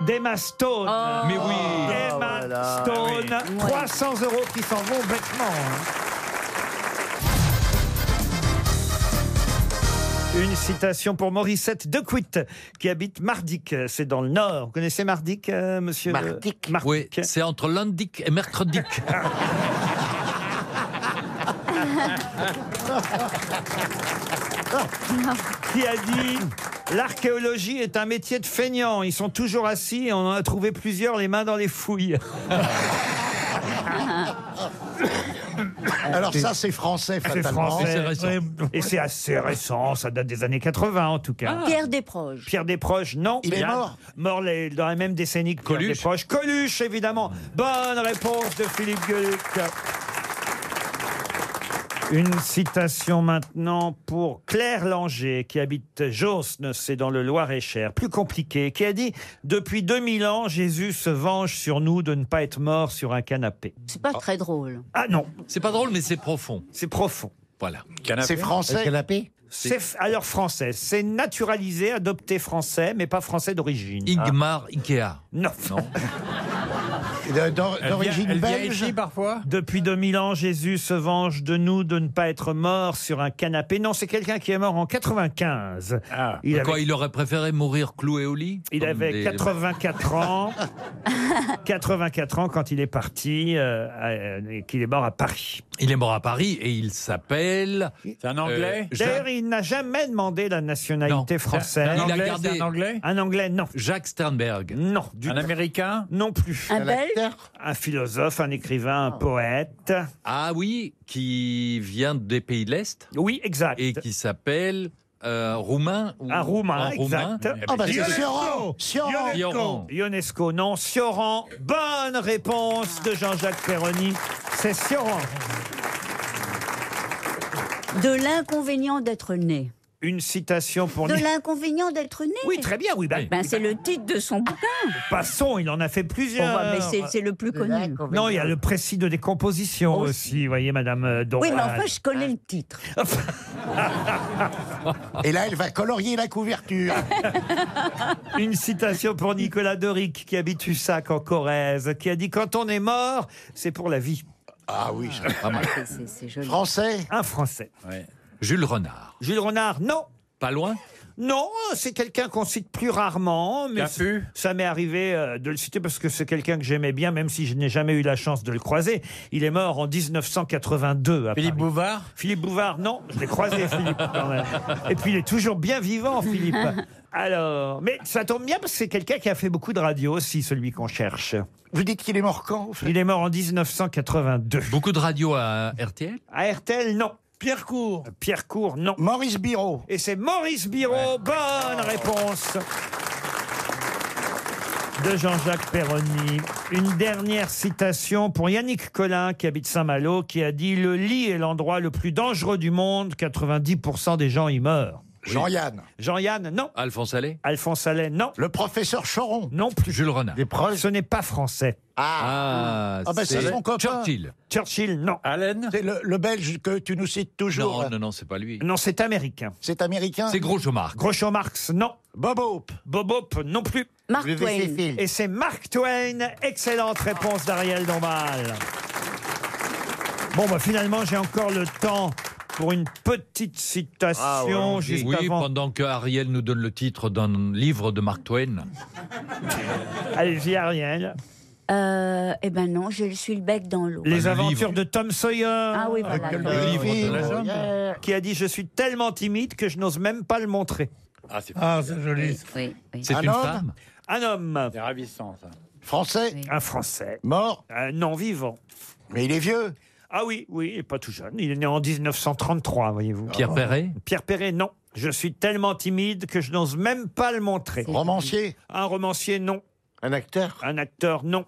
Speaker 4: d'Emma Stone.
Speaker 7: Mais oui.
Speaker 4: Emma
Speaker 7: voilà.
Speaker 4: Stone.
Speaker 7: Ah oui.
Speaker 4: 300 euros qui s'en vont bêtement. hein. Une citation pour Morissette de Quitte, qui habite Mardic, c'est dans le Nord. Vous connaissez Mardic, euh, monsieur Mardic.
Speaker 7: Oui, c'est entre lundi
Speaker 4: (laughs)
Speaker 7: et mercredi.
Speaker 4: Ah. Ah. qui a dit L'archéologie est un métier de feignant. Ils sont toujours assis et on en a trouvé plusieurs les mains dans les fouilles. Ah.
Speaker 13: Alors ça, c'est français,
Speaker 4: C'est
Speaker 13: fatalement.
Speaker 4: français. Et c'est assez récent, ça date des années 80 en tout cas.
Speaker 8: (laughs) Pierre Desproges.
Speaker 4: Pierre Desproges, non.
Speaker 8: Il est
Speaker 4: a-
Speaker 8: mort
Speaker 4: Mort les- dans la même décennie que Pierre
Speaker 7: Coluche.
Speaker 4: Desproges. Coluche, évidemment. Bonne réponse de Philippe Gueluc. Une citation maintenant pour Claire Langer, qui habite Josne, c'est dans le Loir-et-Cher, plus compliqué, qui a dit « Depuis 2000 ans, Jésus se venge sur nous de ne pas être mort sur un canapé. »
Speaker 8: C'est pas très drôle.
Speaker 4: Ah non
Speaker 7: C'est pas drôle, mais c'est profond.
Speaker 4: C'est profond.
Speaker 7: Voilà.
Speaker 4: Canapé. Le canapé C'est f- alors français. C'est naturalisé, adopté français, mais pas français d'origine. Ah.
Speaker 7: Ingmar Ikea.
Speaker 4: Non.
Speaker 6: Elle d'origine vient- elle vient belge ici, parfois
Speaker 4: Depuis 2000 ans, Jésus se venge de nous de ne pas être mort sur un canapé. Non, c'est quelqu'un qui est mort en 95.
Speaker 6: Ah.
Speaker 4: Il
Speaker 7: Quoi,
Speaker 4: avait,
Speaker 7: il aurait préféré mourir cloué au lit
Speaker 4: il
Speaker 7: Comme
Speaker 4: avait
Speaker 7: des-
Speaker 4: 84
Speaker 7: (laughs)
Speaker 4: ans. 84 ans quand il est parti euh, à- et qu'il est mort à Paris.
Speaker 7: Il est mort à Paris et il s'appelle. C'est un
Speaker 4: Euh, D'ailleurs, il n'a jamais demandé la nationalité française.
Speaker 7: Il a gardé.
Speaker 4: anglais Un anglais, non.
Speaker 7: Jacques Sternberg.
Speaker 4: Non. un
Speaker 7: américain
Speaker 4: Non plus.
Speaker 7: Un Un Belge acteur
Speaker 4: Un philosophe, un écrivain,
Speaker 8: Oh.
Speaker 4: un poète.
Speaker 7: Ah oui, qui vient des pays de l'Est.
Speaker 4: Oui, exact.
Speaker 7: Et qui s'appelle euh, roumain. ou-
Speaker 4: Un roumain,
Speaker 7: un
Speaker 4: exact.
Speaker 7: Eh
Speaker 8: Ah bah,
Speaker 7: ben, c'est- Sioran.
Speaker 4: Ionesco, non. Sioran, bonne réponse de Jean-Jacques Perroni. C'est Sioran.
Speaker 8: De l'inconvénient d'être né.
Speaker 4: Une citation pour...
Speaker 8: De
Speaker 4: Ni-
Speaker 8: l'inconvénient d'être né.
Speaker 4: Oui, très bien, oui. bah-
Speaker 8: Ben, c'est le titre de son bouquin.
Speaker 4: Passons, il en a fait plusieurs.
Speaker 8: Oh, bah, mais c'est- c'est le plus De connu. l'inconvénient.
Speaker 4: Non, il y a le précis de décomposition aussi, voyez, Madame euh,
Speaker 8: oui,
Speaker 4: Dombal.
Speaker 8: mais enfin, je connais le titre.
Speaker 13: (laughs) Et là, elle va colorier la couverture.
Speaker 4: (laughs) Une citation pour Nicolas Doric, qui habite Hussac en Corrèze, qui a dit Quand on est mort, c'est pour la vie.
Speaker 13: Ah oui,
Speaker 7: pas mal.
Speaker 4: Français Un Français.
Speaker 7: Jules Renard.
Speaker 4: Jules Renard, non.
Speaker 7: Pas loin
Speaker 4: Non, c'est quelqu'un qu'on cite plus rarement, mais c- ça m'est arrivé euh, de le citer parce que c'est quelqu'un que j'aimais bien, même si je n'ai jamais eu la chance de le croiser. Il est mort en 1982. Philippe
Speaker 6: Bouvard
Speaker 4: Philippe Bouvard, non, je l'ai
Speaker 7: (laughs)
Speaker 4: croisé, Philippe, quand même. Et puis, il est toujours bien vivant, Philippe. Alors, mais ça tombe bien parce que c'est quelqu'un qui a fait beaucoup de radio aussi, celui qu'on cherche.
Speaker 13: Vous dites qu'il est mort quand
Speaker 4: Il est mort en 1982.
Speaker 7: Beaucoup de radio à RTL
Speaker 4: À RTL, non. Pierre Cour. Pierre Cour, non.
Speaker 13: Maurice Biro.
Speaker 4: Et c'est Maurice Biro. Bonne réponse de Jean-Jacques Perroni. Une dernière citation pour Yannick Collin, qui habite Saint-Malo, qui a dit Le lit est l'endroit le plus dangereux du monde. 90% des gens y meurent.
Speaker 13: Jean-Yann.
Speaker 4: Jean-Yann, non.
Speaker 7: Alphonse Allais
Speaker 4: Alphonse Allais, non.
Speaker 13: Le professeur Choron.
Speaker 4: Non plus.
Speaker 7: Jules Renard.
Speaker 4: Ce n'est pas français.
Speaker 7: Ah,
Speaker 13: Ah, ben, c'est son copain.
Speaker 7: Churchill.
Speaker 4: Churchill, non.
Speaker 13: Allen C'est le, le Belge que tu nous cites toujours.
Speaker 7: Non, non, non, c'est pas lui.
Speaker 4: Non, (laughs) c'est américain.
Speaker 13: C'est américain
Speaker 7: C'est Groucho Marx.
Speaker 4: Groucho Marx, non.
Speaker 13: Bob Hope.
Speaker 4: Bob Hope, non plus.
Speaker 13: Mark Le Twain. Westfield.
Speaker 4: Et c'est Mark Twain. Excellente réponse d'Ariel Dombal. Bon, bah, finalement, j'ai encore le temps pour une petite citation juste
Speaker 7: Ah, oui,
Speaker 4: avant.
Speaker 7: pendant que Ariel nous donne le titre d'un livre de Mark Twain.
Speaker 4: Allez-y, Ariel.
Speaker 8: Euh, eh ben non, je suis Bah, le bec dans l'eau.
Speaker 4: Les aventures de Tom Sawyer.
Speaker 8: Ah oui, voilà.
Speaker 4: Avec
Speaker 8: Le
Speaker 4: le
Speaker 8: livre
Speaker 4: livre
Speaker 8: de la jungle.
Speaker 4: Sawyer, qui a dit Je suis tellement timide que je n'ose même pas le montrer.
Speaker 13: Ah, c'est
Speaker 9: Ah, c'est joli.
Speaker 4: C'est
Speaker 13: Un
Speaker 4: une
Speaker 13: homme
Speaker 4: femme Un homme.
Speaker 13: C'est ravissant, ça. Français
Speaker 4: Un Français.
Speaker 13: Mort
Speaker 4: Non, vivant.
Speaker 13: Mais il est vieux
Speaker 4: Ah oui, oui, il est pas tout jeune. Il est né en 1933, voyez-vous.
Speaker 7: Pierre Perret
Speaker 4: Pierre Perret, non. Je suis tellement timide que je n'ose même pas le montrer.
Speaker 13: Romancier
Speaker 4: Un romancier, non.
Speaker 11: Un acteur
Speaker 4: Un acteur, non.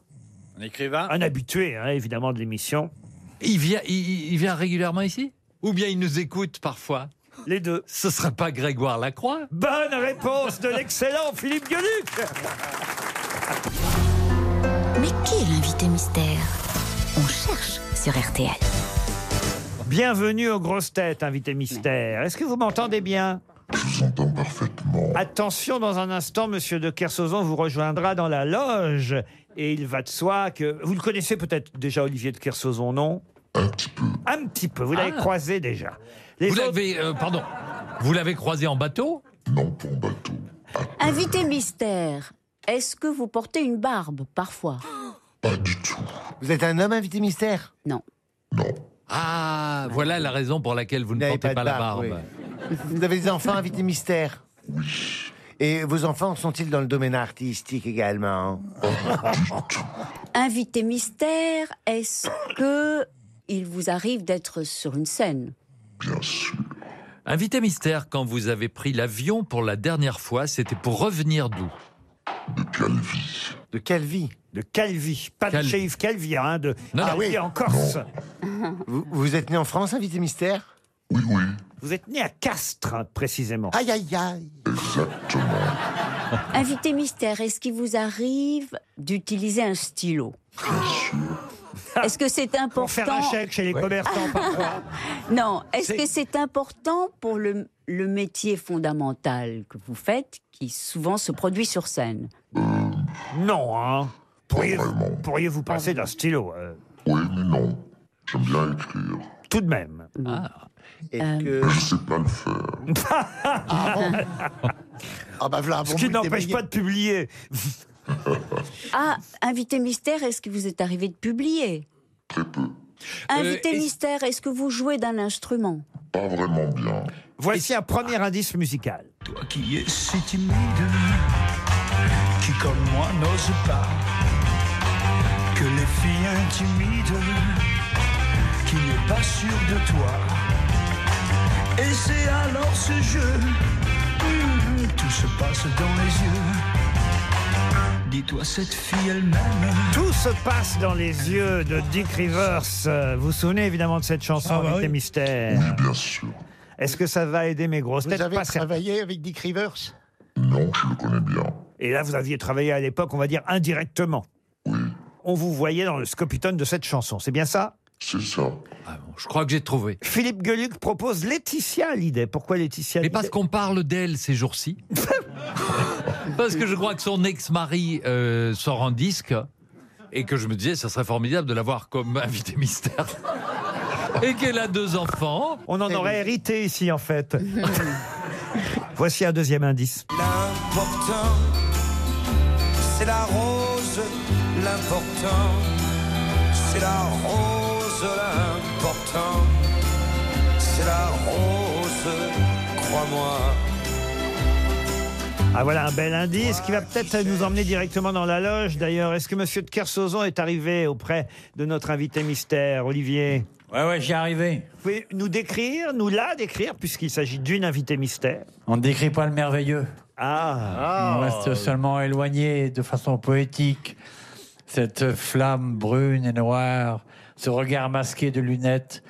Speaker 13: Un écrivain
Speaker 4: Un habitué, hein, évidemment, de l'émission.
Speaker 7: Il vient, il, il vient régulièrement ici Ou bien il nous écoute parfois
Speaker 4: Les deux.
Speaker 7: Ce serait pas Grégoire Lacroix
Speaker 4: Bonne réponse de l'excellent Philippe Gueluc
Speaker 3: Mais qui est l'invité mystère On cherche sur RTL.
Speaker 4: Bienvenue aux grosses têtes, invité mystère. Est-ce que vous m'entendez bien Je vous entends parfaitement. Attention, dans un instant, monsieur de Kersauzon vous rejoindra dans la loge. Et il va de soi que. Vous le connaissez peut-être déjà, Olivier de Kersauzon, non Un petit peu. Un petit peu, vous l'avez
Speaker 7: Ah.
Speaker 4: croisé déjà.
Speaker 7: Vous l'avez, euh, pardon, vous l'avez croisé en bateau
Speaker 8: Invité mystère, est-ce que vous portez une barbe parfois
Speaker 11: Vous êtes un homme invité mystère
Speaker 8: Non.
Speaker 7: Ah, voilà la raison pour laquelle vous ne
Speaker 11: n'avez
Speaker 7: portez pas,
Speaker 11: pas de
Speaker 7: la
Speaker 11: barbe,
Speaker 7: barbe.
Speaker 11: Vous avez des enfants invités mystère Et vos enfants sont-ils dans le domaine artistique également
Speaker 8: Invité mystère, est-ce que il vous arrive d'être sur une scène
Speaker 7: Invité mystère, quand vous avez pris l'avion pour la dernière fois, c'était pour revenir d'où
Speaker 11: De Calvi.
Speaker 4: De Calvi. Pas
Speaker 7: Calvi.
Speaker 4: de chez Yves Calvi, hein, de
Speaker 7: Non, non.
Speaker 4: Calvi
Speaker 7: Ah oui.
Speaker 4: en Corse.
Speaker 11: vous, vous êtes né en France, invité mystère
Speaker 4: Vous êtes né à Castres, hein, précisément.
Speaker 11: Aïe, aïe, aïe.
Speaker 8: Invité mystère, est-ce qu'il vous arrive d'utiliser un stylo Est-ce que c'est important
Speaker 4: Pour faire un chèque chez les commerçants, parfois.
Speaker 8: (laughs) Non, est-ce
Speaker 4: C'est-
Speaker 8: que c'est important pour le, le métier fondamental que vous faites, qui souvent se produit sur scène
Speaker 4: Non, hein. Pourriez-vous pourriez-vous passer d'un stylo euh,
Speaker 14: J'aime bien écrire.
Speaker 4: Tout de même.
Speaker 14: Mais je sais pas le faire.
Speaker 13: Ah bah voilà,
Speaker 4: Ce qui n'empêche pas de publier.
Speaker 8: Ah, invité mystère, est-ce qu'il vous est arrivé de publier Très peu. Invité
Speaker 4: Euh, est-ce-
Speaker 8: mystère, est-ce que vous jouez d'un instrument
Speaker 14: Pas vraiment bien.
Speaker 4: (laughs) Voici un premier indice musical.
Speaker 14: Toi qui es si timide, qui comme moi n'ose pas, que les filles intimides, qui n'est pas sûr de toi. Et c'est alors ce jeu, hum, tout se passe dans les yeux. Dis-toi, cette fille elle-même.
Speaker 4: Tout se passe dans les yeux de Dick Rivers. Euh, Vous vous souvenez évidemment de cette chanson
Speaker 13: Ah bah
Speaker 4: Invité
Speaker 13: oui.
Speaker 4: Mystère Oui, bien sûr. Est-ce que ça va aider mes grosses
Speaker 13: Vous
Speaker 4: têtes
Speaker 13: avez
Speaker 4: Pas certain.
Speaker 13: travaillé avec Dick Rivers
Speaker 4: Et là, vous aviez travaillé à l'époque, on va dire indirectement. On vous voyait dans le scopitone de cette chanson, c'est bien ça
Speaker 14: C'est ça.
Speaker 7: Ah Je crois que j'ai trouvé.
Speaker 4: Philippe Gueluc propose Laetitia Hallyday. Pourquoi Laetitia
Speaker 7: Mais parce
Speaker 4: Hallyday
Speaker 7: qu'on parle d'elle ces jours-ci. parce que je crois que son ex-mari euh, sort en disque et que je me disais, ça serait formidable de l'avoir comme invité mystère. Et qu'elle a deux enfants. Eh
Speaker 4: On en aurait hérité ici, en fait. Voici un deuxième indice.
Speaker 14: L'important, c'est la rose, l'important, c'est la rose, l'important, c'est la rose, crois-moi.
Speaker 4: Ah voilà un bel indice qui va peut-être nous emmener directement dans la loge d'ailleurs. Est-ce que monsieur de Kersauzon est arrivé auprès de notre invité mystère, Olivier
Speaker 6: Ouais, ouais, j'y arrivé.
Speaker 4: Vous pouvez nous décrire, nous la décrire, puisqu'il s'agit d'une invitée mystère.
Speaker 6: On ne décrit pas le merveilleux.
Speaker 4: Ah,
Speaker 6: On reste seulement éloigné de façon poétique. Cette flamme brune et noire, ce regard masqué de lunettes,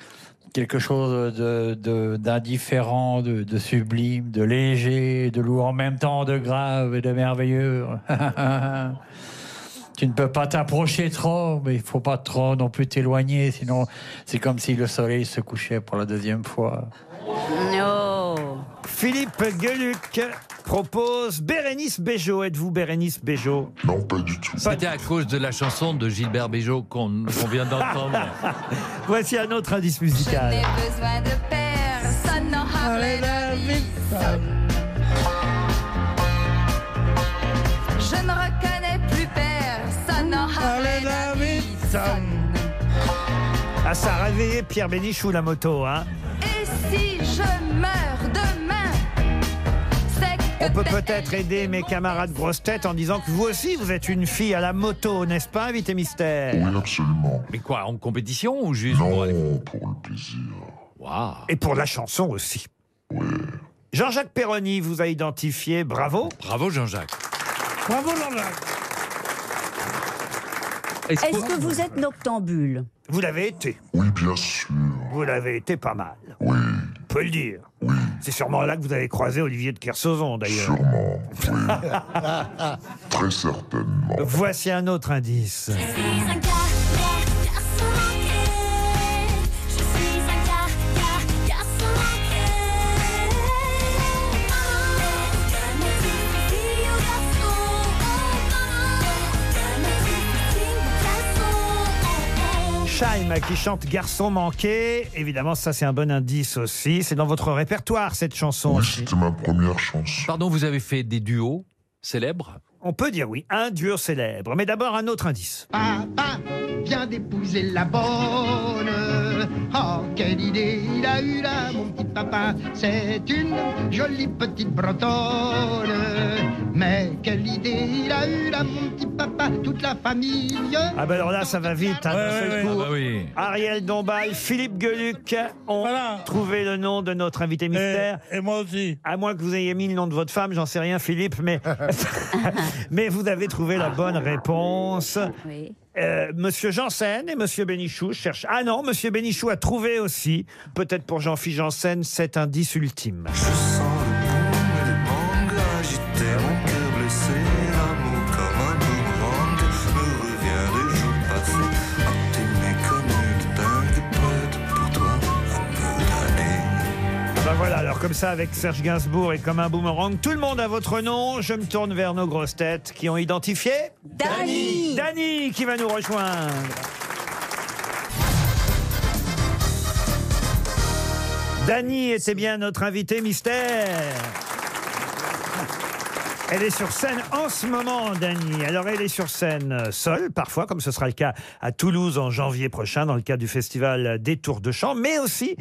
Speaker 6: quelque chose de- de- d'indifférent, de, de, sublime, de léger, de lourd en même temps, de grave et de merveilleux. (laughs) Tu ne peux pas t'approcher trop, mais il faut pas trop non plus t'éloigner, sinon c'est comme si le soleil se couchait pour la deuxième fois.
Speaker 4: Philippe Gueluc propose Bérénice Bejo. Êtes-vous Bérénice Bejo
Speaker 7: Non, pas du tout. C'était à cause de la chanson de Gilbert Béjot qu'on qu'on vient d'entendre.
Speaker 4: Voici un autre indice musical.
Speaker 18: besoin de personne, non, après la vie. Je ne reconnais plus personne, non, après la vie.
Speaker 4: Ah, ça a réveillé Pierre Bénichou, la moto, hein
Speaker 18: Et si je meurs demain, c'est que
Speaker 4: On peut peut-être aider mes camarades grosses têtes en disant que vous aussi, vous êtes une fille à la moto, n'est-ce pas, invité mystère
Speaker 7: Oui, absolument. Mais quoi, en compétition ou juste Non, Oh, pour, le plaisir. Waouh
Speaker 4: Et pour la chanson aussi. Jean-Jacques Perroni vous a identifié, bravo.
Speaker 7: Bravo Jean-Jacques.
Speaker 9: Bravo, Lola.
Speaker 8: Est-ce que vous êtes noctambule
Speaker 4: Vous l'avez été.
Speaker 7: Oui, bien sûr.
Speaker 4: Vous l'avez été pas mal. Oui. On peut le dire. C'est sûrement là que vous avez croisé Olivier de Kersauzon, d'ailleurs. Sûrement, (laughs)
Speaker 19: Très certain.
Speaker 4: Voici un autre indice. Scheim qui chante Garçon manqué. Évidemment, ça c'est un bon indice aussi. C'est dans votre répertoire cette chanson.
Speaker 19: C'était ma première chance.
Speaker 7: Pardon, vous avez fait des duos célèbres
Speaker 4: On peut dire oui, un duo célèbre. Mais d'abord un autre indice.
Speaker 20: Ah, ah, viens d'épouser la bonne. Oh, quelle idée il a eu là, mon petit papa. C'est une jolie petite bretonne. Mais quelle idée il a eu là, mon petit papa. Toute la famille.
Speaker 4: Ah ben alors là, ça va vite. hein, d'un
Speaker 20: Ouais,
Speaker 4: seul
Speaker 20: ouais,
Speaker 4: coup.
Speaker 20: ouais. Ah bah
Speaker 7: oui.
Speaker 4: Ariel Dombal, Philippe Gueluc ont trouvé le nom de notre invité mystère.
Speaker 9: Et, moi aussi.
Speaker 4: À moins que vous ayez mis le nom de votre femme, j'en sais rien, Philippe, mais,
Speaker 9: (laughs)
Speaker 4: (laughs) mais vous avez trouvé la bonne réponse. Euh, Monsieur Janssen et Monsieur Bénichou cherchent. Ah non, Monsieur Bénichou a trouvé aussi, peut-être pour Jean-Philippe Janssen, cet indice ultime.
Speaker 14: J'étais mon cœur blessé, l'amour comme un boomerang Me revient des jours passés, un petit méconnu de dingue Prête pour toi, un peu d'années
Speaker 4: Ben voilà, alors comme ça, avec Serge Gainsbourg et comme un boomerang, tout le monde a votre nom. Je me tourne vers nos grosses têtes qui ont identifié
Speaker 14: Dany.
Speaker 4: Dany qui va nous rejoindre. Dany, et c'est bien notre invité mystère. Elle est sur scène en ce moment, Dany. Alors, elle est sur scène euh, seule, parfois, comme ce sera le cas à Toulouse en janvier prochain, dans le cadre du festival des Tours de Chant, mais aussi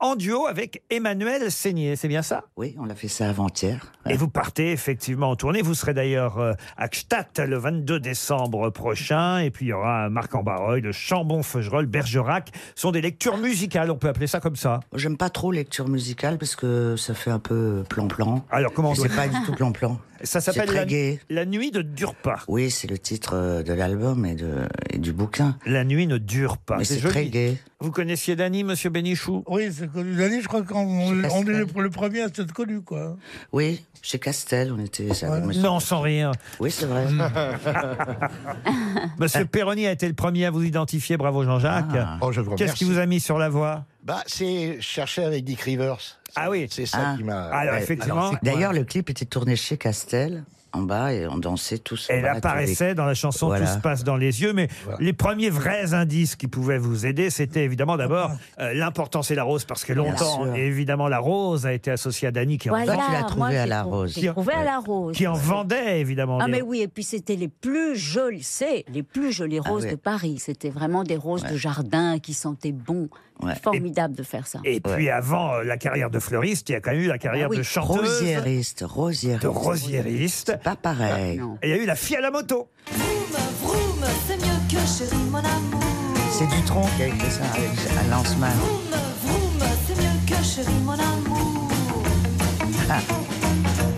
Speaker 4: en duo avec Emmanuel Seigné. C'est bien ça
Speaker 21: Oui, on l'a fait ça avant-hier.
Speaker 4: Et vous partez effectivement en tournée. Vous serez d'ailleurs euh, à Gstaad le 22 décembre prochain. Et puis il y aura marc en Barreuil, le Chambon, Feugerolles, Bergerac. Ce sont des lectures musicales, on peut appeler ça comme ça.
Speaker 21: J'aime pas trop lecture musicale parce que ça fait un peu plan-plan.
Speaker 4: Alors comment on
Speaker 21: C'est
Speaker 4: doit-
Speaker 21: pas du tout plan-plan.
Speaker 4: (laughs) Ça
Speaker 21: C'est
Speaker 4: s'appelle
Speaker 21: très
Speaker 4: la,
Speaker 21: gai.
Speaker 4: La nuit ne dure pas.
Speaker 21: Oui, c'est le titre euh, de l'album et, de- et du bouquin.
Speaker 4: La nuit ne dure pas.
Speaker 21: Mais
Speaker 4: C'est
Speaker 21: c'est
Speaker 4: joli.
Speaker 21: très gai.
Speaker 4: Vous connaissiez Dany, monsieur Bénichou
Speaker 9: Oui, c'est connu. Dany, je crois qu'on on, on est le, le premier à s'être connu, quoi.
Speaker 21: Oui, chez Castel, on était. avec monsieur-
Speaker 4: Non, sans rire. Mm.
Speaker 21: Oui, c'est vrai.
Speaker 4: Hmm. (laughs) Monsieur Perroni a été le premier à vous identifier. Bravo Jean-Jacques.
Speaker 21: Ah.
Speaker 13: Oh, je vous
Speaker 4: Qu'est-ce qui
Speaker 13: remercie.
Speaker 4: vous a mis sur la voie
Speaker 13: Bah, c'est chercher avec Dick Rivers. Ah
Speaker 4: oui.
Speaker 13: (laughs) C'est ça
Speaker 21: Ah.
Speaker 13: qui m'a.
Speaker 4: Alors, effectivement.
Speaker 21: D'ailleurs, le clip était tourné chez Castel, en bas, et on dansait tous. en
Speaker 4: Elle
Speaker 21: bas, tous les-
Speaker 4: apparaissait dans la chanson
Speaker 21: Voilà.
Speaker 4: Tout se passe dans les yeux, mais les premiers vrais indices qui pouvaient vous aider, c'était évidemment d'abord euh, l'importance et la rose, parce que
Speaker 21: Ah. Bien
Speaker 4: longtemps,
Speaker 21: sûr.
Speaker 4: évidemment, la rose a été associée à Dany, qui en
Speaker 8: Voilà,
Speaker 4: vend-
Speaker 8: moi, j'ai trou- J'ai trouvé à la rose.
Speaker 4: Qui en vendait, évidemment.
Speaker 8: Ah
Speaker 4: les-
Speaker 8: mais oui, et puis c'était les plus jolies, c'est les plus jolies roses
Speaker 21: oui.
Speaker 8: de Paris. C'était vraiment des roses de jardin qui sentaient bon.
Speaker 21: Ouais.
Speaker 8: Formidable de faire ça.
Speaker 4: Et puis avant euh, la carrière de fleuriste, il y a quand même eu la carrière
Speaker 8: Ah
Speaker 21: oui.
Speaker 4: de chanteuse.
Speaker 21: Rosiériste, rosiériste.
Speaker 4: De rosiériste.
Speaker 21: Pas pareil.
Speaker 8: Ah,
Speaker 4: Et il y a eu la fille à la moto.
Speaker 18: Vroom, c'est mieux que chérie, mon amour.
Speaker 21: C'est Dutronc qui a écrit ça avec un lancement.
Speaker 18: Vroom, vroom, c'est mieux que chérie, mon amour.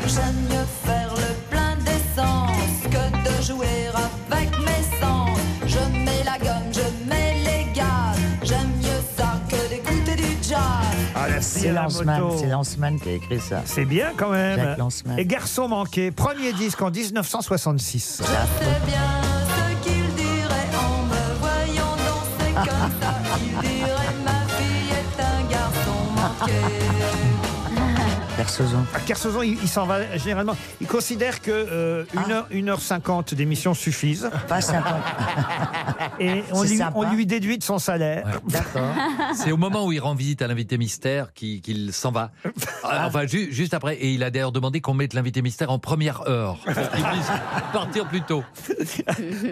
Speaker 18: J'aime mieux faire le plein d'essence que de jouer avec mes sens. Je mets la gomme, je mets les gaz. J'aime mieux ça que d'écouter du jazz.
Speaker 4: Ah, la fille
Speaker 21: C'est
Speaker 4: à la moto.
Speaker 21: Lanzmann, c'est Lanzmann qui a écrit ça.
Speaker 4: C'est bien quand même.
Speaker 21: Jacques Lanzmann.
Speaker 4: Et Garçon manqué, premier disque en 1966.
Speaker 18: C'est bien ce qui
Speaker 4: Kersozon. À Ah, Kersozon, il, il s'en va généralement. Il considère que euh, 1h50 d'émission suffisent.
Speaker 21: Ah. Pas 50.
Speaker 4: Et (laughs) on
Speaker 21: C'est
Speaker 4: lui,
Speaker 21: sympa.
Speaker 4: on lui déduit de son salaire.
Speaker 7: (laughs) C'est au moment où il rend visite à l'invité mystère qu'il qu'il s'en va. Euh, Enfin, ju- juste après. Et il a d'ailleurs demandé qu'on mette l'invité mystère en première heure. Pour qu'il puisse partir plus tôt.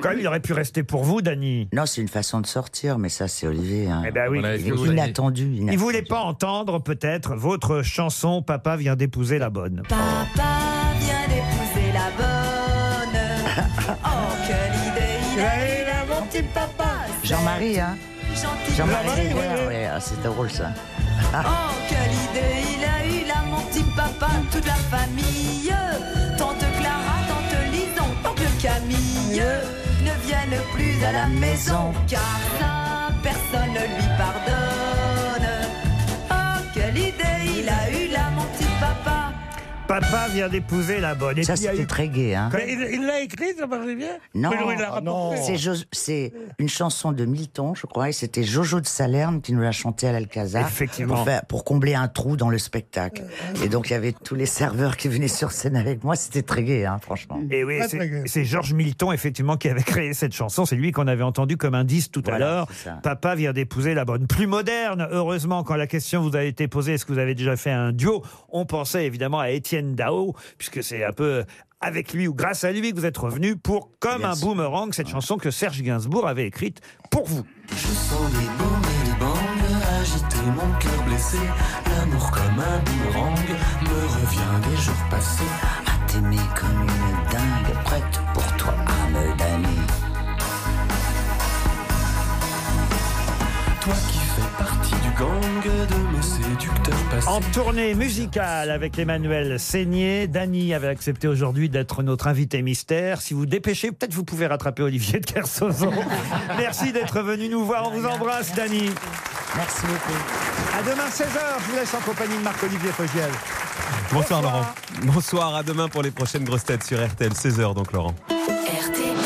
Speaker 4: Quand même, il aurait pu rester pour vous, Dany.
Speaker 21: Non, c'est une façon de sortir, mais ça, c'est Olivier. hein.
Speaker 4: Eh ben oui,
Speaker 21: Il est
Speaker 4: qu'est-ce que vous voulez
Speaker 21: inattendu.
Speaker 4: Il voulait pas entendre peut-être votre chanson Papa vient d'épouser la bonne.
Speaker 18: Papa vient d'épouser la bonne. Oh, quelle idée il a eu, là, mon petit papa.
Speaker 21: Jean-Marie, hein
Speaker 18: Gentil
Speaker 21: Jean-Marie,
Speaker 18: papa.
Speaker 21: Hébert, ouais, ah, c'est drôle ça.
Speaker 18: Oh, quelle idée il a eu, là, mon petit papa. Toute la famille. Tante Clara, tante Lison, oncle Camille. Ne viennent plus à la maison, car ça, personne ne lui pardonne. Oh, quelle idée il a eu, là, mon petit papa.
Speaker 4: Papa vient d'épouser la bonne. Et
Speaker 21: ça,
Speaker 4: puis, il y a
Speaker 21: c'était
Speaker 4: eu-
Speaker 21: très gai, hein
Speaker 9: Mais il il l'a écrit, ça marie bien
Speaker 21: Non,
Speaker 9: Mais il
Speaker 4: Ah,
Speaker 9: l'a rapporté.
Speaker 21: c'est Jo- c'est une chanson de Milton, je crois, et c'était Jojo de Salerne qui nous l'a chantée à l'Alcazar
Speaker 4: Effectivement.
Speaker 21: pour, faire- pour combler un trou dans le spectacle. Et donc il y avait tous les serveurs qui venaient sur scène avec moi, c'était très gai, hein, franchement.
Speaker 4: Et Eh oui, c'est- c'est Georges Milton, effectivement, qui avait créé cette chanson. C'est lui qu'on avait entendu comme indice tout à
Speaker 21: Voilà,
Speaker 4: l'heure.
Speaker 21: c'est ça.
Speaker 4: Papa vient d'épouser la bonne. Plus moderne, heureusement, quand la question vous a été posée, est-ce que vous avez déjà fait un duo On pensait évidemment à Étienne Dao, puisque c'est un peu euh, avec lui ou grâce à lui que vous êtes revenu pour Comme un boomerang, cette chanson que Serge Gainsbourg avait écrite pour vous.
Speaker 14: Je sens les bombes et les bangs agiter mon cœur blessé. L'amour comme un boomerang me revient des jours passés. À t'aimer comme une dingue, prête pour toi à me damner. Toi qui fais partie du gang de mes séducteurs passés.
Speaker 4: En tournée musicale avec Emmanuel Seigné, Dany avait accepté aujourd'hui d'être notre invité mystère. Si vous dépêchez, peut-être vous pouvez rattraper Olivier de
Speaker 13: (laughs)
Speaker 4: Kersauzon. (laughs) Merci d'être venu nous voir. On vous embrasse, Dany.
Speaker 21: Merci beaucoup.
Speaker 4: À demain 16h. Je vous laisse en compagnie de Marc-Olivier Fogiel.
Speaker 1: Bonsoir Laurent. Bonsoir, à demain pour les prochaines grosses têtes sur RTL, 16h donc Laurent.
Speaker 18: RTL.